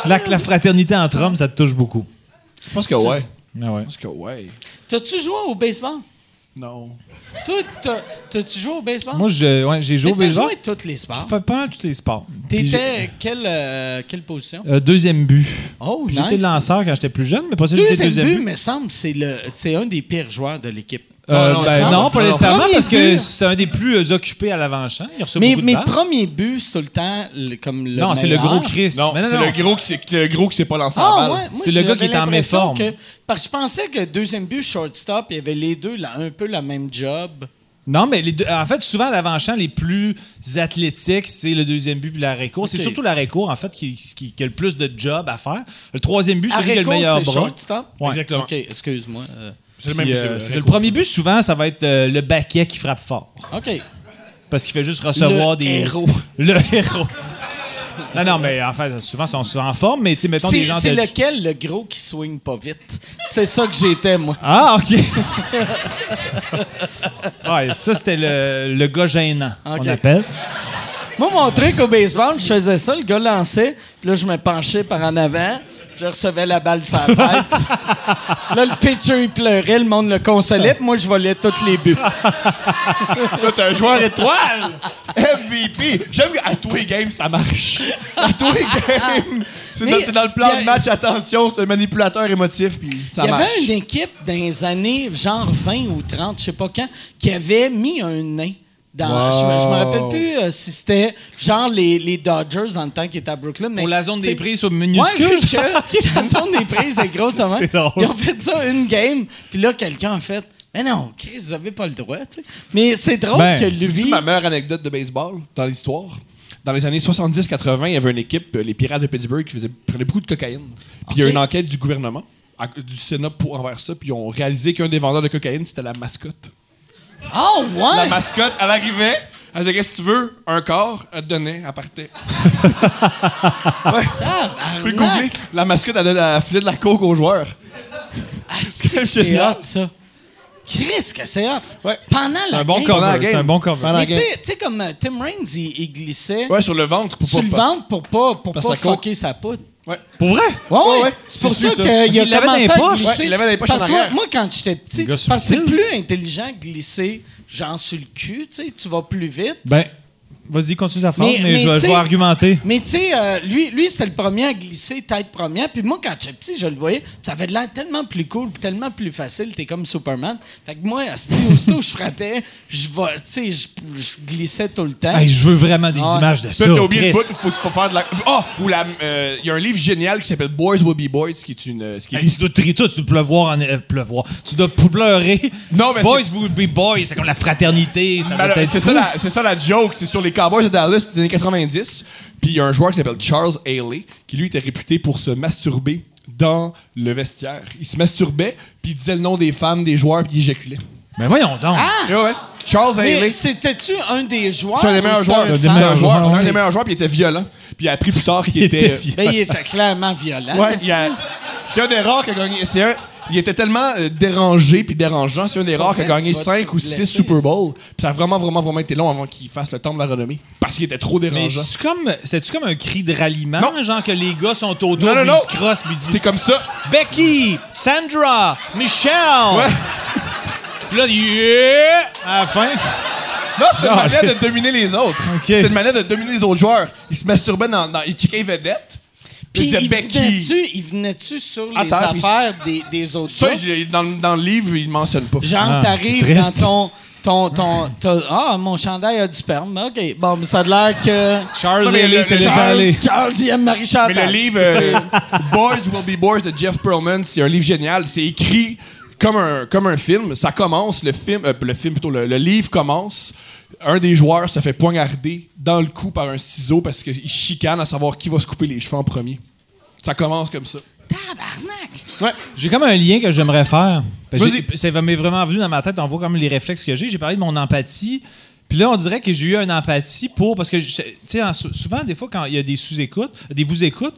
[SPEAKER 3] La, la fraternité entre hommes, ça te touche beaucoup.
[SPEAKER 5] Je pense que ouais.
[SPEAKER 3] Ah ouais.
[SPEAKER 5] Je pense que ouais.
[SPEAKER 4] T'as-tu joué au baseball?
[SPEAKER 5] Non.
[SPEAKER 4] Toi, t'as- t'as-tu joué au baseball?
[SPEAKER 3] Moi, je- ouais, j'ai joué au
[SPEAKER 4] Mais t'as
[SPEAKER 3] baseball.
[SPEAKER 4] joué tous les
[SPEAKER 3] Je
[SPEAKER 4] sports.
[SPEAKER 3] fais pas mal tous les sports. Puis j'ai-
[SPEAKER 4] T'étais quelle, euh, quelle position?
[SPEAKER 3] euh, deuxième but.
[SPEAKER 4] Oh,
[SPEAKER 3] Puis J'étais
[SPEAKER 4] nice.
[SPEAKER 3] lanceur quand j'étais plus jeune, mais après ça, j'étais
[SPEAKER 4] Deuxième
[SPEAKER 3] deuxième
[SPEAKER 4] but,
[SPEAKER 3] but.
[SPEAKER 4] me semble, c'est le, c'est un des pires joueurs de l'équipe.
[SPEAKER 3] Euh,
[SPEAKER 5] Non, non,
[SPEAKER 3] ben,
[SPEAKER 5] ça,
[SPEAKER 3] non,
[SPEAKER 5] non.
[SPEAKER 3] pas nécessairement,
[SPEAKER 4] Premier
[SPEAKER 3] parce que
[SPEAKER 4] but.
[SPEAKER 3] c'est un des plus euh, occupés à l'avant-champ. Il reçoit
[SPEAKER 4] Mais
[SPEAKER 3] beaucoup de
[SPEAKER 4] mes
[SPEAKER 3] balles.
[SPEAKER 4] premiers buts, c'est tout le temps le- comme le
[SPEAKER 3] Non, c'est le
[SPEAKER 4] meilleur.
[SPEAKER 3] gros Chris.
[SPEAKER 5] Non,
[SPEAKER 3] Mais non,
[SPEAKER 5] c'est
[SPEAKER 3] non.
[SPEAKER 5] le gros qui s'est- le gros qui s'est pas lancé
[SPEAKER 4] Ah,
[SPEAKER 5] la
[SPEAKER 4] ouais,
[SPEAKER 5] balle.
[SPEAKER 4] moi,
[SPEAKER 3] C'est le gars
[SPEAKER 4] j'avais
[SPEAKER 3] qui est en
[SPEAKER 4] l'impression
[SPEAKER 3] méforme.
[SPEAKER 4] que- parce que je pensais que deuxième but, shortstop, il y avait les deux là, un peu la même job.
[SPEAKER 3] Non, mais les deux- en fait, souvent, l'avant-champ, les plus athlétiques, c'est le deuxième but puis l'arrêt-court. C'est
[SPEAKER 4] Ok.
[SPEAKER 3] surtout l'arrêt-court, en fait, qui, qui- qui a le plus de job à faire. Le troisième but, c'est lui qui a le
[SPEAKER 4] Areco,
[SPEAKER 3] meilleur
[SPEAKER 4] c'est
[SPEAKER 3] bras.
[SPEAKER 4] shortstop?
[SPEAKER 3] Ouais.
[SPEAKER 5] Exactement.
[SPEAKER 4] OK, excuse-moi. euh,
[SPEAKER 5] C'est le
[SPEAKER 3] Puis,
[SPEAKER 5] même
[SPEAKER 3] euh,
[SPEAKER 5] c'est
[SPEAKER 3] c'est
[SPEAKER 5] vrai.
[SPEAKER 3] le premier but, souvent, ça va être euh, le baquet qui frappe fort.
[SPEAKER 4] OK.
[SPEAKER 3] Parce qu'il fait juste recevoir
[SPEAKER 4] Le
[SPEAKER 3] des.
[SPEAKER 4] héros.
[SPEAKER 3] Le héros. non, non, mais en fait, souvent, ils sont, sont en forme, mais tu sais, mettons des
[SPEAKER 4] C'est
[SPEAKER 3] gens
[SPEAKER 4] c'est
[SPEAKER 3] de.
[SPEAKER 4] lequel le gros qui swing pas vite? C'est ça que j'étais, moi.
[SPEAKER 3] Ah, OK. ouais, ça, c'était le, le gars gênant,
[SPEAKER 4] OK.
[SPEAKER 3] on appelle.
[SPEAKER 4] Moi, mon truc au baseball, je faisais ça, le gars lançait, puis là, je me penchais par en avant, je recevais la balle sur la tête. là, le pitcher, il pleurait, le monde le consolait, puis moi, je volais tous les buts.
[SPEAKER 5] Là, t'es un joueur étoile! MVP! J'aime qu'à tous les games, ça marche. À tous les games! C'est
[SPEAKER 4] Mais
[SPEAKER 5] dans, c'est dans le plan
[SPEAKER 4] y a-
[SPEAKER 5] de match, attention, c'est un manipulateur émotif, puis ça
[SPEAKER 4] Il y
[SPEAKER 5] marche.
[SPEAKER 4] avait une équipe dans les années genre 20 ou 30, je sais pas quand, qui avait mis un nain. Dans, je, me, je me rappelle plus euh, si c'était genre les, les Dodgers dans le temps qui étaient à Brooklyn. Mais,
[SPEAKER 3] Pour la zone
[SPEAKER 4] tu
[SPEAKER 3] des
[SPEAKER 4] sais,
[SPEAKER 3] prises au
[SPEAKER 4] Ouais,
[SPEAKER 3] minuscule.
[SPEAKER 4] vu que la zone des prises est grosse, ça va.
[SPEAKER 3] C'est drôle.
[SPEAKER 4] Ils ont fait ça une game, puis là, quelqu'un a fait Mais non, Chris, vous avez pas le droit, tu sais. Mais c'est drôle
[SPEAKER 3] Ben,
[SPEAKER 4] que
[SPEAKER 5] Veux-tu
[SPEAKER 4] lui.
[SPEAKER 5] ma meilleure anecdote de baseball dans l'histoire. Dans les années 70-80, il y avait une équipe, euh, les Pirates de Pittsburgh, qui faisait, prenaient beaucoup de cocaïne. Puis il y a
[SPEAKER 4] Ok.
[SPEAKER 5] eu une enquête du gouvernement, à- du Sénat pour, envers ça, puis ils ont réalisé qu'un des vendeurs de cocaïne, c'était la mascotte.
[SPEAKER 4] Oh,
[SPEAKER 5] La
[SPEAKER 4] ouais!
[SPEAKER 5] mascotte, elle arrivait, elle disait Qu'est-ce que tu veux Un corps, elle te donnait, elle partait. ouais.
[SPEAKER 4] Tabarnak!
[SPEAKER 5] Tu peux le googler. La mascotte, elle, donnait- elle filait de la coke aux joueurs.
[SPEAKER 4] Asti que c'est hot, ça. Chris, que c'est hot.
[SPEAKER 5] Ouais.
[SPEAKER 4] Pendant la
[SPEAKER 3] C'est un bon
[SPEAKER 4] game.
[SPEAKER 5] Pendant la
[SPEAKER 3] cover. C'est un
[SPEAKER 5] game.
[SPEAKER 3] bon cover.
[SPEAKER 4] Mais tu sais- tu sais, comme euh, Tim Raines, il, il glissait
[SPEAKER 5] Ouais, sur le ventre. Pour
[SPEAKER 4] sur le
[SPEAKER 5] pas-
[SPEAKER 4] ventre pour pas, pour
[SPEAKER 5] Parce
[SPEAKER 4] pas
[SPEAKER 5] que la coke-
[SPEAKER 4] fucker sa poutre.
[SPEAKER 5] Ouais.
[SPEAKER 3] Pour vrai?
[SPEAKER 4] Ouais,
[SPEAKER 5] Ouais,
[SPEAKER 4] ouais.
[SPEAKER 5] ouais.
[SPEAKER 4] C'est pour
[SPEAKER 5] C'est
[SPEAKER 4] ça
[SPEAKER 5] sûr,
[SPEAKER 4] qu'il a
[SPEAKER 3] Il l'avait
[SPEAKER 4] commencé
[SPEAKER 3] dans les
[SPEAKER 4] à
[SPEAKER 3] poches.
[SPEAKER 4] glisser.
[SPEAKER 5] Ouais, il l'avait dans les poches
[SPEAKER 4] Parce
[SPEAKER 5] en
[SPEAKER 4] que moi,
[SPEAKER 5] arrière.
[SPEAKER 4] moi, quand j'étais petit,
[SPEAKER 3] gars
[SPEAKER 4] parce que c'est
[SPEAKER 3] subtil.
[SPEAKER 4] plus intelligent de glisser genre sur le cul, tu sais, tu vas plus vite.
[SPEAKER 3] Ben, vas-y, continue ta phrase,
[SPEAKER 4] Mais-
[SPEAKER 3] mais,
[SPEAKER 4] mais
[SPEAKER 3] je, vais- je
[SPEAKER 4] t'sais-
[SPEAKER 3] vais argumenter.
[SPEAKER 4] Mais tu sais, euh, lui, lui c'était le premier à glisser tête première. Puis moi, quand j'étais petit, je le voyais. Ça avait de l'air tellement plus cool, puis tellement plus facile. T'es comme Superman. Fait que moi, asti, aussitôt je frappais, je va- tu sais, je je glissais tout le temps.
[SPEAKER 3] Hey, je veux vraiment des
[SPEAKER 4] Ah.
[SPEAKER 3] images de ça.
[SPEAKER 5] Peut-être t'as oublié le bout,
[SPEAKER 3] Chris.
[SPEAKER 5] il faut, faut faire de la. Ah! ou la. euh, Il y a un livre génial qui s'appelle Boys Will Be Boys, qui est une. euh, ce qui est-
[SPEAKER 3] Hey, tu dois trier tout, tu dois pleuvoir en euh, pleuvoir. Tu dois pou- pleurer.
[SPEAKER 5] Non, mais
[SPEAKER 3] boys will be boys, c'est comme la fraternité, ça
[SPEAKER 5] Ben,
[SPEAKER 3] doit
[SPEAKER 5] là,
[SPEAKER 3] être
[SPEAKER 5] C'est
[SPEAKER 3] fou.
[SPEAKER 5] ça, la- c'est ça la joke, c'est sur les Cowboys de Dallas des années 90. Puis il y a un joueur qui s'appelle Charles Haley, qui lui était réputé pour se masturber dans le vestiaire. Il se masturbait, puis il disait le nom des femmes, des joueurs, puis il éjaculait.
[SPEAKER 3] Mais voyons donc.
[SPEAKER 4] Ah!
[SPEAKER 5] Ouais, ouais. Charles Haley.
[SPEAKER 4] Mais c'était-tu un des joueurs?
[SPEAKER 5] C'est un des
[SPEAKER 4] ou
[SPEAKER 5] meilleurs
[SPEAKER 4] c'était
[SPEAKER 5] joueurs.
[SPEAKER 4] Ah, un
[SPEAKER 5] C'était
[SPEAKER 4] fan?
[SPEAKER 5] un joueur,
[SPEAKER 3] joueurs.
[SPEAKER 5] c'était un des meilleurs joueurs, puis il était violent. Puis il a appris plus tard qu'il était.
[SPEAKER 3] était
[SPEAKER 4] Ben, il était clairement violent.
[SPEAKER 5] Ouais, il a- c'est un des rares qui a gagné. c'est un- il était tellement euh, dérangé puis dérangeant. C'est un des rares qui a
[SPEAKER 4] Pour vrai,
[SPEAKER 5] gagné
[SPEAKER 4] tu vas
[SPEAKER 5] 5
[SPEAKER 4] te
[SPEAKER 5] ou 6
[SPEAKER 4] blesser,
[SPEAKER 5] Super Bowl. Puis ça a vraiment, vraiment, vraiment été long avant qu'il fasse le temps de la renommée. Parce qu'il était trop
[SPEAKER 3] Mais
[SPEAKER 5] dérangeant.
[SPEAKER 3] c'est-tu comme, c'était-tu comme un cri de ralliement,
[SPEAKER 5] Non.
[SPEAKER 3] genre que les gars sont autour,
[SPEAKER 5] Non, non,
[SPEAKER 3] puis
[SPEAKER 5] non.
[SPEAKER 3] ils se crossent, puis ils disent
[SPEAKER 5] C'est comme ça.
[SPEAKER 3] Becky, Sandra, Michelle.
[SPEAKER 5] Ouais.
[SPEAKER 3] Puis là, yeah! À la fin.
[SPEAKER 5] Non, c'était une
[SPEAKER 3] Non,
[SPEAKER 5] manière
[SPEAKER 3] ok.
[SPEAKER 5] de dominer les autres.
[SPEAKER 3] Ok.
[SPEAKER 5] C'était une manière de dominer les autres joueurs. Il se masturbait dans. dans il checkait les vedettes.
[SPEAKER 4] Puis
[SPEAKER 5] disait
[SPEAKER 4] il
[SPEAKER 5] Becky.
[SPEAKER 4] venait-tu il venait-tu sur les
[SPEAKER 5] Attends, puis-
[SPEAKER 4] affaires des, des autres
[SPEAKER 5] Ça,
[SPEAKER 4] gars?
[SPEAKER 5] il- dans, dans le livre, il mentionne pas.
[SPEAKER 4] Genre,
[SPEAKER 3] Ah,
[SPEAKER 4] t'arrives
[SPEAKER 3] c'est
[SPEAKER 4] dans
[SPEAKER 3] triste.
[SPEAKER 4] ton... ton, ton, ton- ah, mon chandail a du sperme. OK. Bon, mais ça a l'air que...
[SPEAKER 3] Charles
[SPEAKER 5] Non, mais
[SPEAKER 3] Haley
[SPEAKER 5] le-
[SPEAKER 3] s'est
[SPEAKER 5] le-
[SPEAKER 3] laissé
[SPEAKER 5] Charles-
[SPEAKER 3] aller.
[SPEAKER 4] Charles, il aime Marie-Chantal.
[SPEAKER 5] Mais le livre euh, Boys Will Be Boys de Jeff Perlman, c'est un livre génial. C'est écrit comme un, comme un film. Ça commence, le film, euh, le film plutôt, le, le livre commence. Un des joueurs se fait poignarder dans le cou par un ciseau parce qu'il chicane à savoir qui va se couper les cheveux en premier. Ça commence comme ça.
[SPEAKER 4] Tabarnak!
[SPEAKER 5] Ouais.
[SPEAKER 3] J'ai comme un lien que j'aimerais faire. Parce que
[SPEAKER 5] Vas-y.
[SPEAKER 3] j'ai- Ça m'est vraiment venu dans ma tête. On voit comme les réflexes que j'ai. J'ai parlé de mon empathie. Puis là, on dirait que j'ai eu une empathie pour. Parce que, je- tu sais, en- sou- souvent, des fois, quand il y a des sous-écoutes, des vous-écoutes,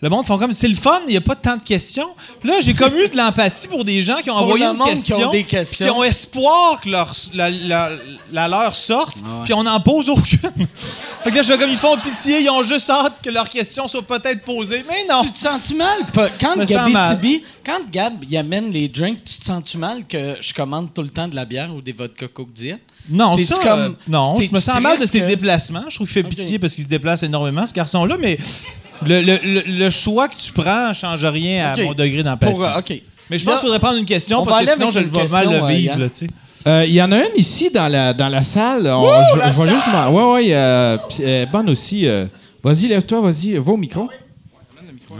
[SPEAKER 3] le monde font comme c'est le fun, il n'y a pas tant de questions. Puis là, j'ai comme eu de l'empathie pour des gens qui ont envoyé
[SPEAKER 4] le
[SPEAKER 3] une
[SPEAKER 4] monde qui
[SPEAKER 3] question.
[SPEAKER 4] ont des
[SPEAKER 3] puis
[SPEAKER 4] questions.
[SPEAKER 3] qui ont espoir que leur, la, la- la leur sorte, puis on n'en pose aucune. fait que là, je fais comme ils font pitié, ils ont juste hâte que leurs questions soient peut-être posées. Mais non!
[SPEAKER 4] Tu te sens-tu mal? pas- Quand
[SPEAKER 3] Me sens
[SPEAKER 4] Gabi
[SPEAKER 3] mal.
[SPEAKER 4] Tibi, quand Gab il amène les drinks, tu te sens-tu mal que je commande tout le temps de la bière ou des vodka Coke Diet?
[SPEAKER 3] Non,
[SPEAKER 4] T'es-tu
[SPEAKER 3] ça,
[SPEAKER 4] comme-
[SPEAKER 3] euh, non, je
[SPEAKER 4] t'es-tu
[SPEAKER 3] me sens mal de
[SPEAKER 4] triste
[SPEAKER 3] ses
[SPEAKER 4] que-
[SPEAKER 3] déplacements. Je trouve qu'il fait
[SPEAKER 4] Ok.
[SPEAKER 3] pitié parce qu'il se déplace énormément, ce garçon-là, mais le, le- le- le choix que tu prends ne change rien à
[SPEAKER 4] Ok.
[SPEAKER 3] mon degré d'empathie.
[SPEAKER 4] Pour, euh, OK.
[SPEAKER 3] Mais je pense
[SPEAKER 4] Là-
[SPEAKER 3] qu'il faudrait prendre une question
[SPEAKER 4] On
[SPEAKER 3] parce
[SPEAKER 4] va
[SPEAKER 3] que
[SPEAKER 4] aller
[SPEAKER 3] sinon je
[SPEAKER 4] avec
[SPEAKER 3] le
[SPEAKER 4] une
[SPEAKER 3] vois mal
[SPEAKER 4] question,
[SPEAKER 3] le
[SPEAKER 4] euh,
[SPEAKER 3] vivre.
[SPEAKER 4] Yann.
[SPEAKER 3] là, tu sais.
[SPEAKER 7] Euh, Il y en a une ici dans la, dans la salle. On- je, je vais juste m'en- Ouais, ouais. euh, puis, euh, bonne aussi. euh. Vas-y, lève-toi, vas-y, va au micro.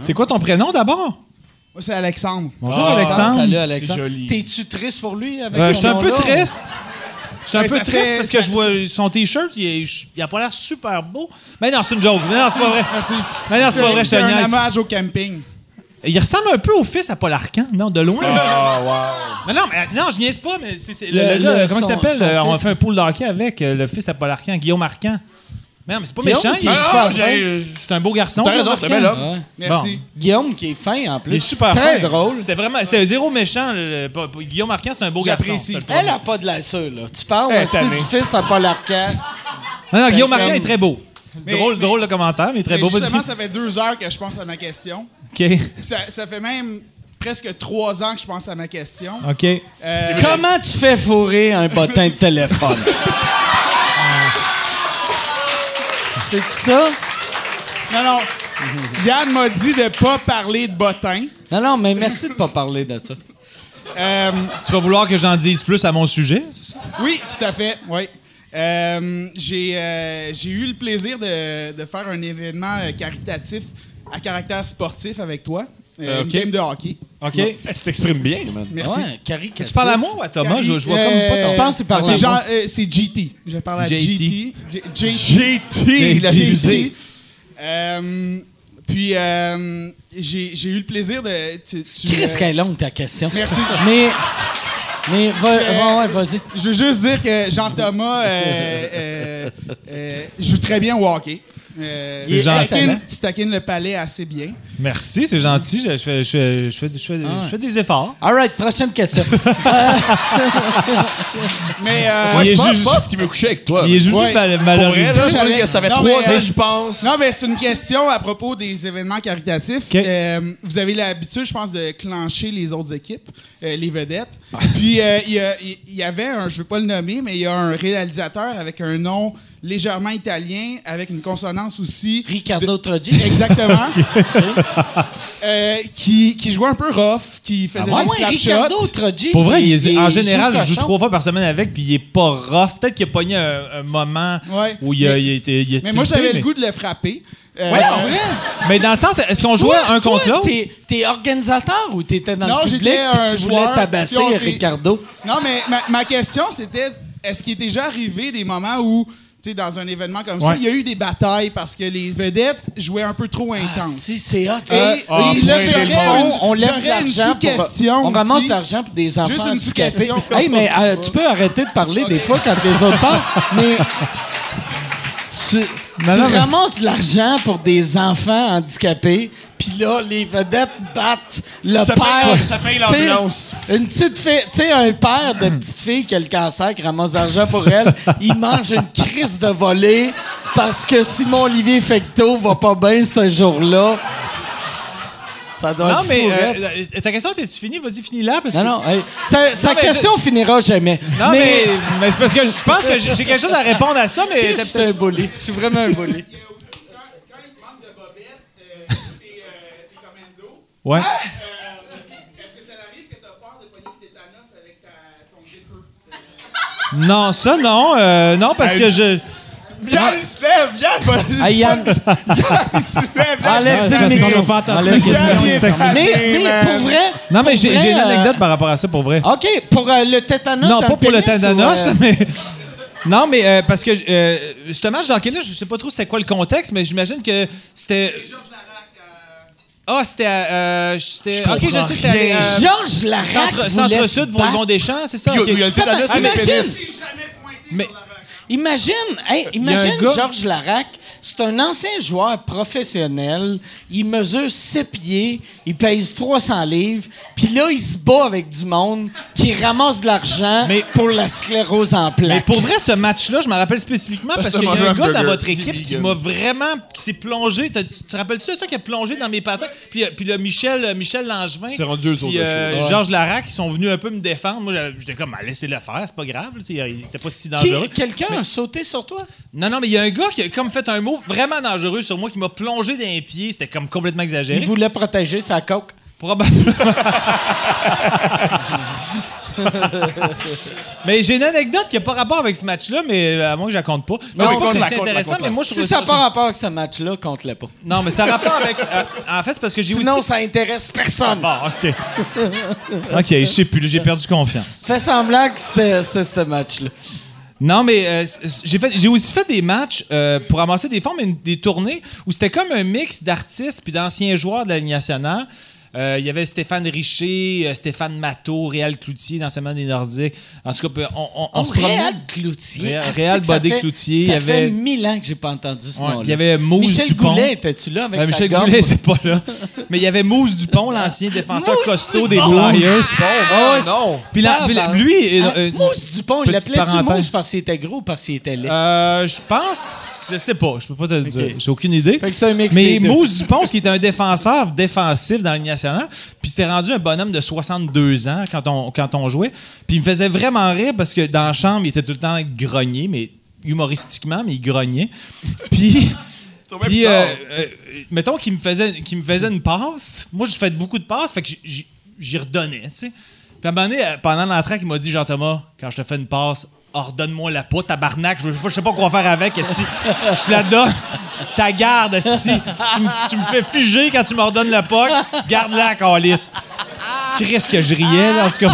[SPEAKER 3] C'est quoi ton prénom d'abord?
[SPEAKER 8] Moi, c'est Alexandre.
[SPEAKER 3] Bonjour Alexandre.
[SPEAKER 4] Ah, Salut, Alexandre.
[SPEAKER 5] joli.
[SPEAKER 4] T'es-tu triste pour lui avec
[SPEAKER 3] Euh,
[SPEAKER 4] son
[SPEAKER 3] je suis un peu
[SPEAKER 4] nom-là?
[SPEAKER 3] triste. Je suis un
[SPEAKER 8] Ben,
[SPEAKER 3] peu
[SPEAKER 8] ça
[SPEAKER 3] triste
[SPEAKER 8] fait-
[SPEAKER 3] parce que
[SPEAKER 8] ça-
[SPEAKER 3] je vois son t-shirt, il, est- il a pas l'air super beau. Mais non, c'est une joke. Mais non, c'est pas vrai.
[SPEAKER 8] Merci.
[SPEAKER 3] Mais non, c'est pas vrai, je te
[SPEAKER 8] C'est un
[SPEAKER 3] niaise.
[SPEAKER 8] hommage au camping.
[SPEAKER 3] Il ressemble un peu au fils à Paul Arcan, non, de loin.
[SPEAKER 5] Ah,
[SPEAKER 3] Non, non, mais, non, je niaise pas, mais c'est, c'est- le,
[SPEAKER 4] Le-
[SPEAKER 3] le gars,
[SPEAKER 4] le-
[SPEAKER 3] comment
[SPEAKER 4] son-
[SPEAKER 3] il s'appelle?
[SPEAKER 4] son
[SPEAKER 3] Euh, On a
[SPEAKER 4] fils.
[SPEAKER 3] fait un pool de hockey avec euh, le fils à Paul Arcan, Guillaume Arcan. Mais non, mais c'est pas méchant,
[SPEAKER 4] qui
[SPEAKER 3] il-
[SPEAKER 4] est super
[SPEAKER 5] j'ai-
[SPEAKER 4] fin.
[SPEAKER 5] euh,
[SPEAKER 3] c'est un beau garçon.
[SPEAKER 5] T'as
[SPEAKER 3] Guillaume
[SPEAKER 5] raison, c'est un
[SPEAKER 3] Arcan.
[SPEAKER 5] bel homme.
[SPEAKER 8] Merci.
[SPEAKER 4] Guillaume qui est fin en plus.
[SPEAKER 3] Il est super
[SPEAKER 4] Très
[SPEAKER 3] fin.
[SPEAKER 4] drôle.
[SPEAKER 3] C'était vraiment, c'était zéro méchant. le- le- pas- pas- Guillaume Arcan, c'est un beau
[SPEAKER 8] J'apprécie.
[SPEAKER 3] garçon.
[SPEAKER 4] Elle a pas de la sûre, là. Tu parles
[SPEAKER 3] Eh,
[SPEAKER 5] Elle est
[SPEAKER 4] aussi
[SPEAKER 5] tannée.
[SPEAKER 4] du fils à Paul Arcand.
[SPEAKER 3] Non, non, Guillaume
[SPEAKER 4] Ben,
[SPEAKER 3] Arcan est très beau.
[SPEAKER 8] Mais-
[SPEAKER 3] drôle,
[SPEAKER 8] mais-
[SPEAKER 3] drôle le commentaire, mais très
[SPEAKER 8] Et
[SPEAKER 3] beau. Vas-y.
[SPEAKER 8] justement, ça fait deux heures que je pense à ma question.
[SPEAKER 3] Ok,
[SPEAKER 8] Puis Ça, ça fait même presque trois ans que je pense à ma question.
[SPEAKER 3] ok.
[SPEAKER 8] Euh,
[SPEAKER 4] Comment tu fais fourrer un bottin de téléphone? C'est ça?
[SPEAKER 8] non, non. Yann m'a dit de pas parler de bottin.
[SPEAKER 4] Non, non, mais merci de pas parler de ça.
[SPEAKER 8] Euh,
[SPEAKER 3] Tu vas vouloir que j'en dise plus à mon sujet, c'est ça?
[SPEAKER 8] oui, tout à fait. Oui. Euh, j'ai, euh, j'ai eu le plaisir de, de faire un événement euh, caritatif à caractère sportif avec toi. Euh,
[SPEAKER 3] Euh,
[SPEAKER 8] Une
[SPEAKER 3] ok.
[SPEAKER 8] game de hockey.
[SPEAKER 3] Ok.
[SPEAKER 5] Eh, Tu t'exprimes bien, man.
[SPEAKER 8] Merci.
[SPEAKER 4] Ouais, caricatif.
[SPEAKER 3] Tu parles à moi ou à Thomas? Je, je vois
[SPEAKER 8] Euh,
[SPEAKER 3] comme pas
[SPEAKER 4] Je
[SPEAKER 3] ton-
[SPEAKER 4] pense que c'est par
[SPEAKER 8] C'est,
[SPEAKER 4] là.
[SPEAKER 8] genre, euh, c'est GT. Je parle à
[SPEAKER 3] JT.
[SPEAKER 8] GT. J- JT.
[SPEAKER 5] JT, il a
[SPEAKER 8] JT.
[SPEAKER 5] abusé.
[SPEAKER 8] Euh, puis euh, j'ai, j'ai eu le plaisir de. Tu, tu,
[SPEAKER 4] Chris,
[SPEAKER 8] euh,
[SPEAKER 4] qu'elle est longue ta question.
[SPEAKER 8] Merci.
[SPEAKER 4] Mais. Mais, va,
[SPEAKER 8] Euh,
[SPEAKER 4] ouais, ouais, vas-y.
[SPEAKER 8] Je veux juste dire que Jean-Thomas euh, euh, euh, joue très bien au hockey. Euh,
[SPEAKER 4] Il est
[SPEAKER 8] tu taquines-
[SPEAKER 4] excellent.
[SPEAKER 8] tu taquines le palais assez bien.
[SPEAKER 3] Merci, c'est gentil. Je, je fais, je, fais, je, fais, je fais-
[SPEAKER 4] Ah
[SPEAKER 3] je fais des efforts.
[SPEAKER 4] All right, prochaine question.
[SPEAKER 8] Mais euh,
[SPEAKER 5] Moi,
[SPEAKER 3] il
[SPEAKER 5] je
[SPEAKER 3] est
[SPEAKER 5] pense
[SPEAKER 3] juste-
[SPEAKER 5] pas qu'il veut coucher avec toi.
[SPEAKER 3] Il est juste
[SPEAKER 8] Ouais.
[SPEAKER 3] mal-
[SPEAKER 5] Ah, ben, Pour vrai,
[SPEAKER 3] malheureux.
[SPEAKER 5] là,
[SPEAKER 8] Ça,
[SPEAKER 5] j'avoue
[SPEAKER 8] j'avais-
[SPEAKER 5] que ça fait
[SPEAKER 8] Non,
[SPEAKER 5] trois
[SPEAKER 8] mais,
[SPEAKER 5] ans,
[SPEAKER 8] euh,
[SPEAKER 5] je pense.
[SPEAKER 8] Non, mais c'est une question à propos des événements caritatifs.
[SPEAKER 3] OK.
[SPEAKER 8] Euh, vous avez l'habitude, je pense, de clencher les autres équipes, euh, les vedettes. Puis, euh, il y a- il y, avait un, je ne veux pas le nommer, mais il y a un réalisateur avec un nom légèrement italien, avec une consonance aussi.
[SPEAKER 4] Ricardo Trogi.
[SPEAKER 8] Exactement. Euh, qui, qui jouait un peu rough, qui faisait
[SPEAKER 4] Ah
[SPEAKER 8] des
[SPEAKER 4] ouais,
[SPEAKER 8] slap
[SPEAKER 4] Ricardo
[SPEAKER 8] shots.
[SPEAKER 4] Trogi.
[SPEAKER 3] Pour vrai, il est-
[SPEAKER 4] il
[SPEAKER 3] en
[SPEAKER 4] joue
[SPEAKER 3] général, je joue
[SPEAKER 4] cochon.
[SPEAKER 3] trois fois par semaine avec, puis il est pas rough. Peut-être qu'il a pogné un, un moment
[SPEAKER 8] Ouais.
[SPEAKER 3] où il a,
[SPEAKER 8] Mais-
[SPEAKER 3] il a été. il a
[SPEAKER 8] Mais moi,
[SPEAKER 3] tilté,
[SPEAKER 8] j'avais
[SPEAKER 3] mais-
[SPEAKER 8] le goût de le frapper. Euh,
[SPEAKER 4] Ouais, en
[SPEAKER 8] euh,
[SPEAKER 4] vrai.
[SPEAKER 3] Mais dans le sens, est-ce qu'on jouait
[SPEAKER 4] Toi-
[SPEAKER 3] un contre
[SPEAKER 4] toi,
[SPEAKER 3] l'autre?
[SPEAKER 4] T'es, t'es organisateur ou t'étais dans
[SPEAKER 8] Non,
[SPEAKER 4] le public
[SPEAKER 8] j'étais
[SPEAKER 4] puis
[SPEAKER 8] un
[SPEAKER 4] tu voulais
[SPEAKER 8] joueur,
[SPEAKER 4] tabasser
[SPEAKER 8] puis on s'est-
[SPEAKER 4] Ricardo?
[SPEAKER 8] Non, mais ma, ma question, c'était est-ce qu'il est déjà arrivé des moments où, tu sais, dans un événement comme ça,
[SPEAKER 3] Ouais.
[SPEAKER 8] il y a eu des batailles parce que les vedettes jouaient un peu trop intense?
[SPEAKER 4] Si, c'est hot.
[SPEAKER 8] Et-
[SPEAKER 4] ça.
[SPEAKER 8] et
[SPEAKER 5] ah,
[SPEAKER 8] j'aurais
[SPEAKER 5] point
[SPEAKER 8] une-
[SPEAKER 5] des fonds,
[SPEAKER 4] on lève
[SPEAKER 8] j'aurais
[SPEAKER 4] de l'argent
[SPEAKER 8] une question
[SPEAKER 4] pour, on ramasse
[SPEAKER 8] aussi.
[SPEAKER 4] de l'argent pour des enfants
[SPEAKER 8] Juste une
[SPEAKER 4] handicapés.
[SPEAKER 8] sous-question.
[SPEAKER 4] Hey, mais euh, tu peux arrêter de parler des fois quand les autres parlent, mais tu, tu
[SPEAKER 3] non, mais-
[SPEAKER 4] ramasses de l'argent pour des enfants handicapés, puis là, les vedettes battent le
[SPEAKER 5] Ça paye-
[SPEAKER 4] père.
[SPEAKER 5] ça paye
[SPEAKER 4] Tu sais,
[SPEAKER 5] l'ambulance.
[SPEAKER 4] Une petite fille, tu sais, un père de petite fille qui a le cancer, qui ramasse de l'argent pour elle, il mange une crise de volée parce que Simon-Olivier Fecteau va pas bien ce jour-là. Ça doit
[SPEAKER 3] Non,
[SPEAKER 4] être
[SPEAKER 3] mais
[SPEAKER 4] fou, raide.
[SPEAKER 3] euh, euh, ta question, t'es-tu finie? Vas-y, finis-la. Parce que...
[SPEAKER 4] Non, non, hey, sa, sa
[SPEAKER 3] Non, mais
[SPEAKER 4] question finira jamais.
[SPEAKER 3] Non, mais, mais c'est parce que je pense que j'ai j'ai quelque chose à répondre à ça, mais.
[SPEAKER 4] je
[SPEAKER 3] t'as
[SPEAKER 4] suis un bully. Je suis vraiment un bully.
[SPEAKER 8] Il y a aussi, quand, quand il manque de bobette, euh, et, euh, et commando,
[SPEAKER 3] Ouais.
[SPEAKER 5] Ah!
[SPEAKER 8] euh, est-ce que ça arrive que tu as peur de pogner le tétanos avec ta, ton zipper?
[SPEAKER 3] Non, ça, non. euh, non, parce que je.
[SPEAKER 5] Yann, il se lève! Yann, va-
[SPEAKER 4] Hey, Yann,
[SPEAKER 5] il se lève! Yann.
[SPEAKER 4] enlève le
[SPEAKER 3] parce qu'on
[SPEAKER 4] micro.
[SPEAKER 3] a pas entendu
[SPEAKER 4] Enlève
[SPEAKER 3] la question.
[SPEAKER 4] le micro.
[SPEAKER 5] Yann, il est
[SPEAKER 4] Mais, mais pour vrai.
[SPEAKER 3] Non, mais
[SPEAKER 4] pour
[SPEAKER 3] j'ai
[SPEAKER 4] vrai,
[SPEAKER 3] j'ai une
[SPEAKER 4] euh,
[SPEAKER 3] anecdote par rapport à ça, pour vrai.
[SPEAKER 4] OK, pour euh, le tétanos.
[SPEAKER 3] Non,
[SPEAKER 4] dans
[SPEAKER 3] pas pour le
[SPEAKER 4] pénis ou,
[SPEAKER 3] tétanos,
[SPEAKER 4] euh,
[SPEAKER 3] mais. Non, mais euh, parce que euh, ce match d'hockey-là, je sais pas trop c'était quoi le contexte, mais j'imagine que c'était. Ah, c'était. à, euh, c'était- ok, je sais, c'était. à,
[SPEAKER 5] rien.
[SPEAKER 3] euh,
[SPEAKER 4] Georges Larac.
[SPEAKER 3] centre,
[SPEAKER 4] voulait se
[SPEAKER 3] centre-sud, Bourgon
[SPEAKER 4] battre.
[SPEAKER 3] des Champs, c'est ça?
[SPEAKER 5] Il y a-
[SPEAKER 3] ok.
[SPEAKER 5] il y a le tétanos
[SPEAKER 4] Attends,
[SPEAKER 5] sur le
[SPEAKER 4] imagine.
[SPEAKER 5] pénis.
[SPEAKER 8] Jamais pointé
[SPEAKER 3] Mais-
[SPEAKER 8] sur la raquette.
[SPEAKER 4] Imagine, hey, imagine Georges Larac, c'est un ancien joueur professionnel. Il mesure 6 pieds, il pèse 300 livres, puis là, il se bat avec du monde qui ramasse de l'argent
[SPEAKER 3] Mais-
[SPEAKER 4] pour la sclérose en plaques.
[SPEAKER 3] Mais pour vrai, ce match-là, je m'en rappelle spécifiquement parce
[SPEAKER 5] que
[SPEAKER 3] qu'il y a
[SPEAKER 5] manger
[SPEAKER 3] un
[SPEAKER 5] un
[SPEAKER 3] gars dans
[SPEAKER 5] burger.
[SPEAKER 3] votre équipe qui
[SPEAKER 5] Vegan.
[SPEAKER 3] m'a vraiment. qui s'est plongé. T'as- Tu te rappelles ça, ça, qui a plongé dans mes patates? Puis, euh, puis le Michel, euh, Michel Langevin.
[SPEAKER 5] C'est rendu eux autres,
[SPEAKER 3] Puis
[SPEAKER 5] le
[SPEAKER 3] euh,
[SPEAKER 5] show. Ouais.
[SPEAKER 3] Georges Larac, ils sont venus un peu me défendre. Moi, j'avais- j'étais comme, Ah, laissez-le faire, c'est pas grave. là, c'est- C'était pas si
[SPEAKER 4] Qui-
[SPEAKER 3] dangereux.
[SPEAKER 4] Quelqu'un a sauté sur toi?
[SPEAKER 3] Non, non, mais il y a un gars qui a comme fait un mot vraiment dangereux sur moi qui m'a plongé dans les pieds. C'était comme complètement exagéré.
[SPEAKER 4] Il voulait protéger sa coque.
[SPEAKER 3] Probablement. mais j'ai une anecdote qui n'a pas rapport avec ce match-là, mais euh, à moins que je la compte pas. Je pense
[SPEAKER 5] on
[SPEAKER 3] pas
[SPEAKER 5] compte
[SPEAKER 3] que
[SPEAKER 5] la,
[SPEAKER 3] c'est
[SPEAKER 5] compte la,
[SPEAKER 3] intéressant,
[SPEAKER 5] compte la.
[SPEAKER 3] mais moi, je
[SPEAKER 4] Si
[SPEAKER 3] trouve
[SPEAKER 4] ça
[SPEAKER 3] ça...
[SPEAKER 4] n'a pas rapport avec ce match-là, compte-le pas.
[SPEAKER 3] Non, mais ça a rapport avec... euh, en fait, c'est parce que j'ai
[SPEAKER 4] Sinon,
[SPEAKER 3] aussi...
[SPEAKER 4] ça intéresse personne.
[SPEAKER 3] Bon, OK. OK, je sais plus, là, j'ai perdu confiance.
[SPEAKER 4] Fais semblant que c'était c'était ce match-là.
[SPEAKER 3] Non, mais euh, c- c- j'ai fait- j'ai aussi fait des matchs euh, pour amasser des fonds, mais une- des tournées où c'était comme un mix d'artistes puis d'anciens joueurs de la Ligue nationale. Euh, Il y avait Stéphane Richer, euh, Stéphane Matteau, Réal Cloutier dans Semaine des Nordiques. En tout cas, ben, on, on, on
[SPEAKER 4] Oh,
[SPEAKER 3] se promenait.
[SPEAKER 4] Réal Cloutier.
[SPEAKER 3] Réal-
[SPEAKER 4] Asti,
[SPEAKER 3] Réal
[SPEAKER 4] que ça
[SPEAKER 3] Bodé
[SPEAKER 4] fait-
[SPEAKER 3] Cloutier, il y
[SPEAKER 4] Ça
[SPEAKER 3] avait-
[SPEAKER 4] fait mille ans que j'ai pas entendu ce
[SPEAKER 3] Ouais,
[SPEAKER 4] nom-là.
[SPEAKER 3] il y avait Mousse
[SPEAKER 4] Michel
[SPEAKER 3] Dupont.
[SPEAKER 4] Goulet, étais-tu là avec
[SPEAKER 3] Ben,
[SPEAKER 4] sa
[SPEAKER 3] Michel
[SPEAKER 4] gomme?
[SPEAKER 3] Goulet n'était pas là. Mais il y avait Moose Dupont, l'ancien défenseur
[SPEAKER 4] Moose
[SPEAKER 3] costaud des
[SPEAKER 4] Dupont!
[SPEAKER 3] Flyers.
[SPEAKER 5] Ah, non!
[SPEAKER 3] Puis, la-
[SPEAKER 4] Ah,
[SPEAKER 3] puis la-
[SPEAKER 4] ben.
[SPEAKER 3] lui, euh,
[SPEAKER 4] Ah,
[SPEAKER 3] euh,
[SPEAKER 4] Mousse Dupont, il
[SPEAKER 3] petite
[SPEAKER 4] l'appelait-tu
[SPEAKER 3] parenthèse.
[SPEAKER 4] Mousse parce qu'il était gros ou parce qu'il était laid?
[SPEAKER 3] Euh, je pense, je sais pas, je peux pas te le dire, j'ai aucune idée.
[SPEAKER 4] Fait que c'est un mix des
[SPEAKER 3] Mais
[SPEAKER 4] deux.
[SPEAKER 3] Mousse Dupont, qui était un défenseur défensif dans la Ligue nationale, puis c'était rendu un bonhomme de 62 ans quand on, quand on jouait, puis il me faisait vraiment rire parce que dans la chambre, il était tout le temps grogné, mais humoristiquement, mais il grognait. Puis puis, euh, euh, mettons qu'il me faisait, qu'il me faisait une passe. Moi, je fais beaucoup de passes, fait que j- j- j'y redonnais, tu sais. Puis à un moment donné, euh, pendant l'entraque, il m'a dit Jean-Thomas, quand je te fais une passe, ordonne-moi la pote, tabarnak, je, veux pas- je sais pas quoi faire avec, esti. Je te la donne, ta garde, esti. Tu, me- tu me fais figer quand tu m'ordonnes le puck, garde-la, calice. Chris que je riais, là, en tout cas.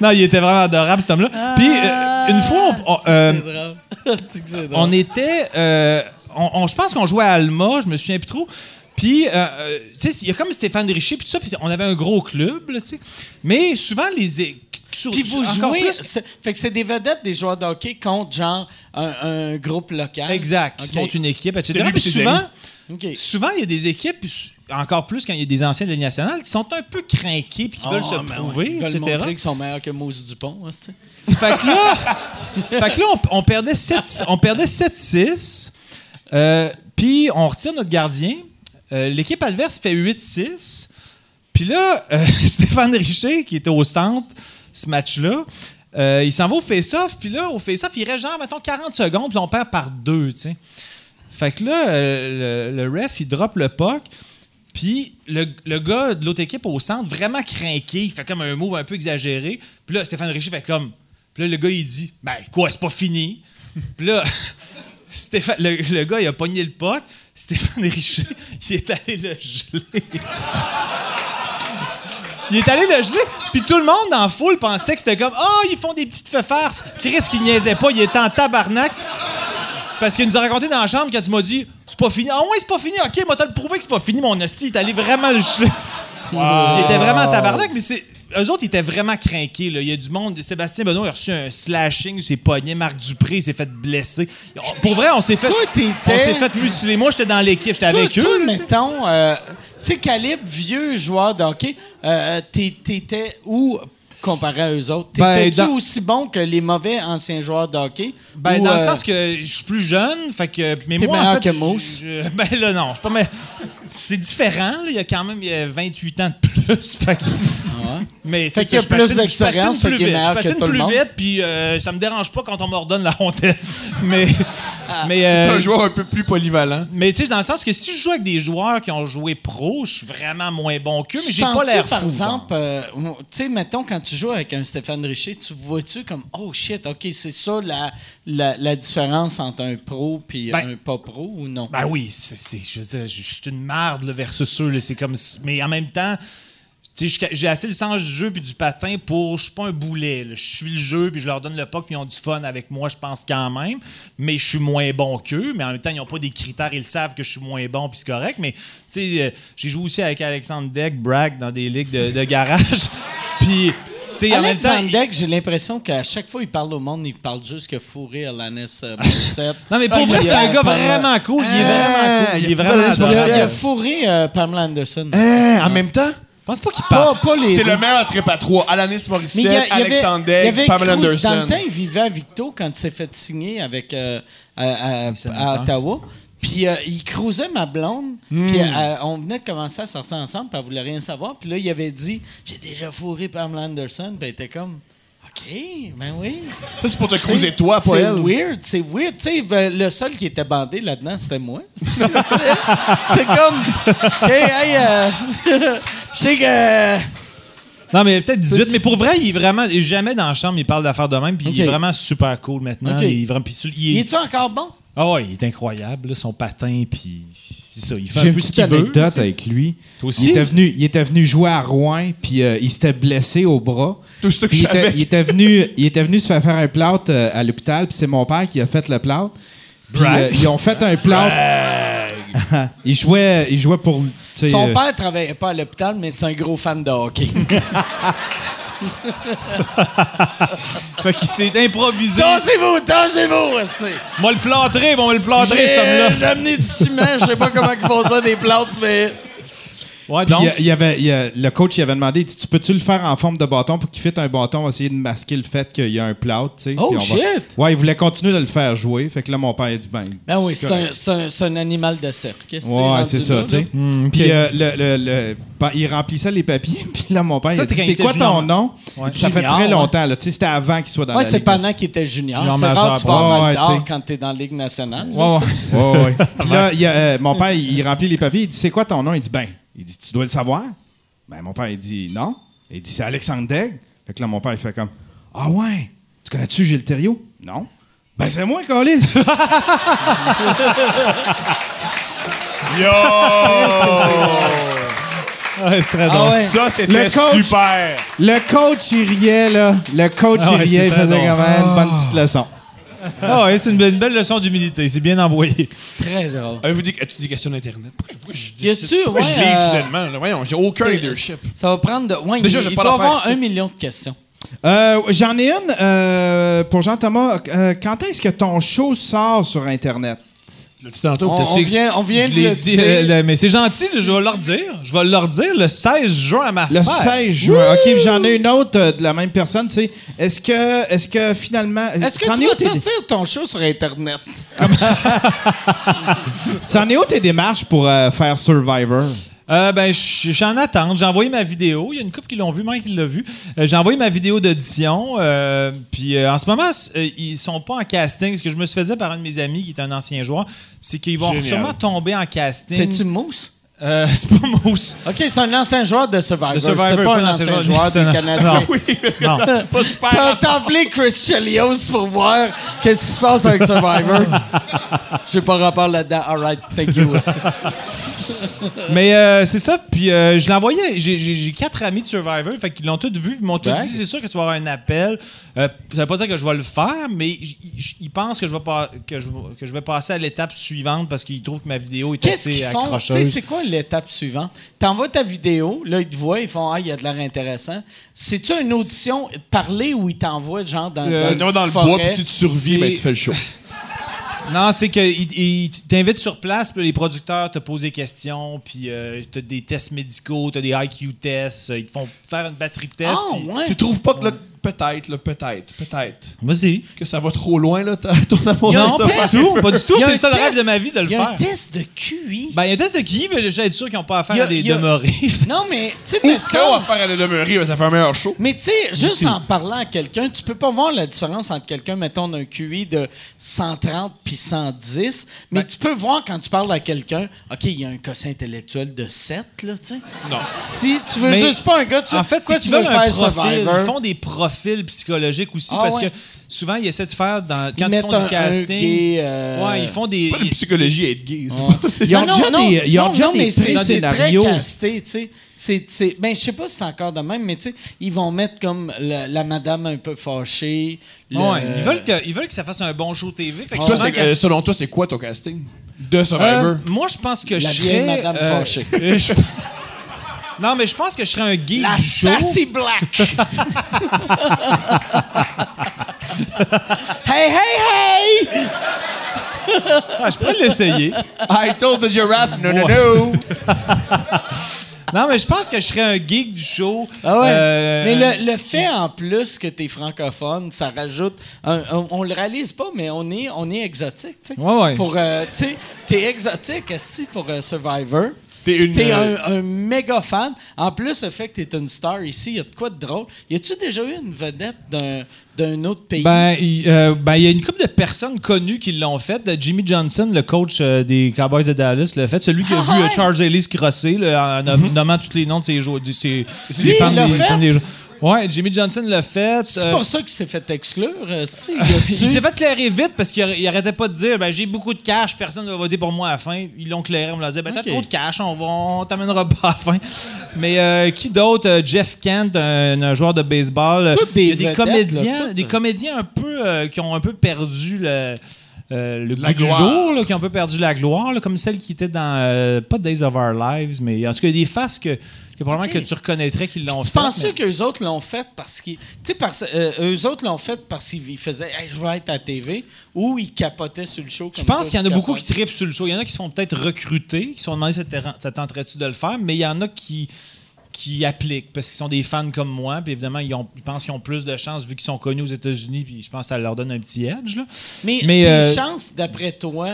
[SPEAKER 3] Non, il était vraiment adorable, cet homme-là. Puis, euh, une fois, on- on- euh,
[SPEAKER 4] Ah, C'est drôle. Asti que c'est drôle.
[SPEAKER 3] on était. euh, on, on- je pense qu'on jouait à Alma, je me souviens plus trop. Puis, euh, euh, tu sais, il y a comme Stéphane Richer, puis tout ça, puis on avait un gros club, là, tu sais. Mais souvent, les. é- sur-
[SPEAKER 4] Puis vous
[SPEAKER 3] encore
[SPEAKER 4] jouez,
[SPEAKER 3] plus-
[SPEAKER 4] c'est- fait que c'est des vedettes, des joueurs de hockey contre genre un, un groupe local.
[SPEAKER 3] Exact, qui se
[SPEAKER 4] Ok.
[SPEAKER 3] montent une équipe, etc.
[SPEAKER 5] lui
[SPEAKER 3] Puis
[SPEAKER 5] puis ses
[SPEAKER 3] souvent,
[SPEAKER 4] Ok.
[SPEAKER 3] souvent, il y a des équipes, puis su- encore plus quand il y a des anciens de la Ligue nationale, qui sont un peu craqués, puis qui veulent se
[SPEAKER 4] Ah, mais ouais,
[SPEAKER 3] prouver,
[SPEAKER 4] Ils
[SPEAKER 3] etc.
[SPEAKER 4] veulent montrer qu'ils sont meilleurs que Mousse Dupont. hein, asti.
[SPEAKER 3] Fait que là, fait que là, on, on perdait 7 on perdait 7-6. euh, puis on retire notre gardien. Euh, L'équipe adverse fait 8-6. Puis là, euh, Stéphane Richer, qui était au centre ce match-là, euh, il s'en va au face-off. Puis là, au face-off, il reste genre, mettons, 40 secondes, puis on perd par deux, tu sais. Fait que là, euh, le, le ref, il drop le puck. Puis le, le gars de l'autre équipe au centre, vraiment craqué, il fait comme un move un peu exagéré. Puis là, Stéphane Richer fait comme. Puis là, le gars, il dit Ben, quoi, c'est pas fini. Puis là, Stéphane, le, le gars, il a pogné le puck. Stéphane Richer, il est allé le geler. Il est allé le geler, puis tout le monde en foule pensait que c'était comme Oh, ils font des petites farces. Chris qui niaisait pas, il était en tabarnak. Parce qu'il nous a raconté dans la chambre quand il m'a dit C'est pas fini. Ah ouais, c'est pas fini. Ok, moi, t'as le prouvé que c'est pas fini, mon hostie. Il est allé vraiment le geler. Il était vraiment en tabarnak, mais c'est. Eux autres, ils étaient vraiment craqués. Là. Il y a du monde. Sébastien Benoît il a reçu un slashing, ses poignets. Marc Dupré il s'est fait blesser. On- Pour vrai, on s'est fait,
[SPEAKER 4] Toi, t'étais-
[SPEAKER 3] on s'est fait mutiler. Moi, j'étais dans l'équipe, j'étais
[SPEAKER 4] Toi,
[SPEAKER 3] avec
[SPEAKER 4] toi,
[SPEAKER 3] eux. là, tu sais.
[SPEAKER 4] mettons, euh, tu sais, Calibre, vieux joueur de hockey, euh, t'es- t'étais où comparé à eux autres?
[SPEAKER 3] Ben,
[SPEAKER 4] T'étais-tu
[SPEAKER 3] dans-
[SPEAKER 4] aussi bon que les mauvais anciens joueurs de hockey?
[SPEAKER 3] Ben,
[SPEAKER 4] Ou,
[SPEAKER 3] dans le
[SPEAKER 4] euh,
[SPEAKER 3] sens que je suis plus jeune, fait que mais
[SPEAKER 4] T'es
[SPEAKER 3] moi en
[SPEAKER 4] meilleur
[SPEAKER 3] fait,
[SPEAKER 4] que
[SPEAKER 3] je-
[SPEAKER 4] Mousse?
[SPEAKER 3] je- ben là non, je suis pas mais c'est différent, là. il y a quand même il y a 28 ans de plus, fait que
[SPEAKER 4] Ah
[SPEAKER 3] mais
[SPEAKER 4] Fait
[SPEAKER 3] c'est
[SPEAKER 4] qu'il y a
[SPEAKER 3] ça, je
[SPEAKER 4] plus
[SPEAKER 3] patine- je
[SPEAKER 4] d'expérience,
[SPEAKER 3] patine
[SPEAKER 4] fait
[SPEAKER 3] plus
[SPEAKER 4] qu'il est
[SPEAKER 3] vite, je
[SPEAKER 4] meilleur que
[SPEAKER 3] patine
[SPEAKER 4] tout le
[SPEAKER 3] plus
[SPEAKER 4] monde.
[SPEAKER 3] vite puis euh, ça me dérange pas quand on m'ordonne la rondelle. mais mais
[SPEAKER 5] T'es
[SPEAKER 3] euh,
[SPEAKER 5] un joueur un peu plus polyvalent.
[SPEAKER 3] mais tu sais dans le sens que si je joue avec des joueurs qui ont joué pro, je suis vraiment moins bon qu'eux,
[SPEAKER 4] tu
[SPEAKER 3] mais j'ai pas
[SPEAKER 4] sens-tu,
[SPEAKER 3] l'air fou.
[SPEAKER 4] par
[SPEAKER 3] genre.
[SPEAKER 4] exemple, euh, tu sais, mettons, quand tu joues avec un Stéphane Richer, tu vois-tu comme, oh shit, OK, c'est ça la, la, la différence entre un pro puis
[SPEAKER 3] Ben-
[SPEAKER 4] un pas pro ou non?
[SPEAKER 3] Ben oui, c'est, c'est- je veux dire, je, je suis une marde là, versus eux. là, c'est comme, si- mais en même temps, tu sais, j'ai- j'ai assez le sens du jeu puis du patin pour. Je suis pas un boulet. là. Je suis le jeu puis je leur donne le puck puis ils ont du fun avec moi, je pense quand même. Mais je suis moins bon qu'eux. Mais en même temps, ils n'ont pas des critères. Ils savent que je suis moins bon puis c'est correct. Mais tu sais, euh, j'ai joué aussi avec Alexandre Deck, Bragg dans des ligues de, de garage. puis. tu sais, en même
[SPEAKER 4] Alex
[SPEAKER 3] temps,
[SPEAKER 4] Zandek, j'ai l'impression qu'à chaque fois il parle au monde, il parle juste que fourrer à l'anès euh, Morissette.
[SPEAKER 3] Non, mais pour vrai, c'est un gars
[SPEAKER 4] euh,
[SPEAKER 3] vraiment cool. Il est vraiment cool. Ah, Il est vraiment
[SPEAKER 4] Il a, il a
[SPEAKER 3] adorable.
[SPEAKER 4] fourré euh, Pamela Anderson.
[SPEAKER 5] Hein, en même temps?
[SPEAKER 3] Je pense pas qu'il
[SPEAKER 4] Pas,
[SPEAKER 3] parle.
[SPEAKER 4] pas les
[SPEAKER 5] C'est le meilleur trip à trois. Alanis
[SPEAKER 4] Mais il y a-
[SPEAKER 5] Morissette,
[SPEAKER 4] il y avait-
[SPEAKER 5] Alexander,
[SPEAKER 4] il y avait
[SPEAKER 5] Pamela
[SPEAKER 4] Cruz-
[SPEAKER 5] Anderson.
[SPEAKER 4] Dans le temps, il vivait à Victo quand il s'est fait signer avec, euh, à, à- à Ottawa. Puis euh, il croisait ma blonde.
[SPEAKER 5] Hmm.
[SPEAKER 4] Puis euh, on venait de commencer à sortir ensemble. Puis elle voulait rien savoir. Puis là, il avait dit J'ai déjà fourré Pamela Anderson. Puis elle était comme OK, ben oui.
[SPEAKER 5] Ça, c'est pour te creuser toi, pas
[SPEAKER 4] C'est
[SPEAKER 5] elle.
[SPEAKER 4] weird, c'est weird. Tu sais, ben, le seul qui était bandé là-dedans, c'était moi. c'est comme. OK, hey, euh, je sais que.
[SPEAKER 3] Non, mais peut-être 18. Mais pour vrai, il est vraiment. il est Jamais dans la chambre, il parle d'affaires de même. Puis il est
[SPEAKER 4] Ok.
[SPEAKER 3] vraiment super cool maintenant.
[SPEAKER 4] Ok.
[SPEAKER 3] Il est vraiment. puis sur- il
[SPEAKER 4] Il
[SPEAKER 3] est-
[SPEAKER 4] est-tu encore bon?
[SPEAKER 3] Ah ouais, il est incroyable. là, son patin, puis. C'est ça, il fait
[SPEAKER 7] J'ai
[SPEAKER 3] un
[SPEAKER 7] une
[SPEAKER 3] peu ce
[SPEAKER 7] petite
[SPEAKER 3] qu'il veut.
[SPEAKER 7] anecdote avec lui.
[SPEAKER 3] Toi aussi?
[SPEAKER 7] Il était, venu, il était venu jouer à Rouen, puis euh, il s'était blessé au bras.
[SPEAKER 5] Tout ce que
[SPEAKER 7] Puis il, était,
[SPEAKER 5] j'avais.
[SPEAKER 7] il était venu, il était venu se faire faire un plâtre euh, à l'hôpital, puis c'est mon père qui a fait le plâtre. Puis
[SPEAKER 3] Brag.
[SPEAKER 7] euh, ils ont fait un plâtre.
[SPEAKER 6] Il jouait, il jouait pour. tu sais,
[SPEAKER 4] Son
[SPEAKER 6] euh,
[SPEAKER 4] père travaillait pas à l'hôpital, mais c'est un gros fan de hockey.
[SPEAKER 3] Fait qu'il s'est improvisé.
[SPEAKER 4] dansez-vous, dansez-vous! esti.
[SPEAKER 3] Moi, le plâtrer, bon, le plâtrer, cet homme-là.
[SPEAKER 4] J'ai j'ai amené du ciment, je sais pas comment ils font ça, des plantes, mais.
[SPEAKER 3] Ouais,
[SPEAKER 6] Puis euh,
[SPEAKER 3] donc.
[SPEAKER 6] il y a- il y avait, il y a- le coach il avait demandé tu tu peux-tu le faire en forme de bâton pour qu'il fitte un bâton, essayer de masquer le fait qu'il y a un plâtre. tu sais,
[SPEAKER 4] Oh,
[SPEAKER 6] puis on va-
[SPEAKER 4] shit!
[SPEAKER 6] Ouais, il voulait continuer de le faire jouer. Fait que là, mon père il dit ben.
[SPEAKER 4] Ben oui, c'est un,
[SPEAKER 6] correct.
[SPEAKER 4] c'est un, c'est un animal de cirque. Qu'est-ce que
[SPEAKER 6] Ouais,
[SPEAKER 4] rendu
[SPEAKER 6] c'est
[SPEAKER 4] là,
[SPEAKER 6] ça,
[SPEAKER 4] là?
[SPEAKER 6] tu sais. Puis euh, le- le- le- pa- il remplissait les papiers, puis là, mon père,
[SPEAKER 3] Ça,
[SPEAKER 6] il a
[SPEAKER 3] c'était
[SPEAKER 6] dit,
[SPEAKER 3] quand il
[SPEAKER 6] c'est
[SPEAKER 3] était
[SPEAKER 6] quoi ton
[SPEAKER 3] junior.
[SPEAKER 6] nom?
[SPEAKER 3] Ouais.
[SPEAKER 6] Ça fait
[SPEAKER 4] Junior,
[SPEAKER 6] très
[SPEAKER 4] ouais.
[SPEAKER 6] longtemps, là. Tu sais, c'était avant qu'il soit dans
[SPEAKER 4] Ouais,
[SPEAKER 6] la
[SPEAKER 4] c'est
[SPEAKER 6] Ligue
[SPEAKER 4] pendant qu'il était junior.
[SPEAKER 3] Junior
[SPEAKER 4] C'est rare
[SPEAKER 3] majeur,
[SPEAKER 4] que tu vas en
[SPEAKER 6] ouais,
[SPEAKER 4] Val
[SPEAKER 6] ouais,
[SPEAKER 4] d'Or
[SPEAKER 6] tu sais.
[SPEAKER 4] quand t'es dans la Ligue nationale. là,
[SPEAKER 6] Ouais,
[SPEAKER 4] tu sais.
[SPEAKER 6] ouais. Ouais, ouais. Puis là, il y a, euh, mon père, il il remplit les papiers. Il dit C'est quoi ton nom Il dit Ben, il dit Tu dois le savoir. Ben, mon père, il dit Non. Il dit C'est Alexandre Degg. Fait que là, mon père, il fait comme Ah ouais, tu connais-tu Gilles Thériault Non. Ben, c'est moi, Colis.
[SPEAKER 3] Ouais, c'est très
[SPEAKER 6] Ah
[SPEAKER 3] drôle.
[SPEAKER 6] ouais.
[SPEAKER 5] Ça, c'était
[SPEAKER 6] Le coach-
[SPEAKER 5] super.
[SPEAKER 6] Le coach, il riait, là. Le coach,
[SPEAKER 3] Ah ouais,
[SPEAKER 6] il riait.
[SPEAKER 3] c'est
[SPEAKER 6] Il
[SPEAKER 3] très
[SPEAKER 6] faisait
[SPEAKER 3] drôle.
[SPEAKER 6] quand même une bonne petite leçon.
[SPEAKER 3] Ah ouais, c'est une, belle- une belle leçon d'humilité. C'est bien envoyé.
[SPEAKER 4] Très drôle.
[SPEAKER 5] Avez-vous des, as-tu des questions d'Internet? Pourquoi, pourquoi je
[SPEAKER 4] Y
[SPEAKER 5] décide-
[SPEAKER 4] a-tu,
[SPEAKER 5] pourquoi
[SPEAKER 4] ouais,
[SPEAKER 5] je lis
[SPEAKER 4] euh,
[SPEAKER 5] finalement? là? Voyons, j'ai aucun
[SPEAKER 4] c'est-
[SPEAKER 5] leadership.
[SPEAKER 4] Ça va prendre de. Ouais,
[SPEAKER 5] Déjà,
[SPEAKER 4] il,
[SPEAKER 5] j'ai
[SPEAKER 4] il
[SPEAKER 5] pas
[SPEAKER 4] doit
[SPEAKER 5] l'affaire
[SPEAKER 4] avoir
[SPEAKER 5] ici.
[SPEAKER 4] un million de questions.
[SPEAKER 6] Euh, J'en ai une euh, pour Jean-Thomas. Euh, quand est-ce que ton show sort sur Internet?
[SPEAKER 5] L'as-tu tantôt?
[SPEAKER 4] On,
[SPEAKER 5] peut-être?
[SPEAKER 4] on vient, on vient
[SPEAKER 3] Je
[SPEAKER 4] de
[SPEAKER 3] l'ai
[SPEAKER 4] le
[SPEAKER 3] dit,
[SPEAKER 4] dire.
[SPEAKER 3] euh, le- mais c'est gentil, je vais leur dire. Je vais leur dire le 16 juin à ma
[SPEAKER 6] Le
[SPEAKER 3] fête.
[SPEAKER 6] 16 juin. OK, puis j'en ai une autre euh, de la même personne. C'est est-ce que, est-ce que finalement. euh,
[SPEAKER 4] Est-ce que
[SPEAKER 6] c'en
[SPEAKER 4] tu
[SPEAKER 6] est où
[SPEAKER 4] vas
[SPEAKER 6] tes-
[SPEAKER 4] sortir ton show sur Internet?
[SPEAKER 6] C'en est où tes démarches pour euh, faire Survivor?
[SPEAKER 3] Euh, ben, je je suis en attente. J'ai envoyé ma vidéo. Il y a une couple qui l'ont vu, Mike, qui l'a vu. Euh, j'ai envoyé ma vidéo d'audition. euh, puis euh, en ce moment, c- euh, ils sont pas en casting. Ce que je me suis fait dire par un de mes amis qui est un ancien joueur, c'est qu'ils vont
[SPEAKER 5] Génial.
[SPEAKER 3] sûrement tomber en casting.
[SPEAKER 4] C'est-tu Mousse?
[SPEAKER 3] Euh, c'est pas mousse.
[SPEAKER 4] OK, c'est un ancien joueur de Ah, Survivor.
[SPEAKER 3] De Survivor,
[SPEAKER 4] C'était pas un ancien joueur Ah
[SPEAKER 3] C'est un-
[SPEAKER 4] des Canadiens.
[SPEAKER 3] Non. Non.
[SPEAKER 4] T'as t'as appelé Chris Chelios pour voir qu'est-ce qui se passe avec Survivor. J'ai pas rapport là-dedans. All right, thank you aussi.
[SPEAKER 3] Mais euh, c'est ça, puis euh, je l'envoyais. J'ai- J'ai j'ai quatre amis de Survivor, fait qu'ils l'ont tous vu, ils m'ont tous
[SPEAKER 4] Ouais.
[SPEAKER 3] dit c'est sûr que tu vas avoir un appel. Euh, ça veut pas dire que je vais le faire, mais j- j- ils pensent que je vais, pas, que je, vais- que je vais passer à l'étape suivante parce qu'ils trouvent que ma vidéo est
[SPEAKER 4] Qu'est-ce qu'ils
[SPEAKER 3] assez
[SPEAKER 4] font? Tu sais,
[SPEAKER 3] accrocheuse.
[SPEAKER 4] c'est quoi l'étape suivante? T'envoies ta vidéo, là, ils te voient, ils font « Ah, il y a de l'air intéressant ». C'est-tu une audition parlée où ils t'envoient, genre, dans,
[SPEAKER 3] Euh,
[SPEAKER 4] dans,
[SPEAKER 5] Tu vas dans le
[SPEAKER 4] forêt?
[SPEAKER 5] bois, puis si tu survis, ben, tu fais le show.
[SPEAKER 3] Non, c'est qu'ils t'invitent sur place, puis les producteurs te posent des questions, puis euh, t'as des tests médicaux, t'as des IQ tests, euh, ils te font faire une batterie de
[SPEAKER 4] Ah,
[SPEAKER 3] tests. puis-
[SPEAKER 4] ouais?
[SPEAKER 5] Tu trouves pas que là, peut-être, là, peut-être, peut-être,
[SPEAKER 3] Vas-y.
[SPEAKER 5] que ça va trop loin, là, ta- ton amour
[SPEAKER 4] Il y a
[SPEAKER 5] de
[SPEAKER 4] un
[SPEAKER 3] Non, pas
[SPEAKER 4] test.
[SPEAKER 3] du tout, pas du tout.
[SPEAKER 4] Il y a
[SPEAKER 3] C'est
[SPEAKER 4] un
[SPEAKER 3] ça le
[SPEAKER 4] test.
[SPEAKER 3] rêve de ma vie de le
[SPEAKER 4] Il y a
[SPEAKER 3] faire.
[SPEAKER 4] un test de QI.
[SPEAKER 3] Ben, il y a un test de qui, mais déjà être sûr qu'ils n'ont pas affaire
[SPEAKER 4] Il y a-
[SPEAKER 3] à des
[SPEAKER 4] il y a-
[SPEAKER 3] demeurés.
[SPEAKER 4] non, mais, tu sais,
[SPEAKER 5] Ou
[SPEAKER 4] mais
[SPEAKER 5] qu'on va
[SPEAKER 4] ça...
[SPEAKER 5] faire à la demeurer, ben, ça fait un meilleur show.
[SPEAKER 4] Mais tu sais, juste en parlant à quelqu'un, tu peux pas voir la différence entre quelqu'un, mettons, d'un QI de 130 puis 110,
[SPEAKER 3] Ben.
[SPEAKER 4] mais tu peux voir quand tu parles à quelqu'un, OK, il y a un quotient intellectuel de 7, là, tu sais.
[SPEAKER 5] Non.
[SPEAKER 4] Si tu veux
[SPEAKER 3] Mais
[SPEAKER 4] juste pas un gars, tu
[SPEAKER 3] en
[SPEAKER 4] quoi
[SPEAKER 3] fait, c'est
[SPEAKER 4] tu
[SPEAKER 3] qu'ils
[SPEAKER 4] veux
[SPEAKER 3] veulent un
[SPEAKER 4] faire
[SPEAKER 3] profil.
[SPEAKER 4] Survivor?
[SPEAKER 3] Ils font des profils psychologiques aussi
[SPEAKER 4] Ah
[SPEAKER 3] parce
[SPEAKER 4] ouais.
[SPEAKER 3] que souvent, ils essaient de faire dans,
[SPEAKER 4] Ils
[SPEAKER 3] quand ils
[SPEAKER 4] mettent
[SPEAKER 3] font
[SPEAKER 4] un- un
[SPEAKER 3] du casting.
[SPEAKER 4] gay, euh,
[SPEAKER 3] Ouais, ils font des.
[SPEAKER 5] Pas de psychologie à être gay. ça.
[SPEAKER 6] Ils ont
[SPEAKER 4] Ah non,
[SPEAKER 6] déjà
[SPEAKER 4] non,
[SPEAKER 6] des- ils ont
[SPEAKER 4] non,
[SPEAKER 6] déjà
[SPEAKER 4] non,
[SPEAKER 6] des
[SPEAKER 4] mais c'est- c'est très
[SPEAKER 6] pré-scénarios.
[SPEAKER 4] casté, tu sais. C'est, c'est- ben, je sais pas si c'est encore de même, mais tu sais, ils vont mettre comme la, la madame un peu fâchée. le-
[SPEAKER 3] Ouais, ils, veulent que, ils veulent que ça fasse un bon show TV. Fait que
[SPEAKER 5] Toi,
[SPEAKER 3] souvent,
[SPEAKER 5] euh, c'est-
[SPEAKER 3] quand-
[SPEAKER 5] euh, selon toi, c'est quoi ton casting de Survivor?
[SPEAKER 3] Euh, moi, je pense que
[SPEAKER 4] La
[SPEAKER 3] je
[SPEAKER 4] vieille
[SPEAKER 3] serais,
[SPEAKER 4] madame fâchée.
[SPEAKER 3] je- Non, mais je pense que je serais un geek
[SPEAKER 4] La
[SPEAKER 3] du show.
[SPEAKER 4] Sassy Black. hey, hey, hey!
[SPEAKER 3] Ah, je pourrais l'essayer.
[SPEAKER 5] Hein? I told the giraffe, no, no, no.
[SPEAKER 3] Non, mais je pense que je serais un geek du show.
[SPEAKER 4] Ah ouais.
[SPEAKER 3] Euh,
[SPEAKER 4] mais le, le fait en plus que tu es francophone, ça rajoute. un- un- on le réalise pas, mais on est, on est exotique. tu sais.
[SPEAKER 3] Ouais, ouais.
[SPEAKER 4] Pour, euh, tu sais, t'es exotique, esti, pour euh, Survivor.
[SPEAKER 5] T'es
[SPEAKER 4] Puis
[SPEAKER 5] une,
[SPEAKER 4] T'es un,
[SPEAKER 5] euh,
[SPEAKER 4] un méga fan. En plus, le fait que t'es une star ici, il y a de quoi de drôle. Y a-tu déjà eu une vedette d'un, d'un autre pays?
[SPEAKER 3] Ben, il euh, ben, il y a une couple de personnes connues qui l'ont fait. Le Jimmy Johnson, le coach euh, des Cowboys de Dallas, l'a fait. Celui qui a
[SPEAKER 4] Ah
[SPEAKER 3] vu euh,
[SPEAKER 4] ouais? Mhm.
[SPEAKER 3] Charles Ellis crosser là, en nom- nommant tous les noms de ses joueurs. de ses- des
[SPEAKER 4] Lui, il
[SPEAKER 3] fans
[SPEAKER 4] l'a
[SPEAKER 3] des-
[SPEAKER 4] fait?
[SPEAKER 3] fans des joueurs. Ouais, Jimmy Johnson l'a fait.
[SPEAKER 4] c'est
[SPEAKER 3] Euh,
[SPEAKER 4] pour ça qu'il s'est fait exclure. euh, si, y
[SPEAKER 3] il s'est
[SPEAKER 4] a-tu-
[SPEAKER 3] fait clairer vite parce qu'il arr- il arrêtait pas de dire ben, j'ai beaucoup de cash, personne ne va voter pour moi à la fin. Ils l'ont clairé, on leur dit ben, t'as
[SPEAKER 4] Ok.
[SPEAKER 3] trop de cash, on, va- on t'amènera pas à la fin. Mais euh, qui d'autre Euh, Jeff Kent, un, un joueur de baseball.
[SPEAKER 4] Toutes des
[SPEAKER 3] Il y a des
[SPEAKER 4] vedettes,
[SPEAKER 3] comédiens,
[SPEAKER 4] là, toutes.
[SPEAKER 3] des comédiens un peu euh, qui ont un peu perdu le. euh, le
[SPEAKER 5] La
[SPEAKER 3] goût
[SPEAKER 5] gloire.
[SPEAKER 3] du jour, là, qui ont un peu perdu la gloire, là, comme celle qui était dans, euh, pas Days of Our Lives, mais en tout cas, il y a des faces que, que probablement
[SPEAKER 4] Ok.
[SPEAKER 3] que tu reconnaîtrais qu'ils l'ont
[SPEAKER 4] Tu
[SPEAKER 3] fait.
[SPEAKER 4] penses
[SPEAKER 3] mais-
[SPEAKER 4] que qu'eux autres l'ont fait parce qu'ils. Tu sais, parce euh, eux autres l'ont fait parce qu'ils ils faisaient Hey, je veux être à la TV ou ils capotaient sur le show.
[SPEAKER 3] Je
[SPEAKER 4] comme toi,
[SPEAKER 3] pense qu'il y en a
[SPEAKER 4] tu
[SPEAKER 3] beaucoup
[SPEAKER 4] capotes.
[SPEAKER 3] qui tripent sur le show. Il y en a qui se font peut-être recruter, qui se sont demandé ça te- ça tenterait-tu de le faire, mais il y en a qui qui appliquent parce qu'ils sont des fans comme moi, puis évidemment ils, ont- ils pensent qu'ils ont plus de chances vu qu'ils sont connus aux États-Unis, puis je pense que ça leur donne un petit edge là.
[SPEAKER 4] Mais,
[SPEAKER 3] Mais,
[SPEAKER 4] tes
[SPEAKER 3] euh,
[SPEAKER 4] chances, d'après toi,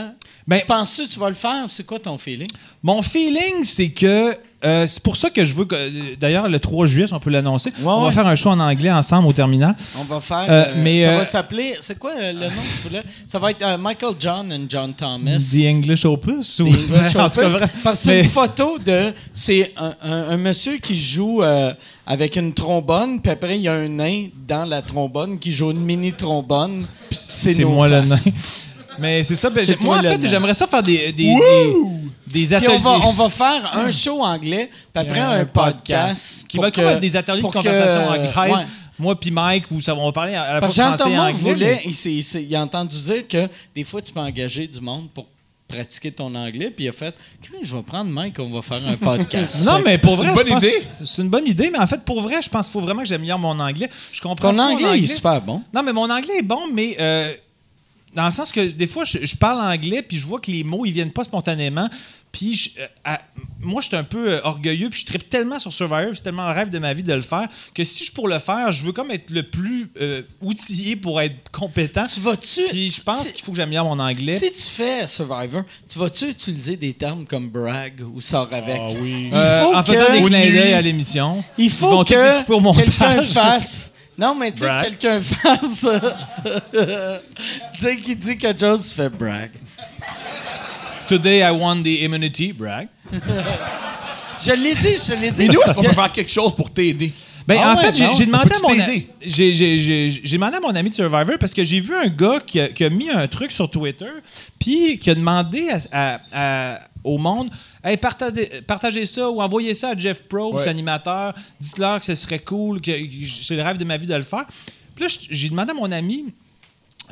[SPEAKER 3] ben-
[SPEAKER 4] tu penses que tu vas le faire? C'est quoi ton feeling?
[SPEAKER 3] Mon feeling c'est que euh, c'est pour ça que je veux que d'ailleurs le 3 juillet, si on peut l'annoncer, on va
[SPEAKER 4] ouais.
[SPEAKER 3] faire un show en anglais ensemble au terminal.
[SPEAKER 4] On va faire.
[SPEAKER 3] Euh,
[SPEAKER 4] euh,
[SPEAKER 3] mais,
[SPEAKER 4] ça
[SPEAKER 3] euh,
[SPEAKER 4] va s'appeler. C'est quoi euh, le nom que tu voulais? Ça va être euh, Michael John and John Thomas.
[SPEAKER 3] The English Opus ou
[SPEAKER 4] Des English
[SPEAKER 3] En tout cas,
[SPEAKER 4] Opus.
[SPEAKER 3] vrai-
[SPEAKER 4] Parce que c'est
[SPEAKER 3] mais-
[SPEAKER 4] une photo de. C'est un, un- un monsieur qui joue euh, avec une trombone, puis après, il y a un nain dans la trombone qui joue une mini-trombone.
[SPEAKER 3] c'est
[SPEAKER 4] nos
[SPEAKER 3] moi le
[SPEAKER 4] faces.
[SPEAKER 3] nain. Mais c'est ça. ben,
[SPEAKER 4] C'est
[SPEAKER 3] j'ai-
[SPEAKER 4] toi
[SPEAKER 3] moi, en
[SPEAKER 4] le
[SPEAKER 3] fait,
[SPEAKER 4] nain.
[SPEAKER 3] j'aimerais ça faire des, des, des, des
[SPEAKER 4] Puis
[SPEAKER 3] ateliers. Hum.
[SPEAKER 4] on va, on va faire un show anglais, puis après
[SPEAKER 3] un
[SPEAKER 4] un, podcast.
[SPEAKER 3] qui
[SPEAKER 4] pour
[SPEAKER 3] va
[SPEAKER 4] que-
[SPEAKER 3] comme être des ateliers de
[SPEAKER 4] pour que-
[SPEAKER 3] conversation anglaise.
[SPEAKER 4] ouais.
[SPEAKER 3] Moi puis Mike, où ça, on va parler à la fois
[SPEAKER 4] Parce que
[SPEAKER 3] français et
[SPEAKER 4] Jean-Thomas
[SPEAKER 3] anglais.
[SPEAKER 4] voulait,
[SPEAKER 3] mais-
[SPEAKER 4] il, s'est- il s'est- il a entendu dire que des fois, tu peux engager du monde pour pratiquer ton anglais, puis il a fait Crime, Je vais prendre Mike, on va faire un podcast.
[SPEAKER 3] Non, mais pour
[SPEAKER 5] C'est
[SPEAKER 3] vrai,
[SPEAKER 5] une bonne
[SPEAKER 3] je pense-
[SPEAKER 5] idée.
[SPEAKER 3] C'est une bonne idée, mais en fait, pour vrai, je pense qu'il faut vraiment que j'améliore mon anglais. Je comprends
[SPEAKER 4] Ton
[SPEAKER 3] tout en
[SPEAKER 4] anglais, il est super bon.
[SPEAKER 3] Non, mais mon anglais est bon, mais euh, dans le sens que des fois, je, je parle anglais, puis je vois que les mots, ils viennent pas spontanément. Puis je- euh, à- moi, je suis un peu euh, orgueilleux, puis je tripe tellement sur Survivor, puis c'est tellement le rêve de ma vie de le faire, que si je pour le faire, je veux comme être le plus euh, outillé pour être compétent.
[SPEAKER 4] Tu vas-tu.
[SPEAKER 3] Puis je
[SPEAKER 4] tu-
[SPEAKER 3] pense
[SPEAKER 4] si-
[SPEAKER 3] qu'il faut que j'améliore mon anglais.
[SPEAKER 4] Si tu fais Survivor, tu vas-tu utiliser des termes comme brag ou sort avec? Il faut
[SPEAKER 3] Ah Euh, en faisant des
[SPEAKER 4] que,
[SPEAKER 3] clins d'œil à l'émission.
[SPEAKER 4] il
[SPEAKER 3] Ils
[SPEAKER 4] faut
[SPEAKER 3] vont tout
[SPEAKER 4] que
[SPEAKER 3] découper au montage.
[SPEAKER 4] quelqu'un fasse. Non, mais tu sais,
[SPEAKER 3] Brag.
[SPEAKER 4] quelqu'un fasse. euh, tu sais, qui dit quelque chose, tu fais brag.
[SPEAKER 3] Today I won the immunity, brag.
[SPEAKER 4] Je l'ai dit, je l'ai dit.
[SPEAKER 5] Mais nous, est-ce qu'on peut faire quelque chose pour t'aider?
[SPEAKER 3] Ben,
[SPEAKER 4] Ah
[SPEAKER 3] en
[SPEAKER 4] ouais,
[SPEAKER 3] fait, j'ai-
[SPEAKER 4] non.
[SPEAKER 3] j'ai demandé, à
[SPEAKER 5] Peux-tu
[SPEAKER 3] mon a-
[SPEAKER 5] t'aider?
[SPEAKER 3] j'ai- j'ai- j'ai- j'ai demandé à mon ami de Survivor parce que j'ai vu un gars qui a, qui a mis un truc sur Twitter puis qui a demandé à- à- à- au monde hey, partagez, partagez ça ou envoyez ça à Jeff Probst,
[SPEAKER 5] Ouais.
[SPEAKER 3] l'animateur. Dites-leur que ce serait cool, que que c'est le rêve de ma vie de le faire. Puis là, j'ai demandé à mon ami.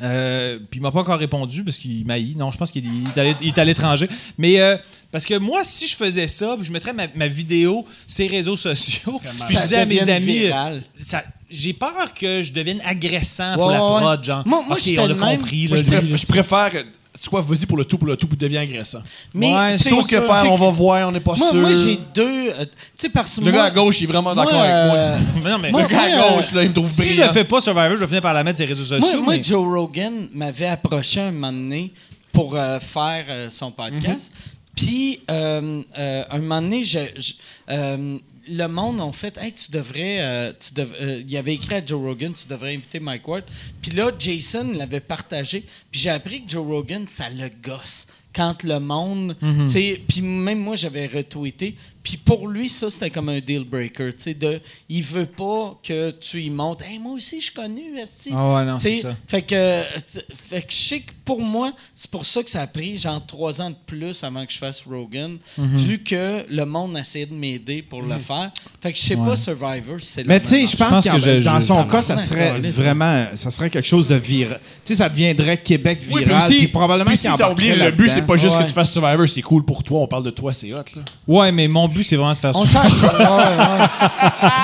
[SPEAKER 3] Euh, puis il m'a pas encore répondu parce qu'il maillit. Non, je pense qu'il est, il est à l'é- il est à l'étranger. Mais euh, parce que moi, si je faisais ça, puis je mettrais ma, ma vidéo sur les réseaux sociaux, puis je
[SPEAKER 4] Ça
[SPEAKER 3] disais à mes
[SPEAKER 4] devienne
[SPEAKER 3] amis,
[SPEAKER 4] viral.
[SPEAKER 3] euh, ça- j'ai peur que je devienne agressant pour
[SPEAKER 4] Ouais,
[SPEAKER 3] la
[SPEAKER 4] ouais,
[SPEAKER 3] prod,
[SPEAKER 4] ouais.
[SPEAKER 3] genre.
[SPEAKER 4] Moi- moi,
[SPEAKER 3] Ok,
[SPEAKER 4] j'étais
[SPEAKER 3] on a
[SPEAKER 4] le même.
[SPEAKER 3] compris.
[SPEAKER 5] Moi,
[SPEAKER 3] là,
[SPEAKER 5] je,
[SPEAKER 3] lui,
[SPEAKER 5] préfère-
[SPEAKER 3] là,
[SPEAKER 5] je préfère. euh, Tu vois, vas-y pour le tout, pour le tout, puis devient agressant.
[SPEAKER 4] Mais
[SPEAKER 3] Ouais,
[SPEAKER 4] c'est
[SPEAKER 5] Plutôt que
[SPEAKER 4] ça,
[SPEAKER 5] faire,
[SPEAKER 4] c'est-
[SPEAKER 5] on va voir, on n'est pas
[SPEAKER 4] Moi,
[SPEAKER 5] sûr.
[SPEAKER 4] moi, j'ai deux. euh, tu sais, parce que
[SPEAKER 5] Le
[SPEAKER 4] moi.
[SPEAKER 5] gars à gauche, il est vraiment d'accord
[SPEAKER 4] moi,
[SPEAKER 5] avec moi.
[SPEAKER 4] euh,
[SPEAKER 3] non, mais
[SPEAKER 4] moi-
[SPEAKER 5] Le gars à
[SPEAKER 4] moi,
[SPEAKER 5] gauche, là, il me trouve
[SPEAKER 3] si je
[SPEAKER 5] brillant.
[SPEAKER 3] le fais pas Survivor, je vais finir par la mettre sur les réseaux
[SPEAKER 4] Moi,
[SPEAKER 3] sociaux.
[SPEAKER 4] moi,
[SPEAKER 3] mais-
[SPEAKER 4] Joe Rogan m'avait approché un moment donné pour euh, faire euh, son podcast. Puis, euh, euh, un moment donné, je- je- euh, le monde ont fait Hey, tu devrais. euh, tu dev- euh, il avait écrit à Joe Rogan, tu devrais inviter Mike Ward. Puis là, Jason l'avait partagé. Puis j'ai appris que Joe Rogan, ça le gosse. Quand le monde. tu sais, Puis même moi, j'avais retweeté. Puis pour lui, ça, c'était comme un deal breaker. tu sais, de, il veut pas que tu y montes. Hey, moi aussi, je suis connu. esti.
[SPEAKER 3] Ah ouais, non,
[SPEAKER 4] T'sais,
[SPEAKER 3] c'est ça.
[SPEAKER 4] Fait que, euh, t- fait que je sais que pour moi, c'est pour ça que ça a pris genre trois ans de plus avant que je fasse Rogan,
[SPEAKER 3] Mhm.
[SPEAKER 4] vu que le monde essayait de m'aider pour le faire. Fait que je sais pas Survivor, si c'est le
[SPEAKER 6] Mais tu sais, je pense,
[SPEAKER 3] pense
[SPEAKER 6] que
[SPEAKER 3] que je-
[SPEAKER 6] dans
[SPEAKER 3] je-
[SPEAKER 6] son
[SPEAKER 3] tabarnak,
[SPEAKER 6] cas, ça serait vraiment, ça serait quelque chose de viral. Tu sais, ça deviendrait Québec
[SPEAKER 5] Oui,
[SPEAKER 6] viral.
[SPEAKER 5] puis aussi-
[SPEAKER 6] puis probablement
[SPEAKER 5] puis
[SPEAKER 6] qu'il
[SPEAKER 5] si ça
[SPEAKER 6] embarquerait
[SPEAKER 5] oublié, le but, c'est
[SPEAKER 6] là-dedans.
[SPEAKER 5] C'est pas juste que tu fasses Survivor, c'est cool pour toi, on parle de toi, c'est hot. Là.
[SPEAKER 3] Ouais, mais mon but, c'est vraiment de faire
[SPEAKER 4] On
[SPEAKER 3] ça.
[SPEAKER 4] s'en fout.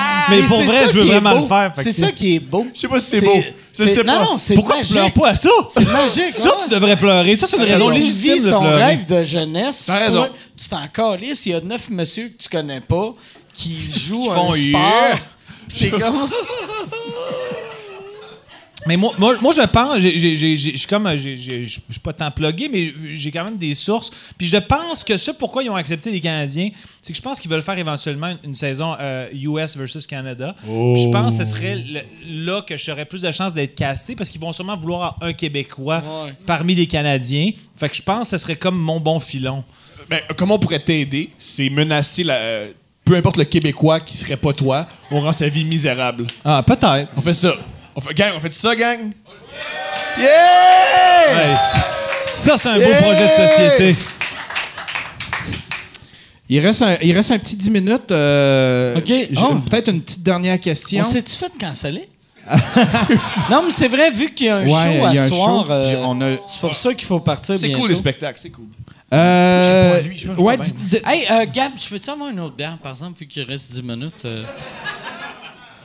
[SPEAKER 4] Ouais, ouais.
[SPEAKER 3] Mais
[SPEAKER 4] Et
[SPEAKER 3] pour
[SPEAKER 4] c'est
[SPEAKER 3] vrai,
[SPEAKER 4] ça
[SPEAKER 3] je veux
[SPEAKER 4] qui est
[SPEAKER 3] vraiment
[SPEAKER 4] beau.
[SPEAKER 3] le faire. fait
[SPEAKER 4] C'est
[SPEAKER 3] que-
[SPEAKER 4] ça qui est beau.
[SPEAKER 5] Je sais pas si c'est beau. Je sais
[SPEAKER 4] non,
[SPEAKER 5] pas.
[SPEAKER 4] non, c'est
[SPEAKER 3] Pourquoi tu
[SPEAKER 4] magique.
[SPEAKER 3] pleures pas à ça?
[SPEAKER 4] C'est magique.
[SPEAKER 3] Ça,
[SPEAKER 4] ouais.
[SPEAKER 3] tu devrais pleurer. Ça, c'est une raison
[SPEAKER 4] Quand tu
[SPEAKER 3] légitime
[SPEAKER 4] dis
[SPEAKER 3] de
[SPEAKER 4] son
[SPEAKER 3] pleurer.
[SPEAKER 4] rêve de jeunesse, toi,
[SPEAKER 5] T'as raison.
[SPEAKER 4] tu t'en calisses. Il y a neuf messieurs que tu connais pas qui jouent
[SPEAKER 3] font
[SPEAKER 4] un
[SPEAKER 3] yeah.
[SPEAKER 4] sport. T'es comme...
[SPEAKER 3] Mais moi, moi, moi, je pense, j'ai- j'ai- j'ai- j'ai- je suis comme, j'ai- j'ai- je je suis pas tant plugué, mais j'ai quand même des sources. Puis je pense que ça, pourquoi ils ont accepté les Canadiens, c'est que je pense qu'ils veulent faire éventuellement une, une saison euh, US versus Canada. Puis je pense que ce serait le- là que j'aurais plus de chances d'être casté parce qu'ils vont sûrement vouloir un Québécois parmi les Canadiens. Fait que je pense que ce serait comme mon bon filon.
[SPEAKER 5] Ben, comment on pourrait t'aider? C'est menacer la. euh, Peu importe le Québécois qui serait pas toi, on rend sa vie misérable.
[SPEAKER 3] Ah, peut-être.
[SPEAKER 5] On fait ça. On fait, gang, on fait ça, gang? Yeah!
[SPEAKER 3] ça, c'est un beau projet de société.
[SPEAKER 6] Il reste un, il reste un petit 10 minutes. euh,
[SPEAKER 4] OK.
[SPEAKER 6] j'ai
[SPEAKER 4] Oh.
[SPEAKER 6] Peut-être une petite dernière question.
[SPEAKER 4] On s'est-tu fait canceller? non, mais c'est vrai, vu qu'il y a un
[SPEAKER 6] Ouais,
[SPEAKER 4] show
[SPEAKER 6] il y a
[SPEAKER 4] à
[SPEAKER 6] un
[SPEAKER 4] soir,
[SPEAKER 6] show, puis
[SPEAKER 4] euh,
[SPEAKER 6] on a-
[SPEAKER 4] c'est pour ça qu'il faut partir
[SPEAKER 5] C'est
[SPEAKER 4] bientôt.
[SPEAKER 5] cool les spectacles, c'est cool.
[SPEAKER 6] Euh,
[SPEAKER 5] Je sais pas, lui, je sais pas, je sais
[SPEAKER 6] ouais,
[SPEAKER 5] pas
[SPEAKER 6] dis- de-
[SPEAKER 4] Hey, euh, Gab, je peux-tu avoir une autre bière, par exemple, vu qu'il reste 10 minutes? euh?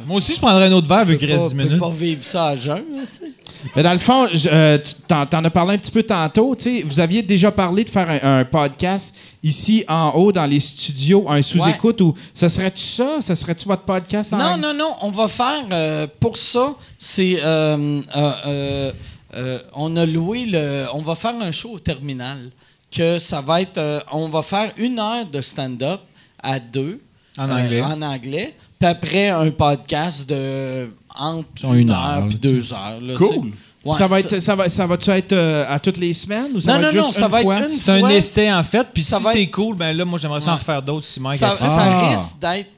[SPEAKER 3] Moi aussi, je prendrais un autre verre vu
[SPEAKER 4] Je
[SPEAKER 3] qu'il reste 10
[SPEAKER 4] peux
[SPEAKER 3] minutes.
[SPEAKER 4] pas vivre ça à jeun, là, c'est-
[SPEAKER 6] mais dans le fond, je- euh, tu t'en, t'en as parlé un petit peu tantôt. tu sais, Vous aviez déjà parlé de faire un, un podcast ici en haut dans les studios, un sous-écoute. Ou ce serait-tu ça? Ce serait-tu votre podcast en
[SPEAKER 4] Non, non, non, on va faire euh, pour ça, c'est euh, euh, euh, euh, on a loué le on va faire un show au terminal que ça va être euh, on va faire une heure de stand-up à deux euh,
[SPEAKER 3] En anglais.
[SPEAKER 4] en anglais. Puis après un podcast de entre
[SPEAKER 3] Sur
[SPEAKER 4] une,
[SPEAKER 3] une
[SPEAKER 4] heure,
[SPEAKER 3] heure,
[SPEAKER 4] puis
[SPEAKER 3] là, tu sais.
[SPEAKER 4] deux heures. là,
[SPEAKER 5] Cool.
[SPEAKER 4] tu sais. Ouais,
[SPEAKER 6] ça va être, ça va, ça va-tu être euh, à toutes les semaines ou ça
[SPEAKER 4] Non,
[SPEAKER 6] va
[SPEAKER 4] non,
[SPEAKER 6] être juste
[SPEAKER 4] non, ça
[SPEAKER 6] une
[SPEAKER 4] va
[SPEAKER 6] fois?
[SPEAKER 4] être une
[SPEAKER 3] C'est un
[SPEAKER 4] fois.
[SPEAKER 3] essai, en fait. Puis
[SPEAKER 4] Ça
[SPEAKER 3] si
[SPEAKER 4] va
[SPEAKER 3] c'est
[SPEAKER 4] être-
[SPEAKER 3] cool, ben là, moi, j'aimerais ça en
[SPEAKER 4] Ouais.
[SPEAKER 3] faire d'autres si Mike
[SPEAKER 4] ça,
[SPEAKER 3] accepte.
[SPEAKER 4] ça
[SPEAKER 6] Ah.
[SPEAKER 4] risque d'être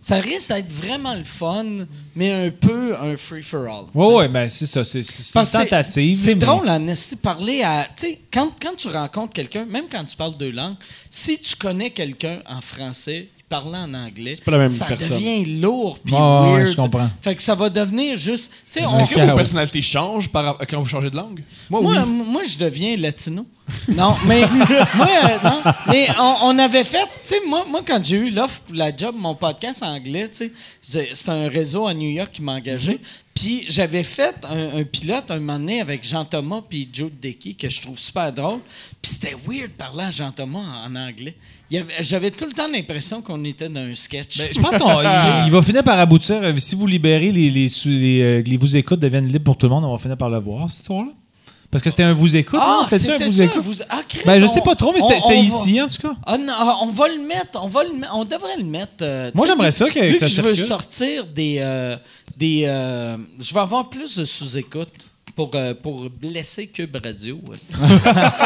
[SPEAKER 4] ça risque d'être vraiment le fun, mais un peu un free for all. tu sais.
[SPEAKER 3] Oui, oui, ben c'est ça. C'est c'est- c'est une
[SPEAKER 4] Parce que c'est-
[SPEAKER 3] tentative.
[SPEAKER 4] C'est
[SPEAKER 3] mais-
[SPEAKER 4] drôle, en esti, parler à. Tu sais, quand, quand tu rencontres quelqu'un, même quand tu parles deux langues, si tu connais quelqu'un en français, il parle en anglais,
[SPEAKER 5] pas la même
[SPEAKER 4] ça
[SPEAKER 5] personne.
[SPEAKER 4] devient lourd puis
[SPEAKER 3] Ouais, ouais,
[SPEAKER 4] weird.
[SPEAKER 3] je comprends.
[SPEAKER 4] Fait que ça va devenir juste. Tu sais, on-
[SPEAKER 5] Est-ce que
[SPEAKER 3] Chaos.
[SPEAKER 5] vos personnalités changent par, rapp- quand vous changez de langue? Moi,
[SPEAKER 4] moi,
[SPEAKER 5] oui.
[SPEAKER 4] m- moi, je deviens latino. Non, mais moi, euh, non, mais on, on avait fait, tu sais, moi, moi, quand j'ai eu l'offre pour la job, mon podcast en anglais, tu sais, c'est c'est un réseau à New York qui m'a engagé.
[SPEAKER 3] Mm-hmm.
[SPEAKER 4] Puis j'avais fait un, un pilote un moment donné avec Jean-Thomas puis Joe Decky que je trouve super drôle. Puis c'était weird de parler à Jean-Thomas en, en anglais. Il y avait- J'avais tout le temps l'impression qu'on était dans un sketch.
[SPEAKER 3] Ben, je pense qu'il il va finir par aboutir. Euh, Si vous libérez les, les, sous- les, euh, les vous écoutes deviennent libres pour tout le monde, on va finir par le voir, cette histoire-là. Parce que c'était un vous écoute. non? C'était-tu
[SPEAKER 4] Ah,
[SPEAKER 3] un
[SPEAKER 4] c'était
[SPEAKER 3] vous
[SPEAKER 4] ça,
[SPEAKER 3] écoute?
[SPEAKER 4] vous- ah, Chris,
[SPEAKER 3] Ben, je
[SPEAKER 4] on-
[SPEAKER 3] sais pas trop, mais
[SPEAKER 4] on-
[SPEAKER 3] c'était c'était
[SPEAKER 4] on va-
[SPEAKER 3] ici, en tout cas.
[SPEAKER 4] Ah non, ah, on va le mettre, on va le mettre- on devrait le mettre. euh,
[SPEAKER 3] Moi,
[SPEAKER 4] tu sais,
[SPEAKER 3] j'aimerais
[SPEAKER 4] vu-
[SPEAKER 3] ça que
[SPEAKER 4] vu
[SPEAKER 3] ça
[SPEAKER 4] que je veux
[SPEAKER 3] circule.
[SPEAKER 4] sortir des euh, des euh, je vais avoir plus de sous-écoute pour euh, pour blesser Cube Radio. aussi.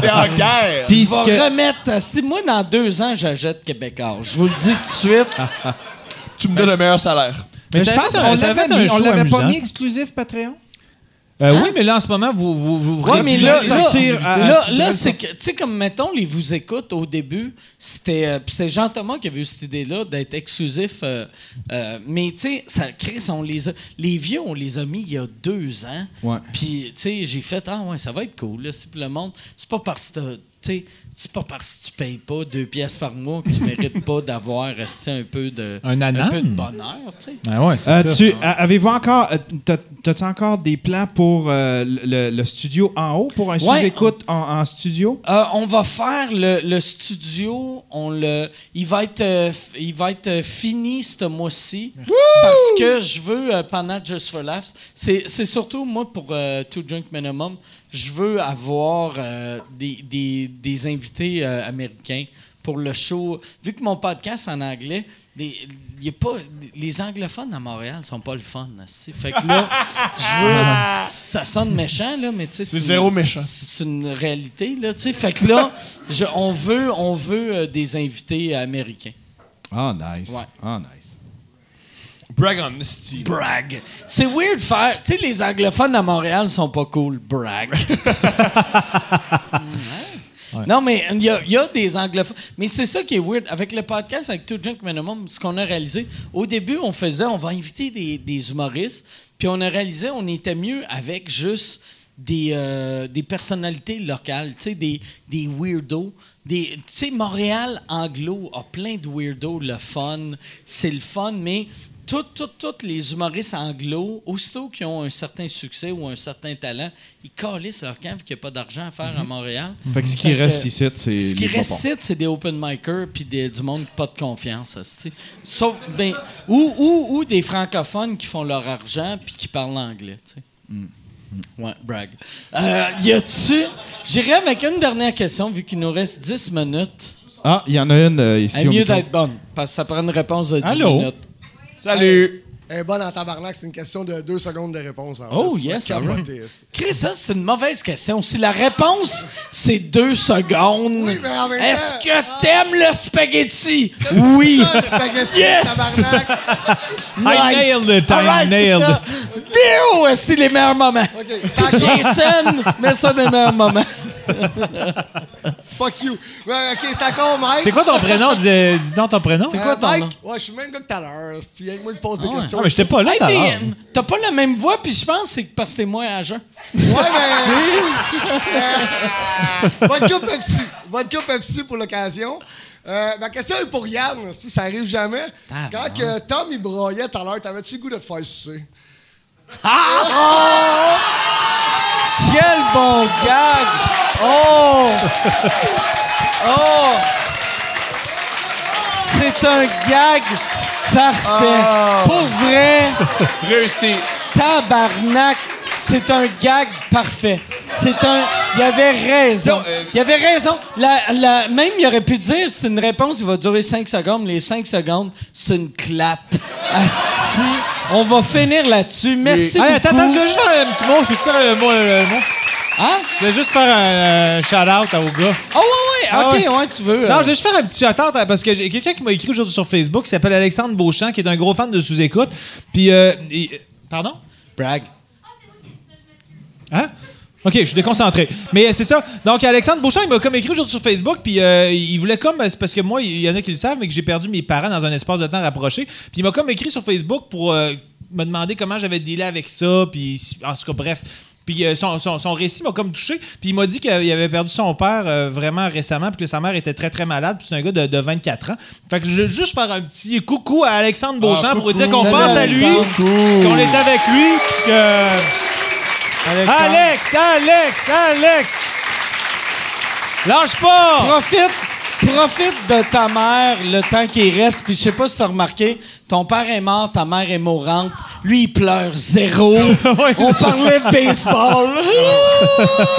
[SPEAKER 5] T'es en guerre!
[SPEAKER 4] je
[SPEAKER 6] Puis ce
[SPEAKER 4] vais
[SPEAKER 6] que-
[SPEAKER 4] remettre euh, si moi dans deux ans j'achète Québécois, je vous le dis tout de suite.
[SPEAKER 5] Tu me donnes le meilleur salaire.
[SPEAKER 3] Mais
[SPEAKER 6] je
[SPEAKER 3] ça
[SPEAKER 6] pense
[SPEAKER 3] fait un-
[SPEAKER 6] qu'on
[SPEAKER 3] ça
[SPEAKER 6] l'avait
[SPEAKER 3] fait un
[SPEAKER 6] mis, on
[SPEAKER 3] show
[SPEAKER 6] l'avait pas
[SPEAKER 3] amusant.
[SPEAKER 6] mis exclusif Patreon.
[SPEAKER 3] Euh, Oui, mais là, en ce moment, vous. vous, vous
[SPEAKER 4] Ouais, mais
[SPEAKER 3] vous-
[SPEAKER 4] là,
[SPEAKER 3] vous-
[SPEAKER 4] là,
[SPEAKER 3] sortir à- à-
[SPEAKER 4] là, là, c'est que, tu sais, comme mettons, les vous écoute au début, c'était euh, puis c'est Jean-Thomas qui avait eu cette idée-là d'être exclusif. euh, euh, mais, tu sais, ça Chris, on les a- les vieux, on les a mis il y a deux ans.
[SPEAKER 6] Ouais.
[SPEAKER 4] Puis, tu sais, j'ai fait, ah ouais, ça va être cool, là, si le monde, c'est pas parce que t'as- tu sais, c'est pas parce que tu payes pas deux pièces par mois que tu mérites pas d'avoir resté un peu de
[SPEAKER 3] Un
[SPEAKER 4] un
[SPEAKER 3] anane?
[SPEAKER 4] peu de bonheur, tu sais.
[SPEAKER 3] Ah ouais, c'est
[SPEAKER 6] Euh,
[SPEAKER 3] ça.
[SPEAKER 6] tu- a- Avez-vous encore. euh, t'as- T'as-tu encore des plans pour euh, le, le studio en haut, pour un
[SPEAKER 4] Ouais.
[SPEAKER 6] sous-écoute en, en studio?
[SPEAKER 4] Euh, on va faire le, le studio. On le, il va être, euh, f- il va être euh, fini ce mois-ci parce que je veux euh, pendant Just for Laughs, c'est, c'est surtout moi pour euh, Two Drink Minimum, je veux avoir euh, des, des- des invités euh, américains pour le show. Vu que mon podcast en anglais, les, y a pas, les anglophones à Montréal sont pas le fun. asti. Fait que là, je veux, ça sonne méchant là, mais tu sais,
[SPEAKER 5] C'est
[SPEAKER 4] une-
[SPEAKER 5] zéro méchant.
[SPEAKER 4] c'est une réalité, là, tu sais. Fait que là, je- on veut, on veut euh, des invités américains.
[SPEAKER 6] Ah, nice.
[SPEAKER 4] Ouais.
[SPEAKER 6] Ah, nice.
[SPEAKER 5] Brag on Misty.
[SPEAKER 4] Brag. C'est weird de faire. Tu sais, les anglophones à Montréal sont pas cool. Brag. Ouais. Non, mais il y, a- il y a des anglophones. Mais c'est ça qui est weird. Avec le podcast, avec Two Drink Minimum, ce qu'on a réalisé, au début, on faisait, on va inviter des, des humoristes. Puis on a réalisé, on était mieux avec juste des, euh, des personnalités locales, tu sais, des, des weirdos. Des, tu sais, Montréal anglo a plein de weirdos, le fun, c'est le fun, mais tous tout, tout les humoristes anglo, aussitôt qu'ils ont un certain succès ou un certain talent, ils calissent leur camp vu qu'il n'y a pas d'argent à faire à Montréal.
[SPEAKER 7] Fait que ce qui
[SPEAKER 4] Fait que-
[SPEAKER 7] reste ici, c'est.
[SPEAKER 4] Ce qui
[SPEAKER 7] les
[SPEAKER 4] reste,
[SPEAKER 7] bonbons.
[SPEAKER 4] ici, c'est des open micers puis des- du monde qui a pas de confiance. hostie. Sauf, ben, ou, ou, ou des francophones qui font leur argent puis qui parlent anglais. tu sais.
[SPEAKER 7] Mm.
[SPEAKER 4] Ouais, brag. Euh, y a-tu. J'irai avec une dernière question, vu qu'il nous reste 10 minutes.
[SPEAKER 7] Ah, il y en a une euh, ici.
[SPEAKER 4] Elle est
[SPEAKER 7] au
[SPEAKER 4] mieux
[SPEAKER 7] micro.
[SPEAKER 4] d'être bonne, parce que ça prend une réponse de 10
[SPEAKER 3] Allô?
[SPEAKER 4] minutes.
[SPEAKER 5] Salut!
[SPEAKER 9] Elle est bonne en tabarnak, c'est une question de deux secondes de réponse. hein. en
[SPEAKER 4] Oh,
[SPEAKER 9] vrai, c'est
[SPEAKER 4] yes,
[SPEAKER 9] pas
[SPEAKER 4] all right.
[SPEAKER 9] capoté, c'est-
[SPEAKER 4] Chris, ça, c'est une mauvaise question. Si la réponse, c'est deux secondes,
[SPEAKER 9] Oui, mais en même
[SPEAKER 4] est-ce
[SPEAKER 9] temps-
[SPEAKER 4] que t'aimes le spaghetti?
[SPEAKER 9] Comme
[SPEAKER 4] Oui!
[SPEAKER 9] ça, le spaghetti,
[SPEAKER 4] Yes!
[SPEAKER 9] tabarnak.
[SPEAKER 3] I nailed it, I nailed it.
[SPEAKER 4] Léo, c'est les meilleurs moments.
[SPEAKER 9] OK, d'accord.
[SPEAKER 4] Jason, mets ça dans les meilleurs moments.
[SPEAKER 9] Fuck you. Ouais, OK, c'est encore Mike.
[SPEAKER 3] C'est quoi ton prénom? Dis, euh, dis donc ton prénom.
[SPEAKER 4] C'est quoi ton
[SPEAKER 9] Mike?
[SPEAKER 4] nom?
[SPEAKER 9] Ouais, je suis le même gars que tout à l'heure. Si avec moi, il me pose des questions.
[SPEAKER 3] Ah, mais j'étais pas là
[SPEAKER 4] Hey,
[SPEAKER 3] tout à
[SPEAKER 4] mais,
[SPEAKER 3] l'heure.
[SPEAKER 4] euh, t'as pas la même voix, puis je pense que c'est parce que t'es moins âgé.
[SPEAKER 9] Ouais, mais. Euh, Vodka Pepsi. Vodka Pepsi pour l'occasion. Euh, ma question est pour Yann, si ça arrive jamais. Quand que Tom il broyait tout à l'heure, t'avais-tu le goût de te faire sucer?
[SPEAKER 4] Quel bon gag! Oh! Oh! C'est un gag parfait.
[SPEAKER 3] Oh.
[SPEAKER 4] Pour vrai,
[SPEAKER 5] Réussi!
[SPEAKER 4] tabarnak, c'est un gag parfait. C'est un... Il avait raison.
[SPEAKER 3] euh,
[SPEAKER 4] Il avait raison. La- la- même, il aurait pu dire, c'est une réponse, il va durer 5 secondes. Les 5 secondes, c'est une clap. Asti. On va finir là-dessus. Merci
[SPEAKER 3] Hey,
[SPEAKER 4] beaucoup.
[SPEAKER 3] attends, attends, je vais juste faire un petit mot. Je peux faire un mot. un mot?
[SPEAKER 4] Hein?
[SPEAKER 3] Je vais juste faire un, un shout-out au gars.
[SPEAKER 4] Ah ouais, ouais.
[SPEAKER 3] Ah
[SPEAKER 4] OK, ouais, tu veux.
[SPEAKER 3] Non,
[SPEAKER 4] euh,
[SPEAKER 3] je vais juste faire un petit shout-out hein, parce que j'ai quelqu'un qui m'a écrit aujourd'hui sur Facebook qui s'appelle Alexandre Beauchamp, qui est un gros fan de sous-écoute. Puis, euh, il- pardon?
[SPEAKER 4] Brag.
[SPEAKER 3] Hein? OK, je suis déconcentré. Mais euh, c'est ça. Donc, Alexandre Beauchamp, il m'a comme écrit aujourd'hui sur Facebook, puis euh, il voulait comme. euh, C'est parce que moi, il y en a qui le savent, mais que j'ai perdu mes parents dans un espace de temps rapproché. Puis il m'a comme écrit sur Facebook pour euh, me demander comment j'avais dealé avec ça, puis en tout cas, bref. Puis euh, son, son- son récit m'a comme touché. Puis il m'a dit qu'il avait perdu son père euh, vraiment récemment, puis que sa mère était très, très malade. Puis c'est un gars de, de 24 ans. Fait que je veux juste faire un petit coucou à Alexandre Beauchamp pour lui dire qu'on
[SPEAKER 4] Ah, Salut,
[SPEAKER 3] pense à lui,
[SPEAKER 4] Alexandre.
[SPEAKER 3] qu'on est avec lui, puis que. Alex,
[SPEAKER 4] hein.
[SPEAKER 3] Alex, Alex! Lâche pas!
[SPEAKER 4] Profite, profite de ta mère le temps qu'il reste. Puis je sais pas si t'as remarqué, ton père est mort, ta mère est mourante. Lui, il pleure zéro. On parlait de baseball. Ah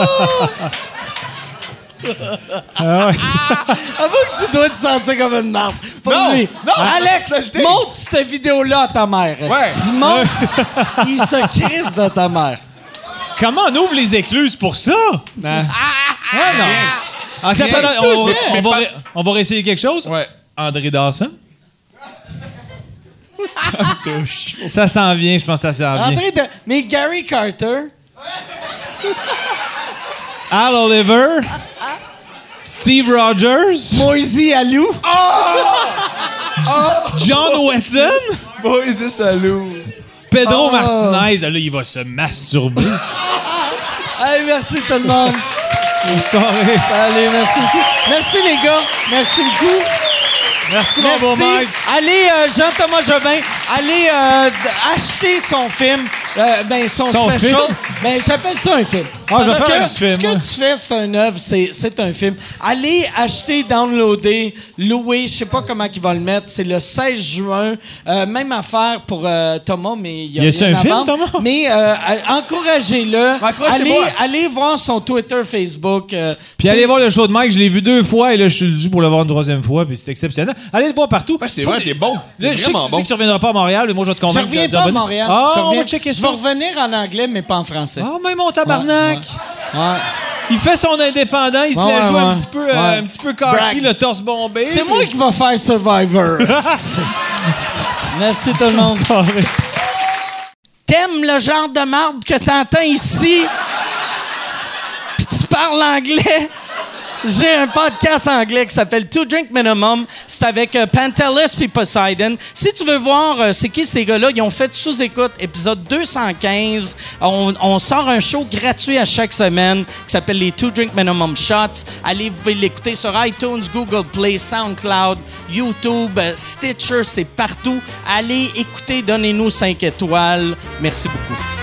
[SPEAKER 3] Ah
[SPEAKER 4] Avoue que tu dois te sentir comme une marde. Faut
[SPEAKER 5] Non,
[SPEAKER 4] le dire.
[SPEAKER 5] non,
[SPEAKER 4] Alex,
[SPEAKER 5] c'est le thé.
[SPEAKER 4] montre cette vidéo-là à ta mère. Si montre, il se crisse de ta mère.
[SPEAKER 3] Comment on ouvre les écluses pour ça? Ah non! Attends,
[SPEAKER 4] Bien.
[SPEAKER 3] attends, on,
[SPEAKER 4] Touché.
[SPEAKER 3] on va, ré- on va réessayer quelque chose?
[SPEAKER 5] Ouais.
[SPEAKER 3] André Dawson? ça s'en vient, je pense que ça s'en vient.
[SPEAKER 4] André de- Mais Gary Carter,
[SPEAKER 3] Al Oliver? Steve Rogers?
[SPEAKER 4] Moisey Alou.
[SPEAKER 3] Ah! John Wetton?
[SPEAKER 5] Moïse Salou!
[SPEAKER 3] Pedro Martinez? Là, il va se masturber.
[SPEAKER 4] Allez, merci tout le monde.
[SPEAKER 3] Bonne soirée.
[SPEAKER 4] Allez, merci beaucoup. Merci les gars. Merci beaucoup.
[SPEAKER 3] Merci, mon
[SPEAKER 4] Merci.
[SPEAKER 3] beau Mike.
[SPEAKER 4] Allez, euh, Jean-Thomas Jobin, allez euh, d- acheter son film, euh, ben, son,
[SPEAKER 3] Son
[SPEAKER 4] special.
[SPEAKER 3] film?
[SPEAKER 4] Ben, j'appelle ça un film.
[SPEAKER 3] Ah, je vais
[SPEAKER 4] Parce
[SPEAKER 3] faire
[SPEAKER 4] que
[SPEAKER 3] un petit film,
[SPEAKER 4] Ce que
[SPEAKER 3] moi.
[SPEAKER 4] tu fais, c'est un œuvre, c'est, c'est un film. Allez acheter, downloader, louer, je sais pas comment ils vont le mettre. C'est le 16 juin. Euh, même affaire pour euh, Thomas, mais il y a,
[SPEAKER 3] Y a-tu
[SPEAKER 4] rien
[SPEAKER 3] un
[SPEAKER 4] à
[SPEAKER 3] film,
[SPEAKER 4] vendre.
[SPEAKER 3] Thomas?
[SPEAKER 4] Mais euh, à- encouragez-le. Allez,
[SPEAKER 5] Accrochez-moi.
[SPEAKER 4] allez voir son Twitter, Facebook. euh,
[SPEAKER 3] Puis allez voir le show de Mike, je l'ai vu deux fois et là je suis dû pour le voir une troisième fois, puis c'est exceptionnel. Allez le voir partout.
[SPEAKER 5] Ouais, c'est
[SPEAKER 3] Faut
[SPEAKER 5] vrai,
[SPEAKER 3] que-
[SPEAKER 5] t'es bon.
[SPEAKER 3] Là, je
[SPEAKER 5] T'es
[SPEAKER 3] sais que
[SPEAKER 5] vraiment
[SPEAKER 3] tu dis
[SPEAKER 5] bon.
[SPEAKER 3] que tu reviendras pas à Montréal, mais moi je vais te
[SPEAKER 4] Je
[SPEAKER 3] convaincre.
[SPEAKER 4] reviens
[SPEAKER 3] de
[SPEAKER 4] pas à
[SPEAKER 3] revenir.
[SPEAKER 4] Montréal.
[SPEAKER 3] Ah,
[SPEAKER 4] je
[SPEAKER 3] on
[SPEAKER 4] reviens-
[SPEAKER 3] va checker
[SPEAKER 4] je vais
[SPEAKER 3] ça.
[SPEAKER 4] revenir en anglais, mais pas en français.
[SPEAKER 3] Ah, mais mon tabarnak!
[SPEAKER 4] Ouais, ouais.
[SPEAKER 3] Il fait son indépendant, il se
[SPEAKER 4] Ouais,
[SPEAKER 3] la joue
[SPEAKER 4] ouais,
[SPEAKER 3] un
[SPEAKER 4] ouais.
[SPEAKER 3] petit peu, euh,
[SPEAKER 4] Ouais.
[SPEAKER 3] un petit peu cocky,
[SPEAKER 4] Brag.
[SPEAKER 3] le torse bombé.
[SPEAKER 4] C'est moi qui vais faire Survivor.
[SPEAKER 3] Ben,
[SPEAKER 4] Merci tout le monde.
[SPEAKER 3] Sorry.
[SPEAKER 4] T'aimes le genre de marde que t'entends ici, puis tu parles anglais, J'ai un podcast anglais qui s'appelle Two Drink Minimum. C'est avec euh, Pantelis puis Poseidon. Si tu veux voir euh, c'est qui ces gars-là, ils ont fait sous-écoute, épisode 215. On, on sort un show gratuit à chaque semaine qui s'appelle les Two Drink Minimum Shots. Allez, vous pouvez l'écouter sur iTunes, Google Play, SoundCloud, YouTube, euh, Stitcher, c'est partout. Allez écouter, donnez-nous 5 étoiles. Merci beaucoup.